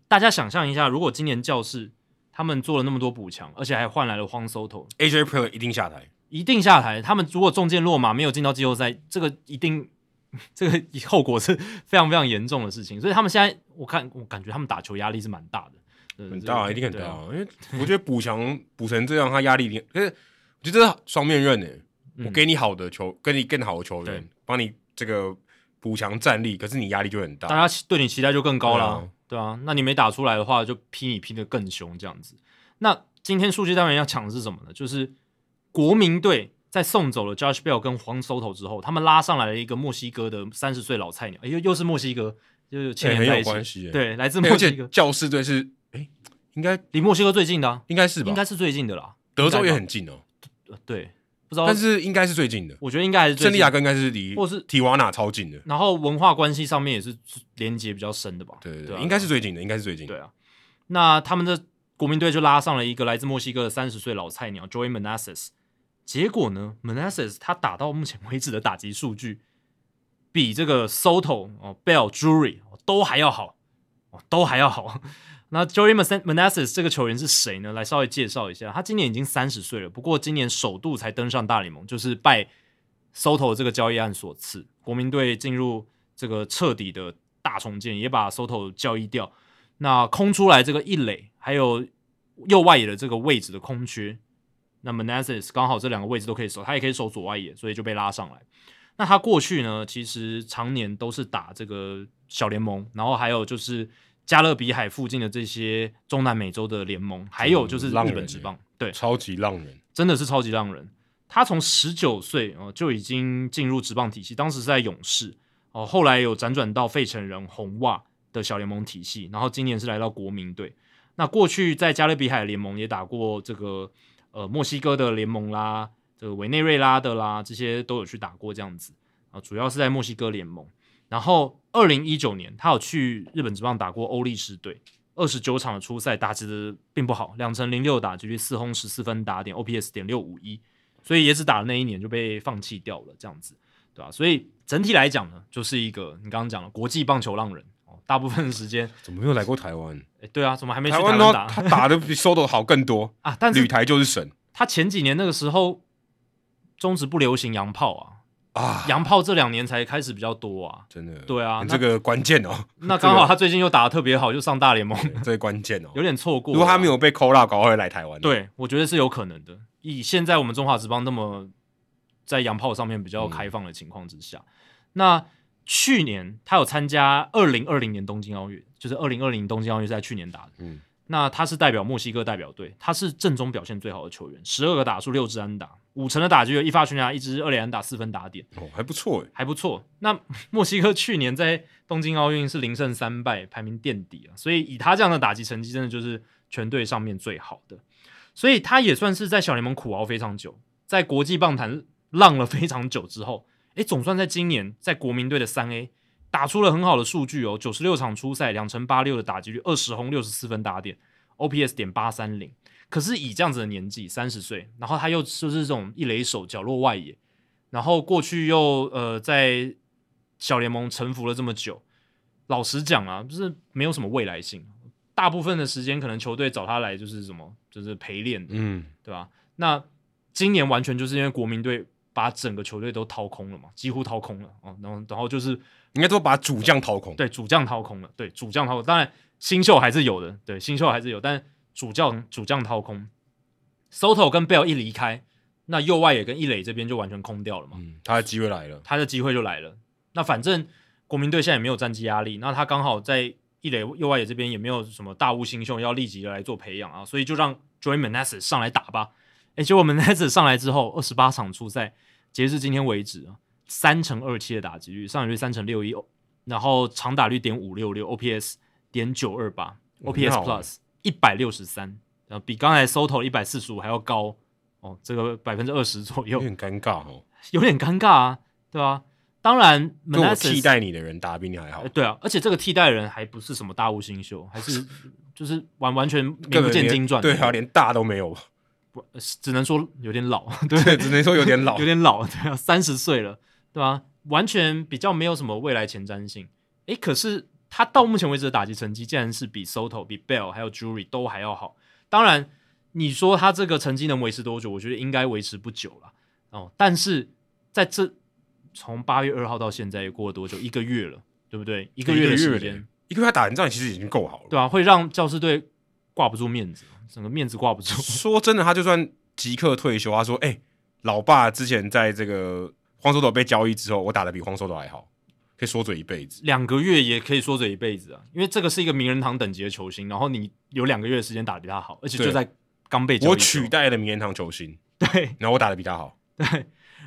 B: 大家想象一下，如果今年教士他们做了那么多补强，而且还换来了荒 Soto，
A: AJ p r a y e r 一定下台，
B: 一定下台。他们如果中箭落马，没有进到季后赛，这个一定 这个后果是非常非常严重的事情。所以他们现在，我看我感觉他们打球压力是蛮大的，对
A: 很大，
B: 这个
A: 一定很大
B: 对啊。
A: 啊，因为我觉得补强补成这样，他压力一定。可是我觉得这是双面刃诶、
B: 嗯
A: 我给你好的球，跟你更好的球
B: 对
A: 员，帮你这个补强战力，可是你压力就很
B: 大
A: 大。哎
B: 家期对你期待就更高
A: 对啊
B: 啦，对啊。那你没打出来的话，就批你批的更凶这样子。那今天数据单元要抢的是什么呢？就是国民队在送走了 Josh Bell 跟黄 Soto 之后，他们拉上来了一个墨西哥的三十岁老菜鸟，哎、又又是墨西哥，又有牵
A: 对很
B: 连在
A: 有
B: 一起，
A: 关系欸
B: 对，来自
A: 对
B: 墨
A: 而
B: 西
A: 且
B: 哥，
A: 教士队是哎、应应该
B: 离墨西哥最近的、啊，
A: 应该是吧？
B: 应该是最近的啦。
A: 德州也
B: 应该吧
A: 很近哦，
B: 呃对，不知道，
A: 但是应该是最近的。
B: 我觉得应该还是最
A: 圣地亚
B: 近
A: 哥应该是离
B: 或是
A: 提瓦纳超近的，
B: 然后文化关系上面也是连接比较深的吧？
A: 对对
B: 对啊
A: 对，应该是最近的，应该是最近的。
B: 对啊，那他们的国民队就拉上了一个来自墨西哥的三十岁老菜鸟 Joey Manassas。结果呢，Manassas 他打到目前为止的打击数据，比这个 Soto 哦、Bell、Drury 哦都还要好，哦都还要好。 那 Joey Manass- Manassas 这个球员是谁呢？来稍微介绍一下，他今年已经三十岁了，不过今年首度才登上大联盟，就是拜 Soto 这个交易案所赐，国民队进入这个彻底的大重建，也把 Soto 交易掉。那空出来这个一垒，还有右外野的这个位置的空缺，那 Manassas 刚好这两个位置都可以守，他也可以守左外野，所以就被拉上来。那他过去呢，其实常年都是打这个小联盟，然后还有就是加勒比海附近的这些中南美洲的联盟，还有就是
A: 嗯浪
B: 日本
A: 人
B: 职
A: 欸
B: 棒，对，
A: 超级浪人，
B: 真的是超级让人。他从十九岁哦、呃就已经进入职棒体系，当时是在勇士哦、后来有辗转到费城人、红袜的小联盟体系，然后今年是来到国民队。那过去在加勒比海联盟也打过这个呃墨西哥的联盟啦，这个委内瑞拉的啦，这些都有去打过这样子啊、主要是在墨西哥联盟。然后二零一九年他有去日本职棒打过欧力士队，二十九场的初赛打击的并不好，两成零六打击率，四轰十四分打点，OPS 点六五一，所以也只打了那一年就被放弃掉了，这样子，对吧、所以整体来讲呢，就是一个你刚刚讲了国际棒球浪人哦，大部分时间，
A: 怎么没有来过台湾？
B: 哎，对啊，怎么还没去
A: 台
B: 台湾
A: 湾都
B: 打
A: 他打的比 Soto 好更多，
B: 啊？但
A: 旅
B: 是
A: 台就是神
B: 他前几年那个时候，中职不流行洋炮啊，
A: 啊，
B: 洋炮这两年才开始比较 多啊。
A: 真的。
B: 对啊
A: 你这
B: 那
A: 个关键哦，
B: 那刚好他最近又打得特别好，又上大联盟，
A: 对这个关键哦。
B: 有点错过
A: 如
B: 了啊。
A: 果他没有被扣到，搞会来台湾。，哦
B: 对，我觉得是有可能的。以现在我们中华职棒那么在洋炮上面比较
A: 嗯
B: 开放的情况之下，那去年他有参加二零二零年东京奥运，就是二零二零东京奥运是在去年打的。
A: 嗯
B: 那他是代表墨西哥代表队，他是阵中表现最好的球员，十二个打数，六支安打，五成的打击率，一发全垒打，一支二垒安打，四分打点。
A: 哦，还不错哎。
B: 还不错。那 墨西哥去年在东京奥运是零胜三败，排名垫底啊，所以以他这样的打击成绩，真的就是全队上面最好的。所以他也算是在小联盟苦熬非常久，在国际棒坛浪了非常久之后， 诶，总算在今年在国民队的三 A 打出了很好的数据哦，九十六场初赛，两成八六的打击率，二十轰，六十四分打点，OPS 点八三零。可是以这样子的年纪，三十岁，然后他又就是这种一垒手、角落外野，然后过去又呃在小联盟沉浮了这么久，老实讲啊，就是没有什么未来性。大部分的时间可能球队找他来就是什么，就是陪练的，
A: 嗯，
B: 对吧？那今年完全就是因为国民队把整个球队都掏空了嘛，几乎掏空了哦，然后然后就是
A: 应该说把主将掏空。
B: 对主将掏空了，对主将掏空，当然新秀还是有的，对新秀还是有，但主将主将掏空，Soto 跟 Bell 一离开，那右外野跟一垒这边就完全空掉了嘛，
A: 嗯，他的机会来了。
B: 他的机会就来了。那反正国民队现在也没有战绩压力，那他刚好在一垒右外野这边也没有什么大物新秀要立即的来做培养啊，所以就让 Joy Manassas 上来打吧。诶，结果 Manassas 上来之后，二十八场初赛，截至今天为止啊，三乘二七的打击率，上垒率三乘六一，然后长打率点五六六，OPS 点九二八
A: 哇那
B: ，OPS
A: 好啊
B: Plus 一百六十三，然后比刚才 Soto 一百四十五还要高哦，这个百分之二十左
A: 有，
B: 右
A: 点尴尬哦，
B: 有点尴尬啊，对啊，当然
A: 就我
B: Manassas
A: 替代你的人打得比你还好
B: 呃，对啊，而且这个替代人还不是什么大物新秀，还是 就是完完全名
A: 根
B: 不
A: 本
B: 见
A: 连
B: 经传，
A: 对啊，连大都没 有，
B: 不呃只能说有点老，
A: 对，只能说有点老
B: 有。点老，对啊， 三十岁了，对吧、完全比较没有什么未来前瞻性。诶，可是他到目前为止的打击成绩，竟然是比 Soto、比 Bell 还有 Jury 都还要好。当然，你说他这个成绩能维持多久？我觉得应该维持不久了哦。但是在这从八月二号到现在也过了多久？一个月了，对不对？一
A: 一
B: 个月的时
A: 嘞
B: 间，
A: 一个月他打成这样，其实已经够好了。
B: 对啊，会让教师队挂不住面子，整个面子挂不住。
A: 说真的，他就算即刻退休，他说：“哎、老爸之前在这个黄手斗被交易之后，我打的比黄手斗还好，可以说嘴一辈子。
B: 两个月也可以说嘴一辈子啊，因为这个是一个名人堂等级的球星，然后你有两个月的时间打得比他好，而且就
A: 对
B: 在刚被交易
A: 我
B: 的时候
A: 取代了名人堂球星，
B: 对，
A: 然后我打的比他好。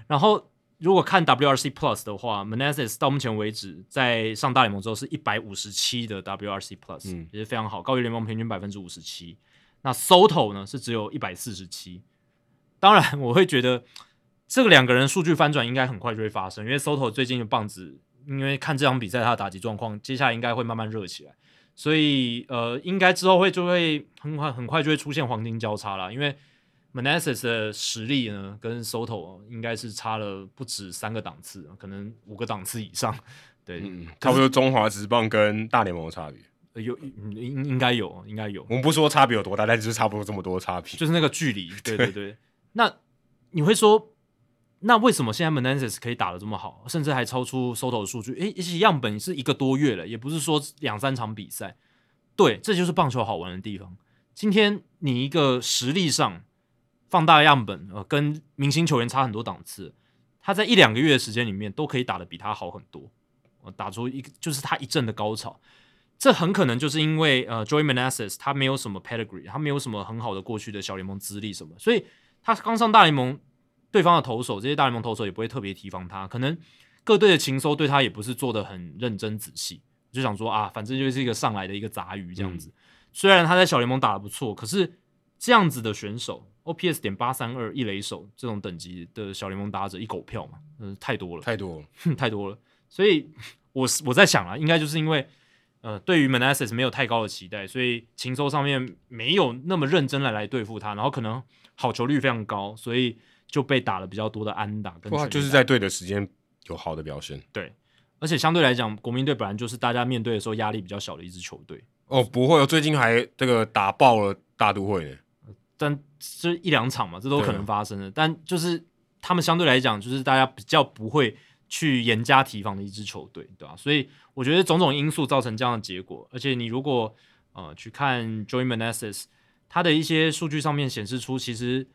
B: 然后如果看 WRC Plus 的话，Meneses 到目前为止在上大联盟之后是一百五十七的 WRC Plus，、
A: 嗯
B: 也是非常好，高于联盟平均百分之五十七。那 Soto 呢是只有一百四十七。当然，我会觉得这个两个人数据翻转应该很快就会发生，因为 Soto 最近的棒子，因为看这场比赛他的打击状况，接下来应该会慢慢热起来。所以呃，应该之后会就会很快很快就会出现黄金交叉啦，因为 Manassas 的实力呢跟 Soto 应该是差了不止三个档次，可能五个档次以上。对，
A: 嗯，差不多中华职棒跟大联盟的差别。
B: 呃有嗯应应该有，应该有，
A: 我们不说差别有多大，但就是差不多这么多差别。
B: 就是那个距离。对对对，那你会说，那为什么现在 Manassas 可以打得这么好，甚至还超出 Soto 的数据？诶，而且样本是一个多月了，也不是说两三场比赛。对，这就是棒球好玩的地方。今天你一个实力上放大样本，呃，跟明星球员差很多档次，他在一两个月的时间里面都可以打得比他好很多，呃、打出一个就是他一阵的高潮。这很可能就是因为呃，Joey Manassas 他没有什么 pedigree，他没有什么很好的过去的小联盟资历什么，所以他刚上大联盟，对方的投手这些大联盟投手也不会特别提防他，可能各队的情搜对他也不是做的很认真仔细，就想说啊，反正就是一个上来的一个杂鱼这样子。虽然他在小联盟打得不错，可是这样子的选手，OPS 点八三二一垒手这种等级的小联盟打者一狗票嘛，嗯、太多了。
A: 太多了，
B: 太多了，所以我是我在想啊，应该就是因为呃，对于 Manassas 没有太高的期待，所以情搜上面没有那么认真来来对付他，然后可能好球率非常高，所以就被打了比较多的安打跟
A: 哇，
B: 全垒
A: 就是
B: 打
A: 在对的时间有好的表现。
B: 而且相对来讲，国民队本来就是大家面对的时候压力比较小的一支球队，
A: 哦，不会哦，最近还这个打爆了大都会呢。
B: 但这一两场嘛，这都
A: 对
B: 可能发生的。但就是他们相对来讲，就是大家比较不会去严加提防的一支球队，对吧、所以我觉得种种因素造成这样的结果。而且你如果呃去看 Joey Manassas，他的一些数据上面显示出，其实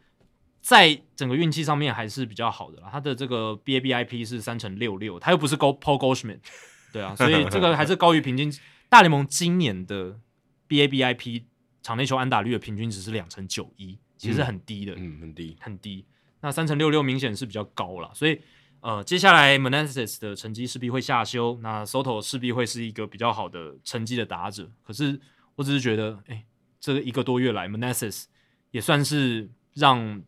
B: 在整个运气上面还是比较好的啦。他的这个 BABIP 是三乘六六，他又不是 Go Paul Goldschmidt，对啊，所以这个还是高于平均。大联盟今年的 BABIP 场内球安打率的平均值是两成九一，其实是很低的，
A: 嗯，很低。
B: 很低。那三乘六六明显是比较高了，所以呃，接下来 Meneses 的成绩势必会下修，那 Soto 势必会是一个比较好的成绩的打者。可是我只是觉得，哎、这个一个多月来，Meneses 也算是让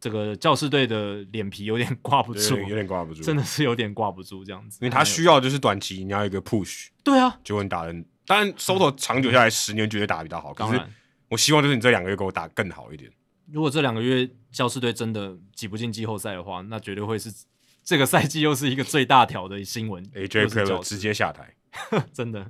B: 这个教士队的脸皮有点挂不
A: 有
B: 住
A: 点，有点挂不住，
B: 真的，是有点挂不住这样子，
A: 因为他需要就是短期你要一个 push，
B: 对啊，
A: 结果你打人，当然 Soto 长久下来十年绝对打得比较好，可
B: 当
A: 是
B: 然。
A: 我希望就是你这两个月给我打更好一点。
B: 如果这两个月教士队真的挤不进季后赛的话，那绝对会是这个赛季又是一个最大条的新闻。
A: AJ
B: 又是
A: Preller
B: 教
A: 直
B: 士
A: 接下台，
B: 真的。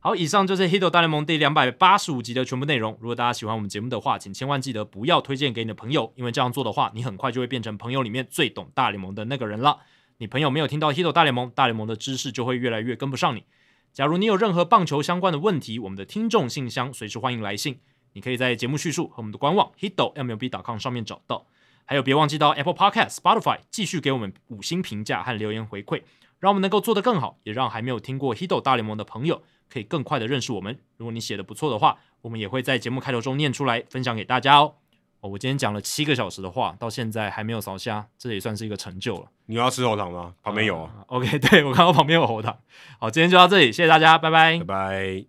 B: 好，以上就是《h i d o 大联盟》第两百八十五集的全部内容。如果大家喜欢我们节目的话，请千万记得不要推荐给你的朋友，因为这样做的话，你很快就会变成朋友里面最懂大联盟的那个人了。你朋友没有听到《h i d o 大联盟》，大联盟的知识就会越来越跟不上你。假如你有任何棒球相关的问题，我们的听众信箱随时欢迎来信，你可以在节目叙述和我们的官网 h i d o mlb.com 上面找到。还有，别忘记到 Apple Podcast、Spotify 继续给我们五星评价和留言回馈。让我们能够做得更好，也让还没有听过 Hido 大联盟的朋友可以更快的认识我们。如果你写的不错的话，我们也会在节目开头中念出来，分享给大家哦。哦，我今天讲了七个小时的话，到现在还没有扫虾，这也算是一个成就了。
A: 你要吃喉糖 吗？旁边有啊，
B: 呃 OK，对我看到旁边有喉糖。好，今天就到这里，谢谢大家，拜拜
A: 拜拜。